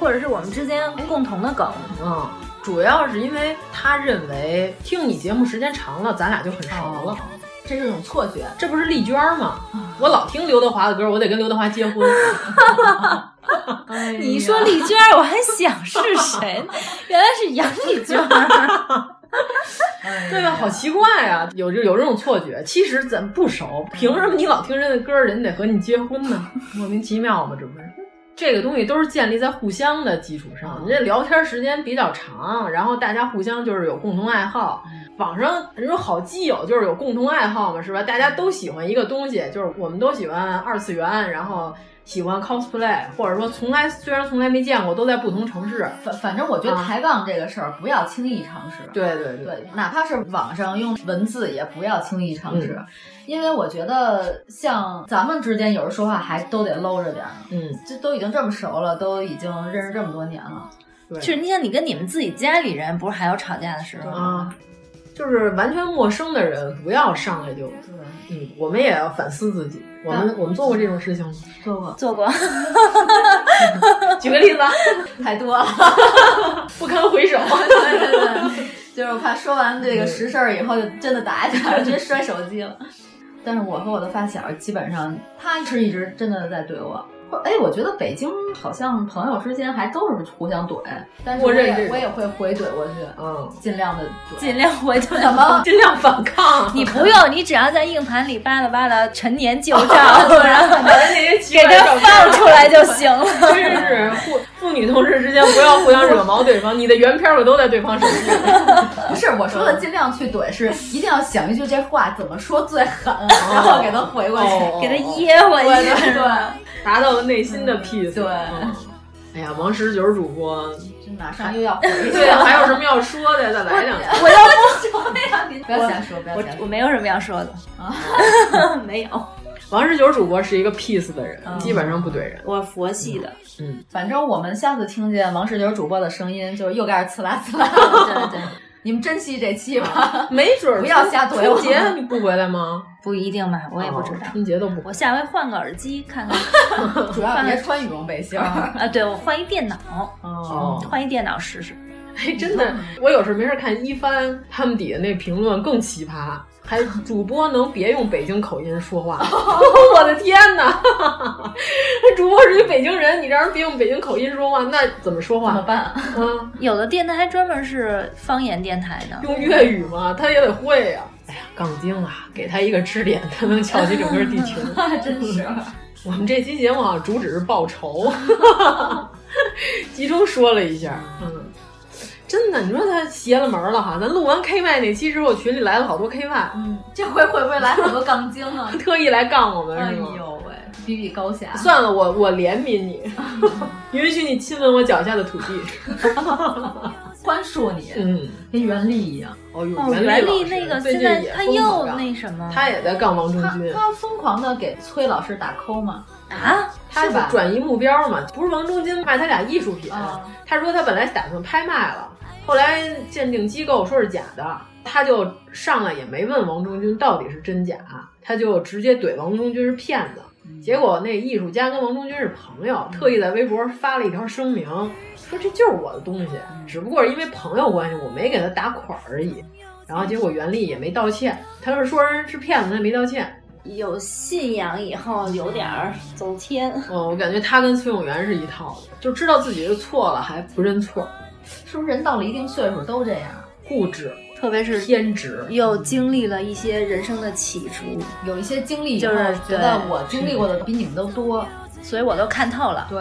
或者是我们之间共同的梗。
嗯，主要是因为他认为听你节目时间长了，咱俩就很熟了。
这是一种错觉，
这不是丽娟吗？我老听刘德华的歌，我得跟刘德华结婚。
你说丽娟，我还想是谁呢？ 原来是杨丽娟。
对吧？好奇怪啊，有这有这种错觉。其实咱不熟，凭什么你老听人的歌，人得和你结婚呢？莫名其妙吧，这不是？这个东西都是建立在互相的基础上，人家聊天时间比较长，然后大家互相就是有共同爱好。网上人说好基友就是有共同爱好嘛，是吧？大家都喜欢一个东西，就是我们都喜欢二次元，然后喜欢 cosplay，或者说从来虽然从来没见过，都在不同城市。
反反正我觉得
嗯
抬杠这个事儿不要轻易尝试。
对对对
对，哪怕是网上用文字，也不要轻易尝试，
嗯
因为我觉得像咱们之间有时候说话还都得搂着点儿。
嗯，
这都已经这么熟了，都已经认识这么多年了。
就是你想，你跟你们自己家里人不是还有吵架的时候
吗？啊就是完全陌生的人，不要上来就，嗯，我们也要反思自己。我们、
啊
我们做过这种事情吗？
做过，
做过。
举个例子啊，
太多了，
不堪回首。
对对对，就是我怕说完这个实事儿以后，就真的打起来 了，直接摔手机了。但是我和我的发小基本上，他是一直真的在怼我。哎，我觉得北京好像朋友之间还都是互相怼，但是我
我认识
也我也会回怼过去，
嗯，
尽量的
尽量回怼
怎么
尽量反 抗
你不用，你只要在硬盘里扒拉扒拉陈年旧照，然后
给。
给它放出来就行了
真是妇妇女同志之间不要互相惹毛对方，你的原片我都在对方手机。
不是我说的尽量去怼，是一定要想一句这话怎么说最狠，然后给他回过去，
哦
给他
噎我一下
对对，
嗯
达到了内心的 peace。对，哎呀，王十九主播，
马上又要回去
对，啊还有什么要说的？再来两句。
我要
不要瞎说，不要
我
瞎说。
我没有什么要说的啊， 没有，
王十九主播是一个 peace 的人，
嗯
基本上不怼人。
我佛系的，
嗯，
反正我们下次听见王十九主播的声音，就又开始刺啦刺 啦。对对，你们珍惜这期吧，
没准儿
不要瞎怼我。
春节你不回来吗？哦
不一定吧，嗯我也不知道。
春节都不回
我下回换个耳机看 看，
主要
换
别
个
穿羽绒背心儿。
啊，对我换一电脑，哦换一电脑试试。
哎，真的，我有事没事看一帆他们底下那评论更奇葩，还主播能别用北京口音 说话，我的天哪！ 主播是一北京人，你让人别用北京口音说话，那怎么说话？
怎么办？啊
嗯，
有的电台还专门是方言电台呢，
用粤语吗？他也得会呀、哎呀，杠精啊，给他一个支点，他能撬起整个地球。
真是。
我们这期节目啊，主旨是报仇， 集中说了一下，嗯，真的，你说他邪了门了哈。咱录完 K Y 那期之后，群里来了好多 K Y，嗯，
这回会不会来很多杠精啊？
特意来杠我们
哎
是吗？
呦喂，比比高下。
算了，我我怜悯你， 允许你亲吻我脚下的土地。
宽恕你，
嗯，
跟袁立一样。
哦
哦
呦，
袁
立
立那个
最
现
近
在
也
他
疯
又
狂杠
那什么，
他也在杠王中
他
军。
他疯狂的给崔老师打 call 吗？
啊，
他
是吧
转移目标嘛，不是王中金卖他俩艺术品
啊，
他说他本来打算拍卖了，后来鉴定机构说是假的，他就上来也没问王中军到底是真假，他就直接怼王中军是骗子。结果那艺术家跟王中军是朋友，特意在微博发了一条声明，说这就是我的东西，只不过是因为朋友关系，我没给他打款而已。然后结果袁立也没道歉，他是说人是骗子，他没道歉。
有信仰以后有点儿走天，
哦，我感觉他跟崔永元是一套的，就知道自己是错了还不认错，
是不是人到了一定岁数都这样？
固执、
特别是
偏执。
又经历了一些人生的起伏，
有一些经历以
就
后，
是
觉得我经历过的比你们都多，
所以我都看透了。
对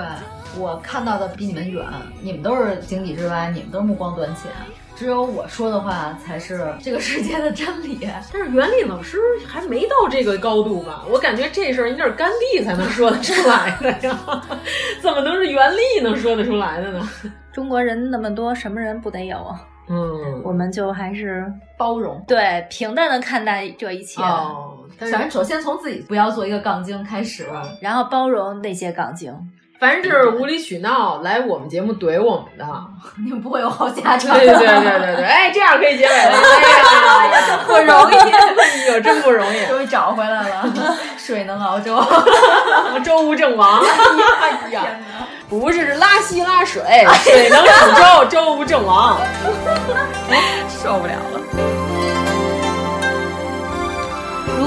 我看到的比你们远，你们都是井底之蛙，你们都是目光短浅，只有我说的话才是这个世界的真理。
但是袁立老师还没到这个高度吧？我感觉这事儿你得是甘地才能说得出来的呀， 怎么能是袁立能说得出来的呢？
中国人那么多，什么人不得有啊？
嗯，
我们就还是
包容。
对平淡的看待这一切，
哦，但是
反正首先从自己不要做一个杠精开始。
然后包容那些杠精。
凡是无理取闹来我们节目怼我们的，
你们不会有好下场。
对对对对对对，哎，这样可以结尾了，哎呀，
不容易，
哎呦，真不容易，
终于找回来了， 水能熬 粥。
周吴郑王，哎呀，哎不是是拉稀拉水，水能煮粥，周吴郑王，
受不了了。如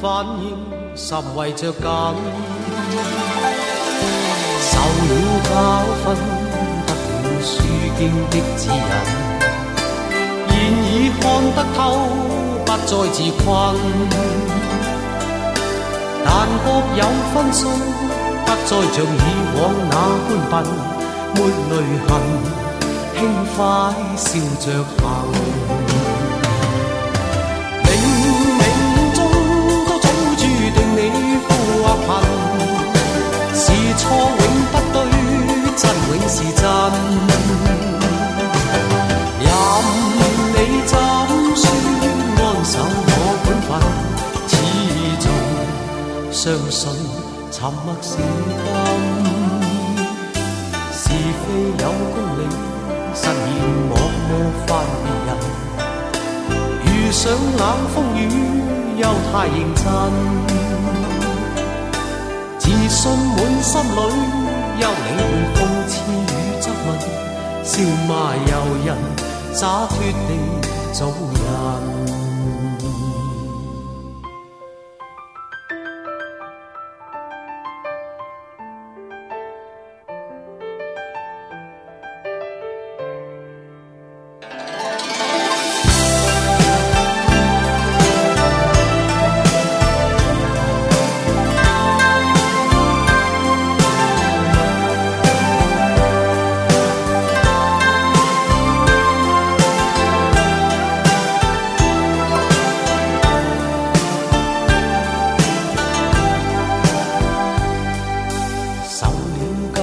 反應，甚為着緊。受了教訓，得了書經的指引。現已看得透，不再自困。但各有分數，不再像以往那般笨，沒淚痕，輕快笑着行。冥冥中都早注定你富或貧，是錯永不對，真永是真。任你怎算，安守我本分，始終相信沉默是金。是非有公理，實現我模範人。遇上冷風雨，又太認真。自信滿心裏，休理會諷刺與質問。笑罵由人，灑脱地做人。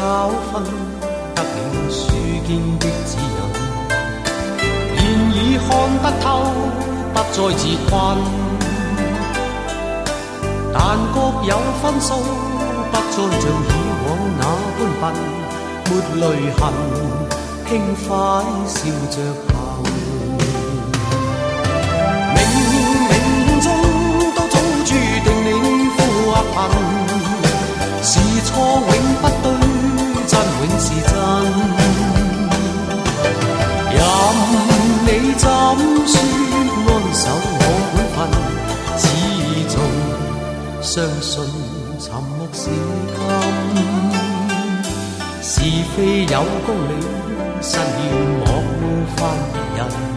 得了書堅的指引，現已看得透，不再自困。但各有分數，不再像以往那般笨，沒淚痕，輕快笑着行。冥冥中都早注定你富或貧，是錯永不對，真永是真。任你怎説安守我本分，始終相信沉默是金，是非有公理，實現莫翻人。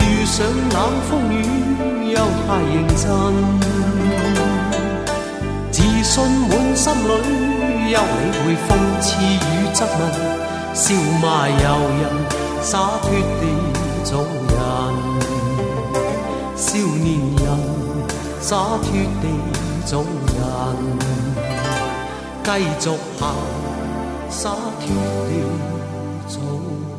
遇上冷風雨又太認真，自信滿心裏，休理會諷刺與質問，笑罵由人，灑脱地做人，少年人灑脱地做人，繼續行，灑脱地做人。